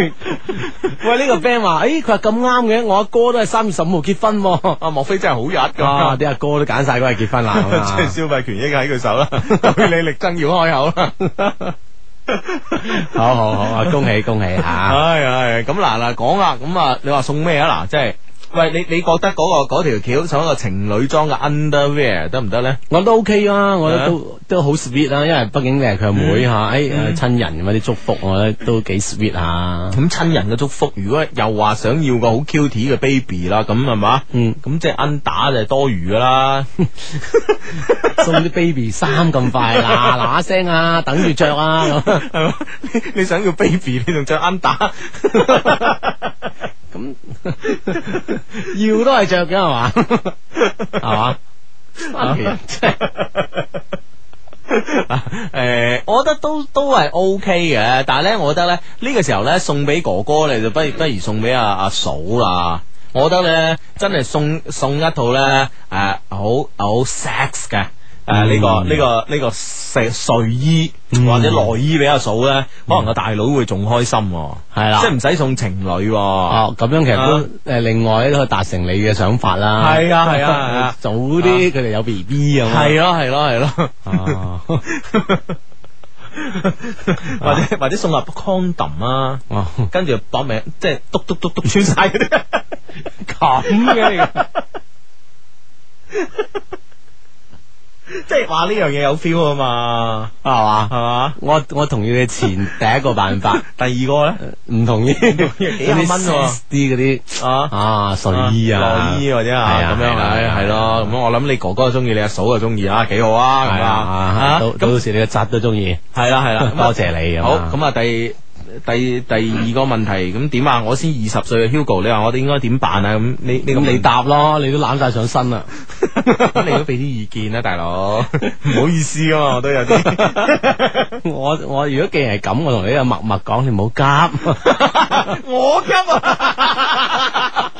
喂，呢、個 friend 話，哎誒，佢話咁啱嘅，我阿哥都係三月十五號結婚喎、
啊，莫非真係好日
*laughs* 啊，
㗎？
*laughs* 啲阿哥都揀晒嗰日結婚啦，咁啊 *laughs*
即係消費權益喺佢手 *laughs* 啦，對你力爭要開口啦。 *laughs*
好好好啊，恭喜恭 *laughs* 喜吓！
唉，系咁嗱嗱講啦，咁啊，你話送咩啊？嗱，即係，喂，你你覺得嗰、個嗰條橋送一個情侶裝嘅 underwear 得唔得咧？
我都 OK 啊，嗯我覺得都都好 sweet 啊啦，因為畢竟你係佢阿妹吓，誒親人咁樣啲祝福，我覺得都幾 sweet *laughs* 啊。
咁親人嘅祝福，如果又話想要個好 cute 嘅 baby 啦，咁係嘛？
嗯，
咁即係 under 就係多餘噶啦。
送啲 baby 衫咁快， *laughs* 嗱嗱聲啊，等住着啊，咁
係嘛你你想要 baby，你仲着 under？ *laughs*
要都係着嘅係嘛，係嘛，啊真
*laughs*
係
诶、我覺得都都系 O K 嘅，但系咧，我覺得咧呢、個時候咧送俾哥哥你就不如不如送俾阿阿嫂啦。我覺得咧真係送送一套咧诶、誒好好 sex 嘅。誒呢、個呢、個呢、個睡睡衣或者內衣俾阿嫂咧，可能個大佬會仲開心喎，
係啦
即嗯係唔使送情侶喎。
哦，咁樣其實
啊
都誒另外都可以達成你嘅想法啦。
係啊係啊係啊
早啲佢哋有 B B 咁啊。
係咯係咯係咯，
啊
*laughs* 或者或者送入 condom 啊，
哦
跟住搏命即係篤篤篤 *laughs* 篤穿晒嗰啲。
咁嘅你
即係話呢樣嘢有 feel 啊嘛，
係嘛？
係嘛？
我我同意你前第一個辦法，
第二個咧
唔同意
幾廿蚊喎
啲嗰啲
啊。
啊睡衣啊，
內衣或者
係
啊
啊
咁樣
係啊
係係咯，咁我諗你哥哥中意，你阿嫂就中意啊，幾好啊，
係
咁
啊，
啊，
到到時你個侄都中意，
係啦係啦，咁啊
多謝你咁
好，
啊。
咁啊第第第二個問題咁點啊？我先二十歲嘅 Hugo，你話我哋應該點辦啊？咁你你
咁
咁
你
你答，
答咯，你都攬晒上身啦，
咁你都俾啲意見啦，大
*laughs*
佬，唔好意思啊嘛，我都有啲。
我我如果既然係咁，我同你啊默默講，你唔 *laughs* 好急。
我急啊！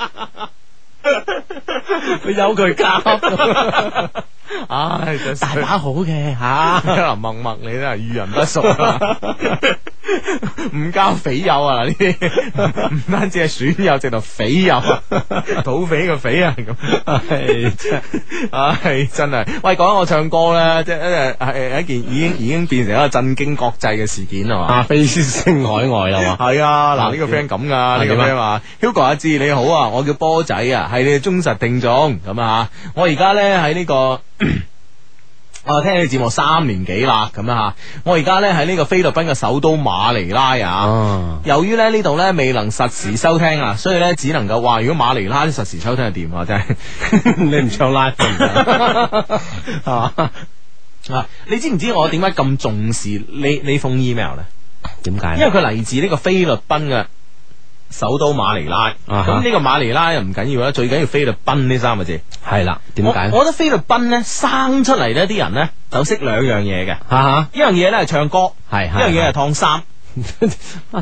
你由佢夾，
*laughs* 唉，真係
大
*laughs*
把好嘅吓。
林默默你真系遇人不淑啊！ *laughs* 唔交匪友啊！嗱呢啲唔單止係損友，直頭匪友，啊
*laughs*
土匪嘅匪啊！咁，唉，真係。喂，講緊我唱歌咧，即係係一件已經已經變成一個震驚國際嘅事件係嘛？
啊，飛星海外啦嘛，
係啊，嗱呢個 friend 咁噶，呢個
點啊
friend 話，Hugo 阿志你好啊，我叫波仔啊，係你嘅忠實聽眾咁啊，我而家咧喺呢個。 *clears throat* 我聽你節目三年幾啦，咁啊吓，我而家咧喺呢個菲律賓嘅首都馬尼拉啊。
啊，
由於咧呢度咧未能實時收聽啊，所以咧只能夠話，如果馬尼拉啲實時收聽係掂啊，真係。
*laughs* 你唔唱 live 得唔得係嘛？
啊，你知唔知我點解咁重視呢呢封 email 咧？
*laughs* 點解？
因為佢嚟自呢個菲律賓嘅首都馬尼拉。咁呢、
啊哈
個馬尼拉又唔緊要啦，啊最緊要菲律賓呢三個字。
係啦，點解
我？我覺得菲律賓咧生出嚟呢啲人咧就識兩樣嘢嘅，
吓吓，
一樣嘢咧係唱歌，
係
一
係
樣嘢係燙衫。
啊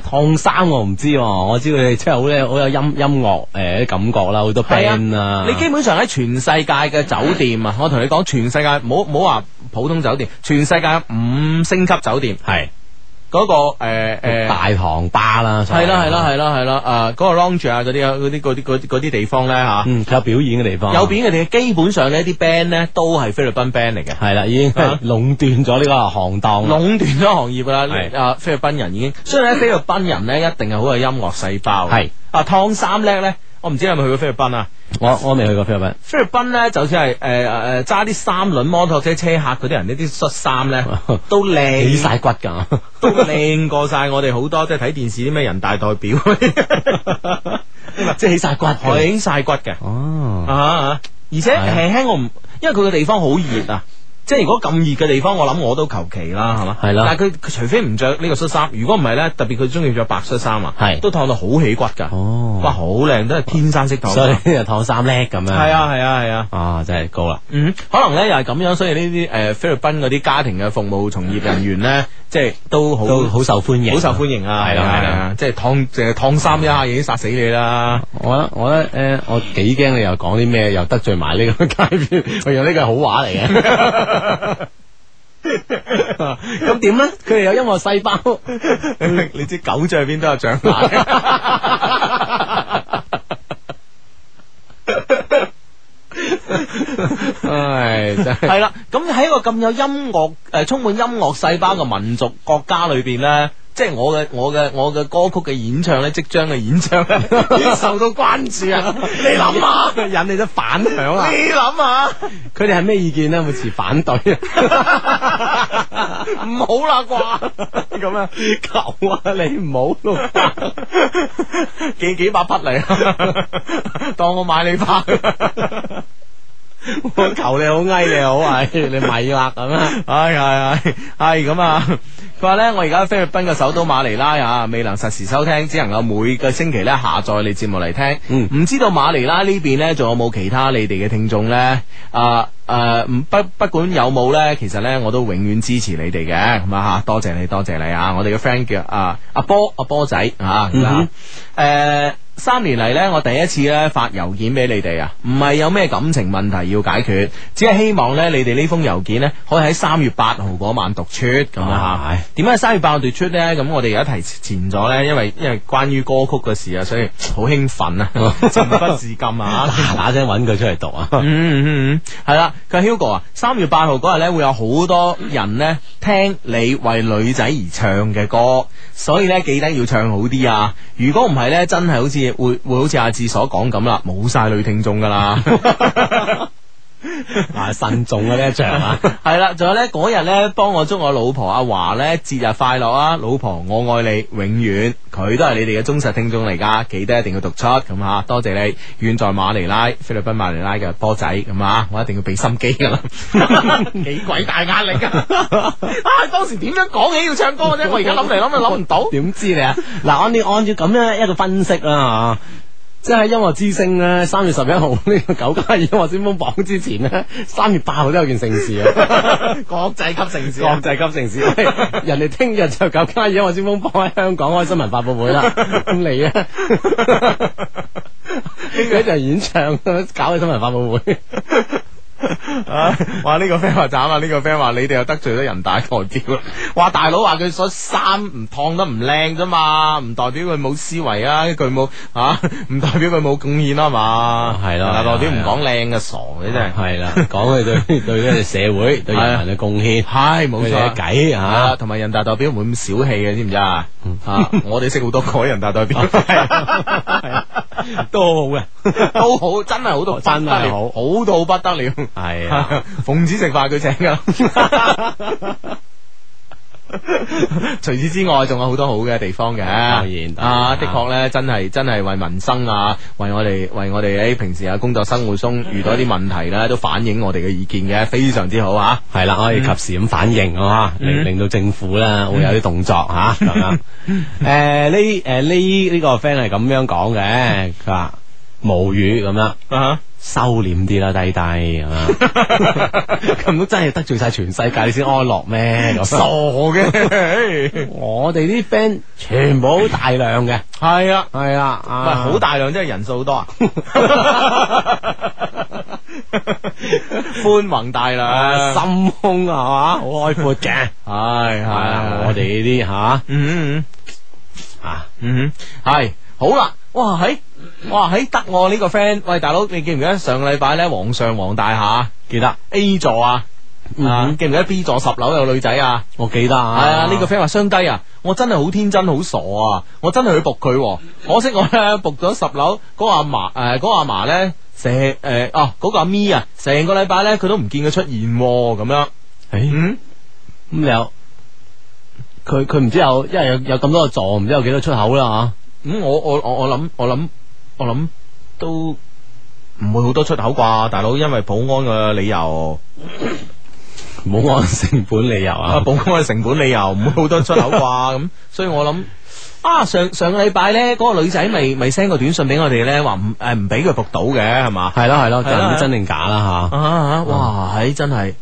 燙衫我唔知喎，我知佢哋真係好咧，好有音音樂誒感覺啦，好多
係啊
band 啊，
你基本上喺全世界嘅酒店啊，我同你講，全世界冇冇話普通酒店，全世界五星級酒店
係
嗰、個誒、呃呃
啊大啊堂吧啦，所謂
係啦係啦，係啦係啦，誒嗰、個 lounge 啊嗰啲啊嗰啲嗰啲嗰啲嗰啲地方咧嚇，
嗯，佢有表演嘅地方，
有邊佢哋基本上呢啲 band 咧都係菲律賓 band 嚟嘅。
係啦，已經
啊
壟斷咗呢個行當啦，
壟斷咗行業㗎
嗯係
啦，啊菲律賓人已經，所以咧菲律賓人咧一定係好有音樂細胞。
係
啊，燙衫叻咧，我唔知你有冇去過菲律賓啊？
我我未去過菲律賓，
菲律賓咧，就算係誒誒揸啲三輪摩托車車客嗰啲人，呢啲恤衫咧
*laughs*
都
起
靚，
晒骨㗎，
*laughs* 都靚過晒我哋好多，即係睇電視啲咩人大代表，
*laughs*
*laughs*
即係起晒骨㗎，
係起晒骨嘅。
哦。
啊！而且
係啊
輕輕我唔，因為佢個地方好熱啊，即即係如果咁熱嘅地方，我諗我都求其啦，係嘛？
係啦
但係佢佢除非唔着呢個恤衫，如果唔係咧，特別佢中意着白恤衫啊，
係
都燙到好起骨㗎。
哦
哇，好靚，都係天生識燙。
所以就燙衫叻咁樣。
係啊，係啊，係啊。
啊，真係高啦。
嗯，可能咧又係咁樣，所以呢啲誒菲律賓嗰啲家庭嘅服務從業人員咧，即係都好
都好受歡迎，
好受歡迎啊，
係啦係啦，
即係燙淨係燙衫一下已經殺死你啦。
我覺得我覺得诶、我幾驚你又講啲咩，又得罪埋呢個街邊。 *laughs* 我用呢句好話嚟嘅。
*laughs*
咁點咧？佢哋有音樂細胞， *laughs*
你知狗仔邊都有長牙嘅。
唉，真係
系啦，咁喺一個咁有音樂诶、呃充滿音樂細胞嘅民族國家裏边咧，即係我嘅我嘅我嘅歌曲嘅演唱咧，即將嘅演
*laughs*
唱咧，已經受到關注啊！你諗下，
引你都反響啦。
你諗下，
佢哋係咩意見咧？會持反對啊
唔好啦啩？咁啊，
求啊你唔好咯，
*laughs* 幾幾百匹嚟
*laughs*
啊，當我買你拍。 *laughs*
我求你好翳你好，唉，你咪啦咁啊。
唉係係係咁啊！佢話咧，我而家菲律賓嘅首都馬尼拉啊，未能實時收聽，只能夠每個星期咧下載你節目嚟聽。
嗯
唔知道馬尼拉呢邊咧，仲有冇其他你哋嘅聽眾咧？啊誒，唔、不不管有冇咧，其實咧我都永遠支持你哋嘅，咁啊嚇，多謝你，多謝你啊！我哋嘅 friend 叫啊阿波阿波仔啊，咁啊
嗯
誒呃三年嚟呢，我第一次咧發郵件俾你哋啊，唔係有咩感情問題要解決，只係希望呢，你哋呢封郵件呢，可以喺三月八號嗰晚讀出咁啊
啊
嚇。點解三月八號讀出呢？咁我哋而家提前咗呢，因為因為關於歌曲嘅事啊，所以好興奮啊， *laughs* 情不自禁啊。
嗱嗱聲揾佢出嚟讀啊！
嗯
*laughs*
嗯嗯，系啦，佢話 Hugo 啊，三月八號嗰日咧會有好多人咧聽你為女仔而唱嘅歌，所以咧記得要唱好啲啊！如果唔係咧，真係好似會會好似阿志所講咁啦，冇晒女聽眾噶啦。
嗱，慎重嘅呢一仗
*laughs*
啊！
系啦，仲有咧嗰日咧，幫我祝我老婆阿華咧節日快樂啊！老婆，我愛你，永遠。佢都係你哋嘅忠實聽眾嚟噶，記得一定要讀出咁吓，多謝你遠在馬尼拉菲律賓馬尼拉嘅波仔咁啊，我一定要俾心機噶
*laughs*
啦，幾鬼大壓力啊！ *laughs* 啊，當時點樣講起要唱歌啫？我而家諗嚟諗去諗唔到。
點知你啊？嗱，按照按照咁樣一個分析啦吓，即系音樂之星咧，三月十一號 *laughs* 呢個九加二音樂先鋒榜之前咧，三月八號都有件盛事 *laughs* 啊，
國際級城市啊
國際級 *laughs* 盛事。喂人哋聽日就九加二音樂先鋒榜喺香港開新聞發佈會啦， *laughs* 咁你咧？呢就演唱搞嘅新聞發佈會，
啊！ *laughs* 哇！呢、個 friend 話斬啊，呢、個 friend 話你哋又得罪咗人大代表啦。啊 *laughs* 哇！大佬話佢所衫唔燙得唔靚啫嘛，唔代表佢冇思維啊，佢冇啊， *laughs* 唔代表佢冇貢獻啊嘛。
哦係咯
人大代表
係
唔
咯
講靚嘅傻嘅真係。
係啦，講佢 *laughs* 對對呢個社會對人民嘅貢獻，
係冇錯
佢哋嘅
啊。
計嗯
係
嚇
啊，。同埋人大代表唔會咁小氣嘅，知唔知啊？啊，我哋識好多個人大代
*laughs*
表，
啊都好好嘅，
都好，真係好到
哦真係
係
好
好到不得了。
系
*laughs*
*laughs*
奉旨食飯佢請噶。 *laughs* 除此之外，仲有好多好嘅地方嘅，
當然當然
啊，的確咧，真係真係為民生啊，為我哋為我哋喺平時啊工作生活中遇到啲問題咧，都反映我哋嘅意見嘅，非常之好啊！
系啦，可以及時咁反應啊，令令到政府啦會有啲動作吓咁 *laughs* 樣。诶呢诶呢呢個 friend 係咁樣講嘅，佢話無語咁樣，
啊
收斂啲啦，低低咁 *laughs* 樣。咁都真係得罪晒全世界，你先安樂咩？咁 *laughs*
傻
樣 *laughs*
嘅，
我哋啲 friend 全部好大量嘅，
係啊，
系啦，
喂，好大量，真係人數好多
*laughs*
啊， *laughs* 寬宏大
啊
量，
心胸係嘛，好開闊嘅。
係
係啊啦，
係
我哋呢啲吓
嗯嗯。
啊，
嗯哼，系好啦，哇喺哇喺得我呢個 friend，喂大佬，你記唔記得上個禮拜咧皇上皇大廈
記得
A 座啊？啊
嗯，
記唔記得 B 座十樓有女仔啊？
我記得
係
啊，
啊，呢個 friend 話雙低啊，我真係好天真好傻啊，我真係去仆佢喎，可惜我 *laughs* 咧仆咗十樓嗰個阿嫲誒嗰個阿嫲咧成誒哦嗰個阿咪啊，成個禮拜咧佢都唔見佢出現喎咁樣，
誒
嗯。
咁你有佢佢唔知有，因為有有咁多個座，唔知有幾多出口啦啊
咁、我我我我谂我谂我谂都唔會好多出口啩，大佬，因為保安嘅理由。
唔好按成本理由啊
啊，。保安嘅成本理由，唔會好多出口啩咁，所以我諗啊，上上個禮拜咧，嗰、個女仔咪咪 send 個短信俾我哋咧，話唔誒唔俾佢仆到嘅係嘛？
系咯系咯，就
係
唔
啦
知真定假啦
啊啊！哇，係真係，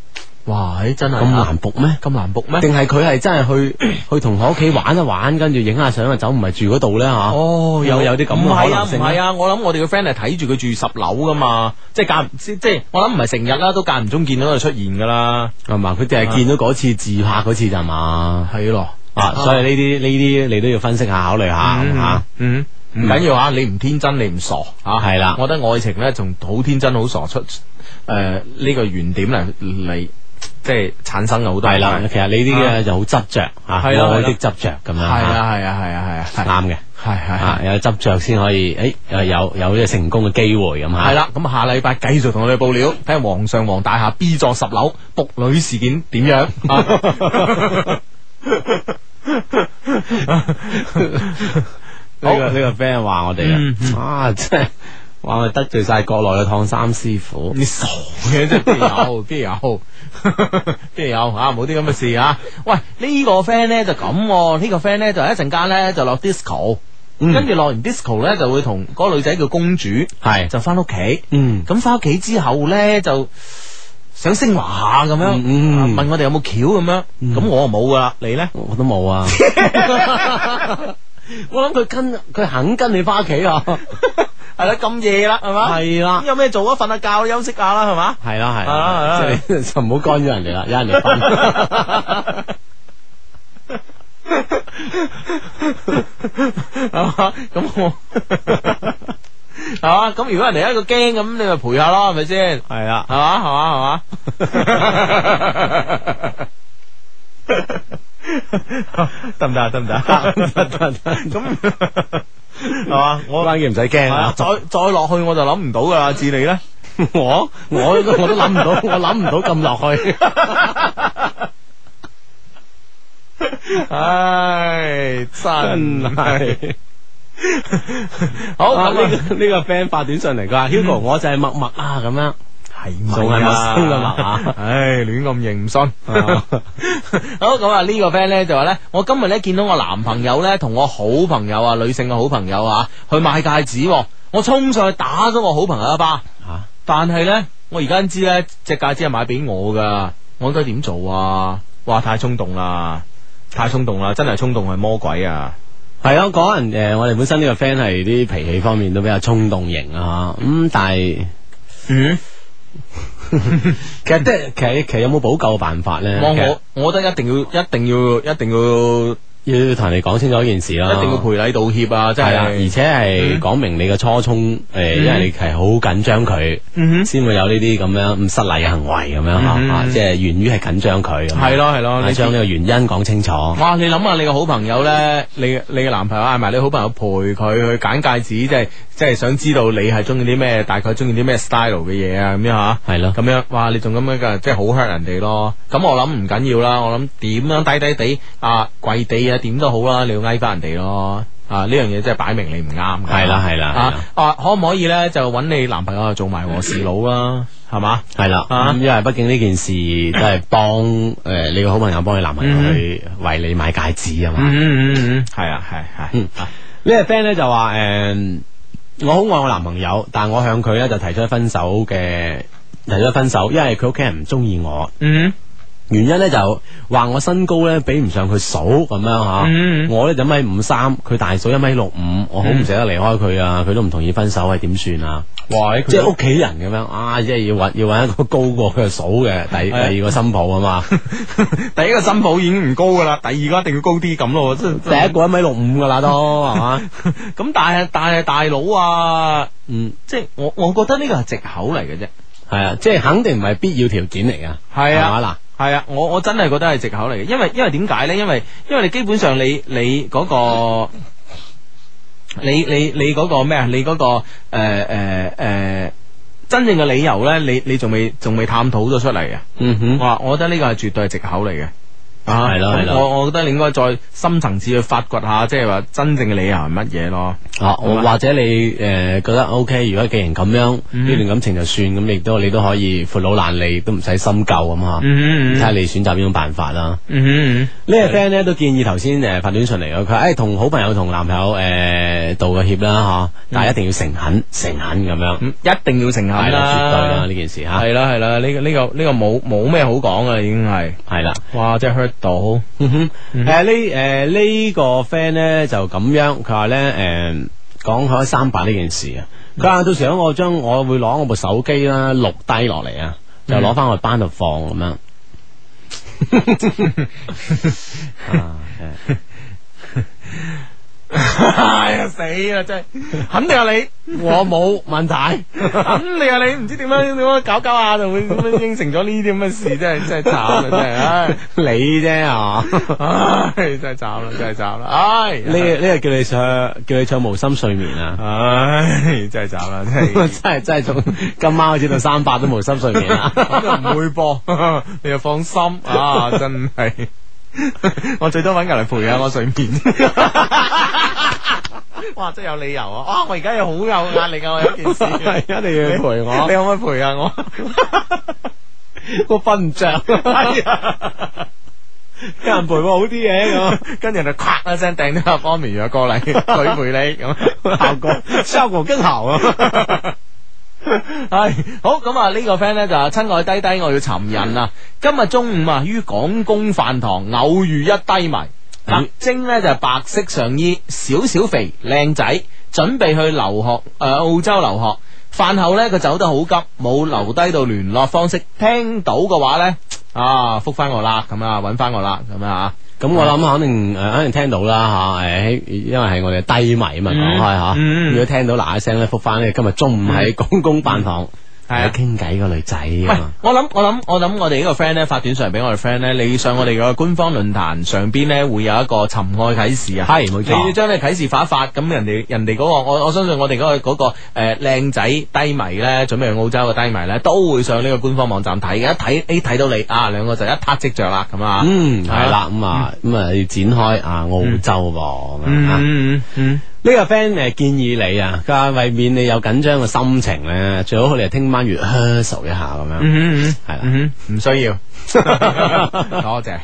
哇，係啊真係
吓，咁難仆咩？
咁難仆咩？
定係佢係
*coughs*
真係去去同學屋企玩一玩，跟住影下相啊，走唔係住嗰度咧吓？
哦，
有有啲咁嘅可能性
唔係啊，唔係啊，我諗我哋嘅 friend 係睇住佢住十樓噶嘛，即係間唔即即係我諗唔係成日啦，都間唔中見到佢出現噶啦。
係嘛？佢淨係見到嗰次自拍嗰次咋嘛？
係啊咯，
啊，所以呢啲呢啲你都要分析下、考慮下
嗯
吓。
嗯，唔緊要啊，你唔天真，你唔傻啊，
係啦
我覺得愛情咧，仲好天真、好傻出诶呢個原點嚟嚟，即係產生好多
係啦，其實你呢啲嘅就好執着啊吓，
係啊啦
愛的執着咁
係
樣吓，
啊，係啊，係啊，係啊，
啱嘅。
係係係。
啊， *laughs* 有執着先可以，诶、有有有呢個成功嘅機會咁吓。
系，啦，咁下禮拜繼續同我哋報料，睇下皇上皇大廈 B 座十樓仆女事件點 *laughs* 樣。啊
呢、
好
個呢個 friend 話我哋
嗯
啊， *laughs* 啊，真係話我哋得罪晒國內嘅燙衫師傅。
你傻嘅啫，邊有邊有 *laughs* 邊有啊！冇啲咁嘅事啊！喂，呢、個 friend 咧就咁喎，呢、個 friend 咧就一陣間咧就落 disco，跟
嗯
住落完 disco 咧就會同嗰個女仔叫公主，
係
就翻屋企。
嗯，
咁翻屋企之後咧就想升華下咁樣，
嗯嗯
啊問我哋有冇橋咁樣。咁、我冇噶啦，你咧？
我都冇啊。 *laughs* 我諗佢跟佢肯跟你翻屋
*laughs*
企啊。
係啦，咁夜啦，係嘛？
係啦
咁有咩做啊？瞓下覺休息下啦，係
*laughs*
嘛？
係啦係
啊
啦，即係你就唔好干擾人哋啦，有人哋瞓。 *laughs*
係嘛？咁我 *laughs* 係嘛？咁如果人哋一個驚咁，你咪陪下咯，係咪先？
係啊 *laughs* 啦，
係嘛？係嘛？ *laughs* 係嘛？得唔得啊？得唔得啊？
*laughs* 得得得，
係嘛？我
關鍵唔使驚啊。
再再落去我就諗唔到噶啦，智利咧。
*laughs* 我我
*laughs*
我都諗唔到，我諗唔到咁落去。
唉，真係
係
好
啊！呢
咁
個呢個 friend 發短信嚟，佢話 Hugo 我就係默默啊咁樣，
係啊
仲係陌生㗎嘛啊
唉，亂咁認唔信。
啊
*laughs* 好咁啊，呢個 friend 咧就話咧，我今日咧見到我男朋友咧同我好朋友啊，女性嘅好朋友啊，去買戒指喎，我衝上去打咗我好朋友一巴。
啊
但係咧，我而家知咧，隻戒指係買俾我噶，我應該點做啊？哇，太衝動啦！太衝動啦，真係衝動係魔鬼啊！
係咯，嗰人诶，呃我哋本身呢個 friend 係啲脾氣方面都比較衝動型啊，咁但係
嗯，
其實即係其實其實有冇補救嘅辦法咧？
我我我覺得一定要一定要一定要
其實要同人哋講清楚一件事啦，
一定要賠禮道歉啊！真
係嗯啦，
係
而，且係
嗯
講明你嘅初衷，诶，因為你係好緊張佢，
嗯
先會有呢啲咁樣咁失禮嘅行為咁樣
嗯
吓，啊即係源於係緊張佢咁樣。
哼，係咯係咯，
你
你
將呢個原因講清楚。
哇！你諗下，你個好朋友咧，你你嘅男朋友嗌埋你好朋友陪佢去揀戒指，即係即係想知道你係中意啲咩，大概中意啲咩 style 嘅嘢啊，咁樣吓。
係咯
咁樣，哇！你仲咁樣噶，即係好 hurt 人哋咯。咁我諗唔緊要啦，我諗點樣低低地啊，跪地啊，點都好啦，你要嗌翻人哋咯。啊！呢樣嘢真係擺明你唔啱㗎。
係啦係啦
啊啊！可唔可以咧就揾你男朋友做埋和事佬啦，係嘛？
係啦，
啊
咁因為畢竟呢件事都係幫诶你個好朋友幫你男朋友去
嗯
為你買戒指啊嘛。
嗯嗯嗯，係啊係係
嗯。呢個 friend 咧就話诶，誒我好愛我男朋友，但我向佢咧就提出分手嘅提出分手，因為佢屋企人唔中意我，
嗯
原因咧就話我身高咧比唔上佢嫂咁樣吓，
嗯
我咧就一米五三，佢大嫂一米六五，我好唔捨得離開佢啊，佢都唔同意分手，係點算啊？
哇！佢
即係屋企人咁樣啊，即係要揾要揾一個高過佢嘅嫂嘅第
係啊
第二個新抱啊嘛， *laughs*
*laughs* 第一個心抱已經唔高噶啦，第二個一定要高啲咁咯，即 *laughs*
第一個一米六五噶啦都係嘛，
啊咁但係但係大佬啊，
*laughs* 嗯
即係我我覺得呢個係藉口嚟嘅啫。
係啊，即係肯定唔係必要條件嚟噶，
係啊
係嘛
係啊，我我真係覺得係藉口嚟嘅，因為因為點解咧？因為因為你基本上你你嗰、個你你你嗰個咩啊？你嗰、個誒誒誒真正嘅理由咧，你你仲未仲未探討咗出嚟嘅。啊
嗱，嗯哼，
我話我覺得呢個係絕對係藉口嚟嘅。啊，
係啦係啦
咁我我覺得你應該再深層次去發掘下，即係話真正嘅理由係乜嘢咯。
啊，我
係嘛
或者你诶、呃、觉得 O、k 如果既然咁樣呢、
嗯
段感情就算，咁亦都你都可以闊佬爛利，都唔使深究咁吓，
嗯
睇
嗯
下、你選擇邊種辦法啦。
嗯
呢個 friend 咧都建議頭先誒發短信嚟嘅，佢話誒同好朋友同男朋友誒、呃道個歉啦嚇，但係一定要誠懇誠懇咁樣，
嗯，一定要誠
係
懇
啦，絕對啦
啦
呢。件事嚇，
係啦係啦，呢個呢個呢個冇冇咩好講啊噶啦，已經係。
係啦。
哇！真係 hurt 到，
嗯哼，誒呢誒呢個 friend 咧就咁樣，佢話咧誒講開三百呢件事啊，佢話到時候我將我會攞我部手機啦錄低落嚟啊，就攞翻我班度放咁 *laughs* 樣。啊
*laughs*
誒
哎呀死啦！
*laughs*
真係，肯定係你，我冇問題，肯定係你，唔知點樣點樣搞搞下就會咁樣應承咗呢啲咁嘅事，真係真係慘啊！真係，唉
你啫 *laughs* 啊！
唉，真係慘啦，真係慘啦，唉，
呢呢個叫你唱，叫你唱無心睡眠啊！
唉，真係慘啦，真係
真。係真係從今晚開始到三百都無心啊睡眠啦。
我就唔會播， *laughs* 你就放心啊！真 *laughs* 係，我最多揾人嚟陪啊下我睡眠。 *laughs* 哇！真係有理由啊！啊，我而家又好有壓力啊！我有一 *laughs* 件事，
係一定要陪我
你可唔可以陪下 *laughs* 我？
我瞓唔
*laughs*
着，
啊
有人陪我好啲嘅咁，
*laughs* 跟住就咔一聲掟咗阿方明藥
*laughs*
過嚟，佢陪你咁
效果效果更好啊！
*laughs* 系好咁啊！呢個 friend 咧就係親愛低低，我要尋人啊！
嗯
今日中午啊，於廣工飯堂偶遇一低迷，特
嗯
徵咧就係白色上衣，少少肥，靚仔，準備去留學誒、呃澳洲留學。飯後咧佢走得好急，冇留低到聯絡方式。聽到嘅話咧啊，復翻我啦，咁啊揾翻我啦，咁啊
咁我諗肯定诶，肯定聽到啦吓，诶，因為係我哋低迷啊嘛，講開吓，
嗯
如果聽到嗱一聲咧，复翻咧，今日中午喺公公飯堂
係啊
有傾偈個女仔
喂
啊，
我諗我諗我諗我哋呢個 friend 咧發短信嚟俾我哋 friend 咧，你上我哋嘅官方論壇上邊咧會有一個尋愛啟事啊。
係冇
你要
錯，
將你啟示發一發，咁人哋人哋嗰、個我我相信我哋嗰、個嗰、個誒靚、仔低迷咧，準備去澳洲嘅低迷咧，都會上呢個官方網站睇嘅，一睇誒睇到你啊，兩個就一撻即着啦，咁啊，
嗯，係啦，咁啊，咁啊要展開啊澳洲噃咁樣啊。
嗯嗯
呢個 friend 誒建議你啊，佢話為免你有緊張嘅心情咧，最好你係啊聽晚越 rehearsal 一下咁樣。
嗯嗯
係啦
嗯哼，唔需 *laughs* 要，多謝。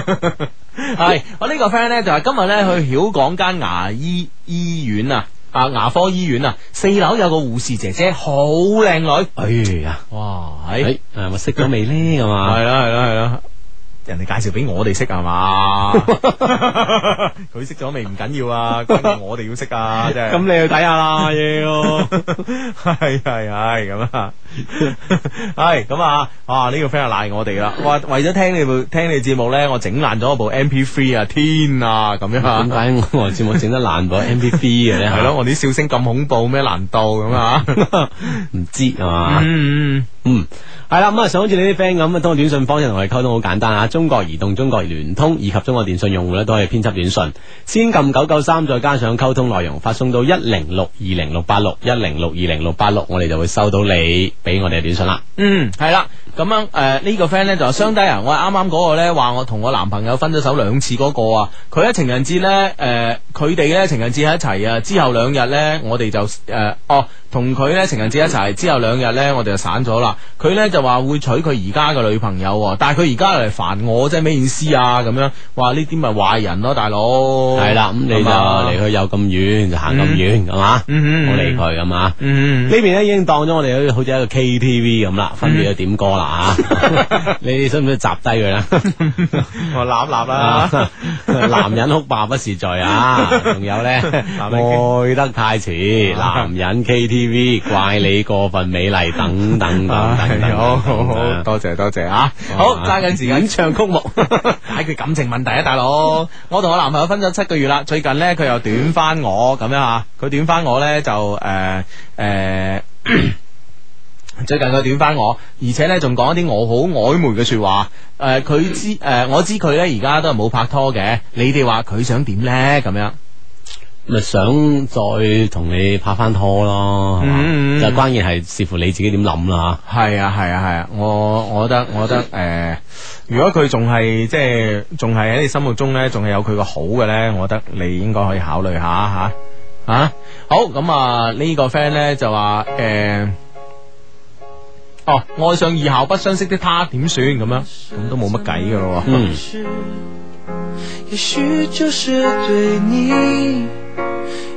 *laughs* 係我呢個 friend 咧就係今日咧去曉港間牙醫醫院啊。啊！牙科醫院啊，四樓有個護士姐姐，好靚女，
哎呀，
哇！喺
誒誒，我識咗未呢？咁啊，
系啦系啦系啦，人哋介紹俾我哋識係 *laughs* 嘛？佢識咗未唔緊要啊，關鍵我哋要識啊，真係。
你去睇下 *laughs*
*laughs*
啦，要
系系系咁啊， *laughs* 系咁啊，哇！呢、個个 friend 又賴我哋啦，哇！為咗聽你部聽你節目咧，我整爛咗我部 M P three 啊，天啊，咁樣啊
點。解我節目整得爛到 M P B *laughs* 嘅咧？
係咯，，我啲笑聲咁恐怖咩難度咁 *laughs* 啊？
唔知係嘛？
嗯，
嗯，係啦，咁啊，想好似你啲 friend 咁啊，通過短信方式同我哋溝通好簡單啊。中國移動、中國聯通以及中國電信用戶咧，都可以編輯短信，先撳九九三，再加上溝通內容，發送到一零六二零六八六一零六二零六八六，我哋就會收到你俾我哋嘅短信啦。
嗯，係啦，咁樣誒、呃呢個 friend 咧就話相低啊，我係啱啱嗰個咧話我同我男朋友分咗手兩次嗰個啊，佢喺情人節咧誒，佢哋咧情人節喺一齊啊，之後兩日咧我哋就誒、呃哦同佢咧情人節一齊，之後兩日咧我哋就散咗啦。佢咧就話會娶佢而家嘅女朋友喎，但係佢而家嚟煩我，真係咩意思啊？咁樣話呢啲咪壞人咯，大佬。啊
係哦啦，咁啊你
係
就
嘛
離佢有咁遠，就行咁遠，係嘛？
嗯嗯嗯
冇理佢咁啊。
嗯
呢邊咧已經當咗我哋好似一個 KTV 咁啦，分別去點歌
*laughs*
啦吓。你想唔想集低佢啦？
我哦攬攬啦 *laughs*
啊，男人哭爸不是罪啊！仲有咧，愛得太遲，
啊
男人 KTV 怪你過分美麗，等
*laughs*
等等等
唉
等。
哎啊好好好，多謝多謝啊！好，揸緊時間。
唱曲目。
解決感情問題啊，大佬！我同我男朋友分咗七個月啦，最近呢，佢又短翻我咁樣啊，佢短翻我呢，就誒誒。呃 *coughs* 最近佢短翻我，而且呢，仲講一啲我好曖昧嘅說話。誒、佢知誒、我知佢呢而家都係冇拍拖嘅。你哋話佢想點呢？咁樣
咪想再同你拍翻拖咯，係嘛
嗯嗯嗯
就關鍵係視乎你自己點諗啦
系啊系啊系啊，我我覺得我覺得诶、呃如果佢仲係即係仲係喺你心目中咧，仲係有佢個好嘅咧，我覺得你應該可以考慮下吓吓、啊好咁啊，呢、個 friend 咧就話诶。呃哦，愛上以後不相識的他點算咁樣？
啊
咁都冇乜計噶咯喎。
嗯，
也许就是对你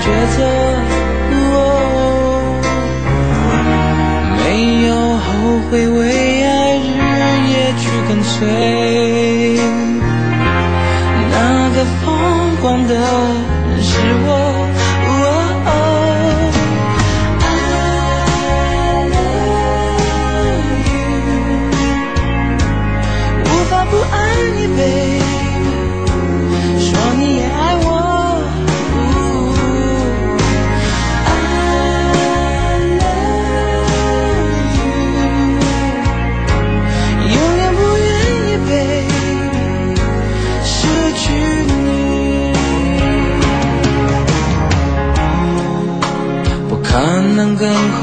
抉择，哦没有后悔，为爱日夜去跟随。那个疯狂的人是我。哦 I love you 无法不爱你，baby，说你也爱我。I love you，永远不愿意，baby，失去你。不可能更快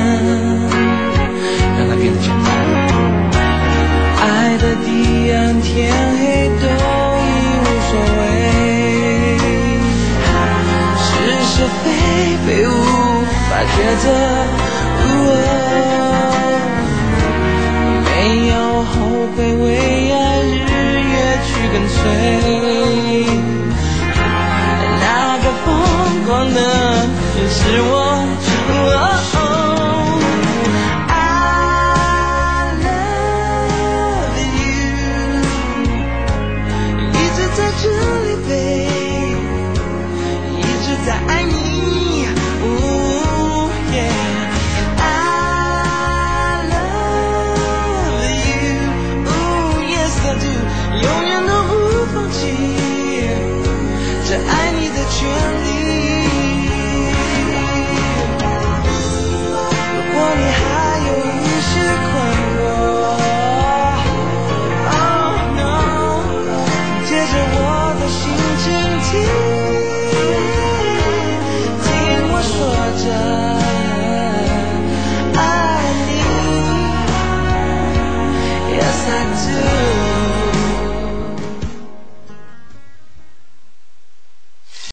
让它变得简单。爱的彼岸，天黑都已无所谓。是是非非无法抉择，没有后悔，为爱日夜去跟随。那个疯狂的人是我。哦 Oh,